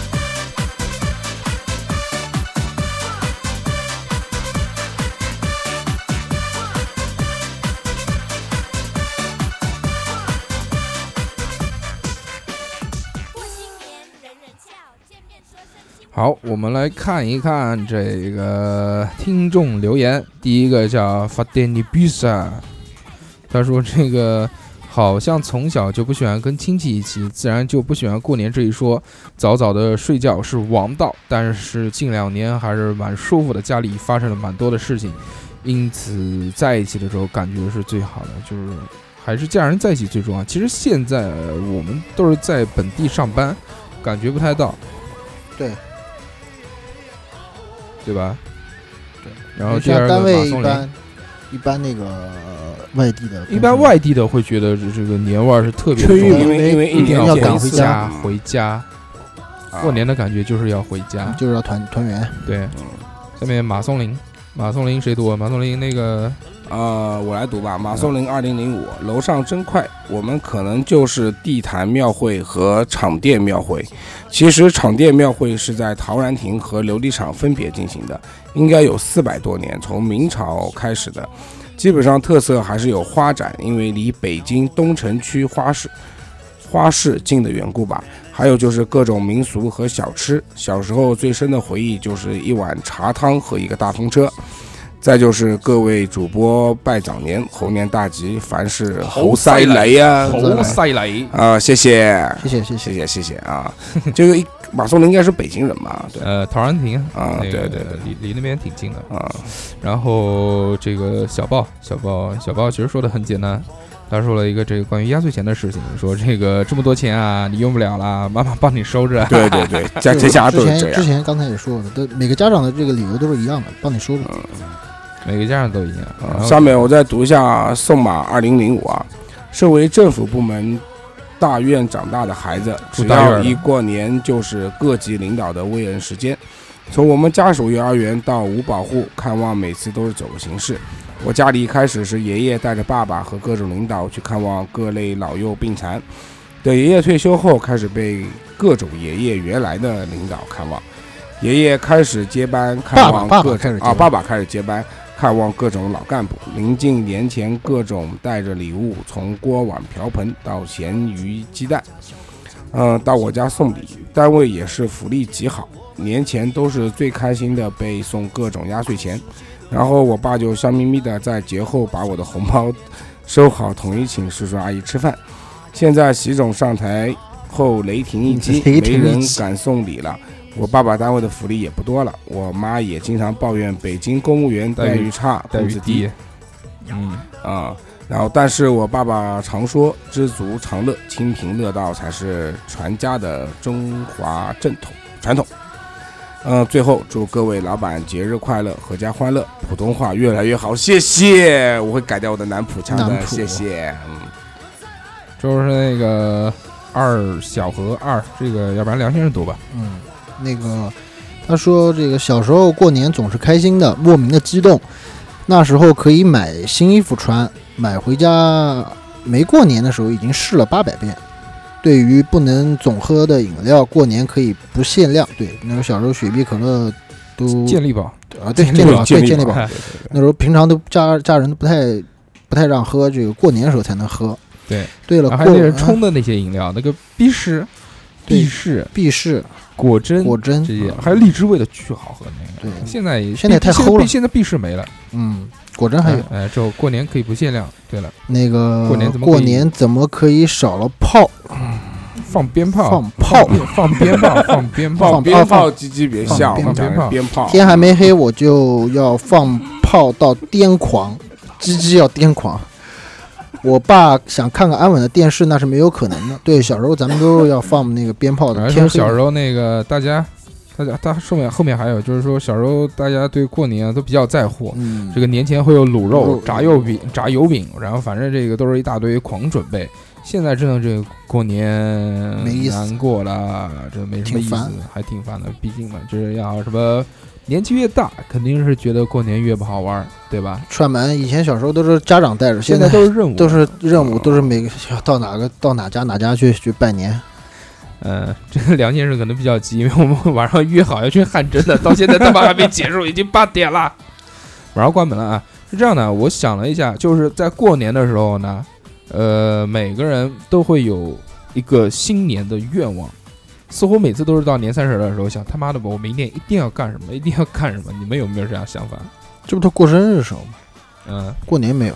M: 过新年人人笑，见面说声新年。
A: 好，我们来看一看这个听众留言。第一个叫 f a d e n i b i s a 他说这个好像从小就不喜欢跟亲戚一起，自然就不喜欢过年这一说。早早的睡觉是王道，但是近两年还是蛮舒服的，家里发生了蛮多的事情，因此在一起的时候感觉是最好的，就是还是家人在一起最重要。其实现在呃我们都是在本地上班，感觉不太到。对吧？
F: 对。
A: 然后第二
F: 像
A: 个
F: 单
A: 马
F: 位一
A: 松林，
F: 般一般那个呃外地的，
A: 一般外地的会觉得这这个年味儿是特别
B: 春
A: 重
B: 运，
A: 要
B: 因
A: 的，
B: 为因为
A: 一
B: 一啊
A: 定
B: 年
A: 要
F: 要
B: 见
F: 赶
B: 一
F: 回
B: 次
A: 家
F: 家
B: 嗯
A: 回家。过年的感觉就是要回家，
F: 就是要团团圆。
A: 对，
B: 嗯
A: 下面马松林，马松林谁读啊？马松林那个
B: 啊，我来读吧。马松林二零零五，楼上真快，我们可能就是地坛庙会和场店庙会。其实场店庙会是在陶然亭和琉璃厂分别进行的，应该有四百多年，从明朝开始的。基本上特色还是有花展，因为离北京东城区花市花市近的缘故吧。还有就是各种民俗和小吃。小时候最深的回忆就是一碗茶汤和一个大风车。再就是各位主播拜早年，猴年大吉，凡事猴塞雷呀、
A: 猴塞雷
B: 啊！谢谢，
F: 谢谢，
B: 谢，
F: 谢
B: 谢谢，谢谢啊！ 这个一马松林应该是北京人吧？对，
A: 呃，陶然亭
B: 啊
A: 那
B: 对
A: 个
B: 对对
A: 离离那边挺近的
B: 啊。
A: 然后这个小豹，小豹，小豹其实说的很简单，他说了一个这个关于压岁钱的事情，说这个这么多钱啊，你用不了啦，妈妈帮你收着。
B: 对对对
F: 这个之前之前刚才也说了，都每个家长的这个理由都是一样的，帮你收着。
A: 每个家长都一样。然后
B: 啊下面我再读一下宋马二零零五啊，身为政府部门大院长大的孩子，
A: 住
B: 只
A: 大院
B: 要
A: 了
B: 一过年就是各级领导的喂人时间。从我们家属幼儿园到五保户看望，每次都是走个形式。我家里一开始是爷爷带着爸爸和各种领导去看望各类老幼病残，等爷爷退休后，开始被各种爷爷原来的领导看望。爷爷开始接班，看望
F: 爸爸
B: 各
F: 开
B: 种
F: 始接班
B: 啊，爸爸开始接班，看望各种老干部。临近年前，各种带着礼物，从锅碗瓢盆到咸鱼鸡蛋，嗯、到我家送礼。单位也是福利极好，年前都是最开心的，被送各种压岁钱。然后我爸就笑眯眯的在节后把我的红包收好，统一请叔叔阿姨吃饭。现在习总上台后雷霆一击，
F: 雷
B: 没
F: 霆一击
B: 人敢送礼了。我爸爸单位的福利也不多了，我妈也经常抱怨北京公务员待遇差，
A: 待
B: 工
A: 遇
B: 资低
A: 低，嗯，
B: 啊、然后但是我爸爸常说“知足常乐，清贫乐道”才是传家的中华正统传统。嗯，最后祝各位老板节日快乐，阖家欢乐，普通话越来越好，谢谢，我会改掉我的南普腔
F: 南
B: 的，
F: 普
B: 谢谢。嗯，
A: 就是那个二小和二，这个要不然梁先生读吧。
F: 嗯，那个他说这个小时候过年总是开心的，莫名的激动，那时候可以买新衣服穿，买回家没过年的时候已经试了八百遍。对于不能总喝的饮料，过年可以不限量。对，那时候小时候雪碧、可乐都
A: 健力宝
F: 啊，对，健
A: 健
F: 力
A: 力
F: 宝，
A: 宝
F: 对，
A: 健
F: 健力
A: 力宝
F: 宝。那时候平常都家家人都不太不太让喝，这个过年的时候才能喝。
A: 对，
F: 对了，
A: 然后还
F: 过
A: 有那是
F: 嗯
A: 冲的那些饮料，那个必士、
F: 对
A: 必士、
F: 必士、
A: 果珍、
F: 果珍
A: 这些，还有荔枝味的巨好喝那个。
F: 对，
A: 现在
F: 现在太齁了
A: 现在必士没了。
F: 嗯，果珍还有。
A: 哎，之后过年可以不限量。对了，
F: 那个
A: 过年怎么可以
F: 过年怎么可以少了炮？
A: 放鞭炮，
F: 放炮
A: 放鞭炮，放鞭炮，
F: 放
B: 鞭
F: 炮
B: 炮，鸡鸡别
F: 放
B: 笑，
F: 鞭
B: 我们讲的是
A: 炮
B: 鞭炮，
F: 天还没黑我就要放炮到癫狂，鸡鸡要癫狂。我爸想看个安稳的电视，那是没有可能的。对，小时候咱们都要放那个鞭炮的。
A: 而
F: 哦天
A: 且
F: 黑
A: 哎小时候那个大家，大家，他后面后面还有就是说，小时候大家对过年啊都比较在乎。
F: 嗯
A: 这个年前会有卤
F: 卤
A: 肉
F: 肉、
A: 炸油饼、炸油饼，然后反正这个都是一大堆狂准备。现在真的这个过年
F: 没意思
A: 难过了，这没什么
F: 挺
A: 意思
F: 烦，
A: 还挺烦的。毕竟嘛，就是要什么年纪越大，肯定是觉得过年越不好玩儿，对吧？
F: 串门，以前小时候都是家长带着，
A: 现
F: 在
A: 在都是任务，
F: 都是任务，都是每个到哪个到哪家哪家去去拜年。
A: 呃，这个梁先生可能比较急，因为我们晚上约好要去汗蒸的，到现在他妈还没结束，已经八点 了，马上关门了啊！是这样的，我想了一下，就是在过年的时候呢，呃，每个人都会有一个新年的愿望，似乎每次都是到年三十的时候想他妈的吧，我明年一定要干什么，一定要干什么。你们有没有这样想法？
F: 这不都过生日的时候吗？
A: 嗯、
F: 过年没有，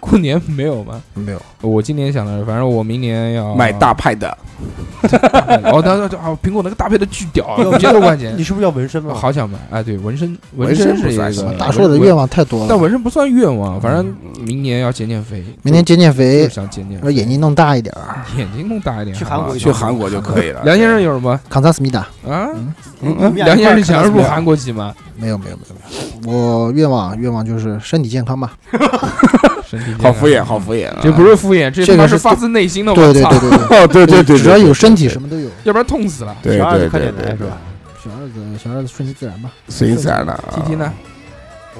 A: 过年没有吗？
F: 没有。
A: 我今年想的是，反正我明年要
B: 买大派的，
F: 啊
A: 哦，当时啊，苹果那个大配的巨屌，一千多块钱
C: 哎你。是不是要纹身吗？
A: 好想买哎，对，纹身，
B: 纹身
A: 身是
B: 不
A: 一
B: 算什
A: 个
B: 么
F: 大硕的
A: 纹
F: 愿，望太多
A: 纹
F: 了。
A: 但纹身不算愿望，反正
B: 嗯
A: 明年要减减肥，
F: 明天减减
A: 就
F: 肥
A: 是，想减减
F: 把
A: 肥，
F: 眼睛弄大一点儿。
A: 眼睛弄大一点。
C: 去
A: 好吧
C: 韩国一趟
B: 呃去韩国就可以了。
A: 梁先生有什么
F: 康萨斯密达，
A: 啊？
C: 嗯
B: 嗯
A: 梁先生想入韩国籍吗？
F: 没有没有没有没有，我愿望愿望就是身体健康吧，
A: 身体健
B: 好
A: 康
B: 敷衍，好敷衍啊！
A: 这不是敷衍，这
B: 这
A: 他
B: 个
A: 妈
B: 是
A: 是发
B: 对
A: 自内心的。
B: 对
A: 我操
B: 对 啊对对对对对
F: 只要有身体什么都有，
A: 要不然痛死了。
B: 对
F: 小二
B: 对
F: 子快
B: 对
F: 点来
B: 对
F: 是吧？小二子，小二子顺其自然吧，
B: 随自然的啊。
A: T T 呢？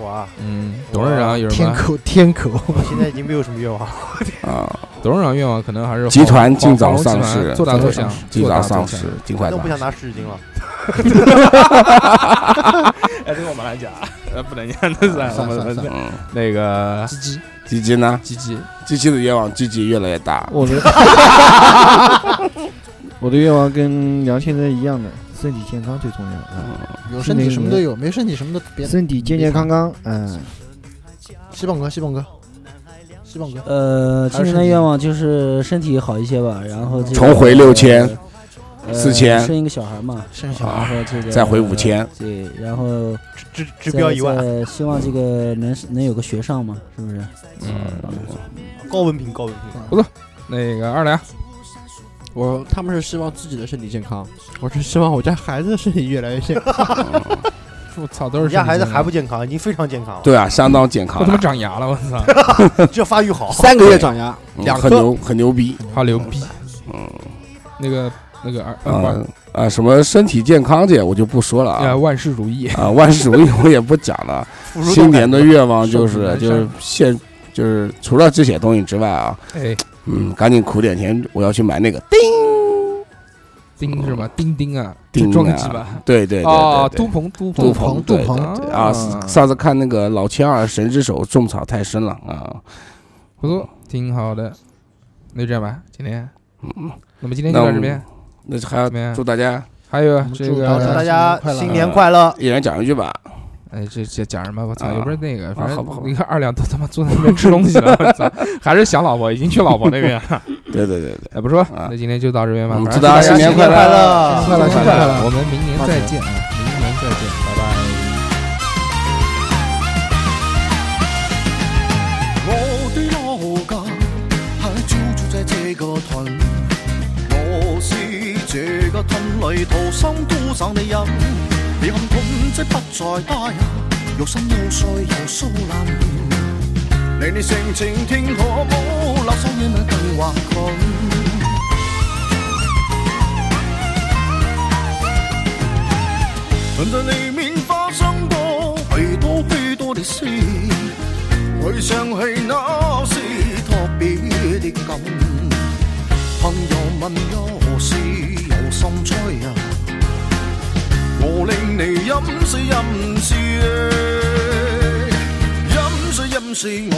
C: 我啊，
A: 嗯，董事长有什
F: 天
A: 么？
F: 口 天口，
C: 我现在已经没有什么愿望 了。
B: 啊，
A: 董事长愿望可能还是
B: 集团
A: 华
B: 尽早
A: 华虹集
B: 上
A: 团
B: 市，
A: 做大做
B: 尽
A: 强，
B: 尽
A: 做
B: 早
A: 大
B: 上
A: 做强
B: 市，尽快
C: 都
B: 上
C: 不想
B: 市。
C: 拿湿纸巾了。
A: 哎，这个我们来讲，呃，不能讲，那算
F: 算了算了
B: 嗯，
A: 那个
F: 唧唧，
B: 鸡鸡呢？
A: 鸡鸡，
B: 鸡鸡的愿望，鸡鸡越来越大。
D: 我 的我的愿望跟杨先生一样的，身体健康最重要啊，
F: 有身体什么都有，没身体什么都别。
D: 身体健健康康，嗯，
F: 西蹦哥，西蹦哥，西蹦哥，
G: 呃，今年的愿望就是身体好一些吧，然后这个
B: 重回6000
G: 呃
B: 4000
G: 生一个小孩嘛，
F: 生小
G: 然
F: 孩，
G: 后这个
B: 再回5000
G: 对，然后
C: 指指指标一万，
G: 再，再希望这个能能有个学上嘛，是不是？
A: 嗯，
C: 高文凭，高文凭。
A: 那个二两，
H: 我他们是希望自己的身体健康，我是希望我家孩子的身体越来越健康。
A: 我操，都是
C: 我们家
A: 身体
C: 孩子
A: 健
C: 还
A: 康
C: 不健康，已经非常健康了，
B: 对啊，相当健
A: 我
B: 康
A: 他妈
B: 了，
A: 长牙了，我 操，
C: 这发育 好。
H: 三个月长牙，
B: 嗯
H: 两
B: 很
H: 颗
B: 牛，很牛逼。
A: 好牛逼。
B: 嗯
A: 那个那个二呃
B: 啊啊，什么身体健康这我就不说了
A: 万呃
B: 啊
A: 万事如意，
B: 啊，万事如意我也不讲了。
C: 腐乳
B: 新年的愿望就
A: 手指
B: 是
A: 南
B: 就是现就是除了这些东西之外啊，
A: 哎，
B: 嗯，赶紧苦点钱，我要去买那个
A: 钉是吧？钉钉啊，
B: 钉
A: 这装
B: 啊
A: 机吧？
B: 对对对
A: 哦，
B: 对
A: 都
B: 对
A: 鹏都
B: 杜
A: 鹏
B: 鹏
F: 杜
B: 对
F: 鹏
B: 对对啊！
A: 啊
B: 上次看那个老千二神之手种草太深了啊，
A: 不错，挺好的。那就这样吧，今天，
B: 嗯，
A: 那么今天就到这边。
B: 那还要
A: 怎么样
B: 祝大家
A: 还有
F: 们
A: 这
F: 祝
A: 个
F: 大
C: 祝
F: 家
C: 大家
F: 新
C: 新
B: 年
C: 年
B: 快
C: 快乐！
B: 一人讲一句吧，
A: 哎，这这讲什么？我操，
B: 啊
A: 也不是那个，反
B: 好吧好吧
A: 正你看二两都他妈坐在那边吃东西了，我操，还是想老婆，已经去老婆那边 了。
B: 对对对对，
A: 哎，不说，
B: 啊
A: 那今天就到这边吧
B: 我。们
A: 反
B: 祝
A: 正
B: 大家新年
C: 新
B: 快
C: 年快
B: 乐！啊
C: 乐！
F: 快乐，
A: 新
F: 快
A: 年快
F: 乐快乐
A: 乐，我们明年再见啊，明年再见，拜拜。
N: 我的老家还就住在这个屯，我是这个屯里土生土长的人。你看屯子不在大呀，又深又碎又疏冷。你的性情天可冇，留守你咪更滑困。屯在里面发生过许多许多的事，回想起那是特别的感。朋友问我是有心吹啊，我令你饮是饮是，饮是饮是我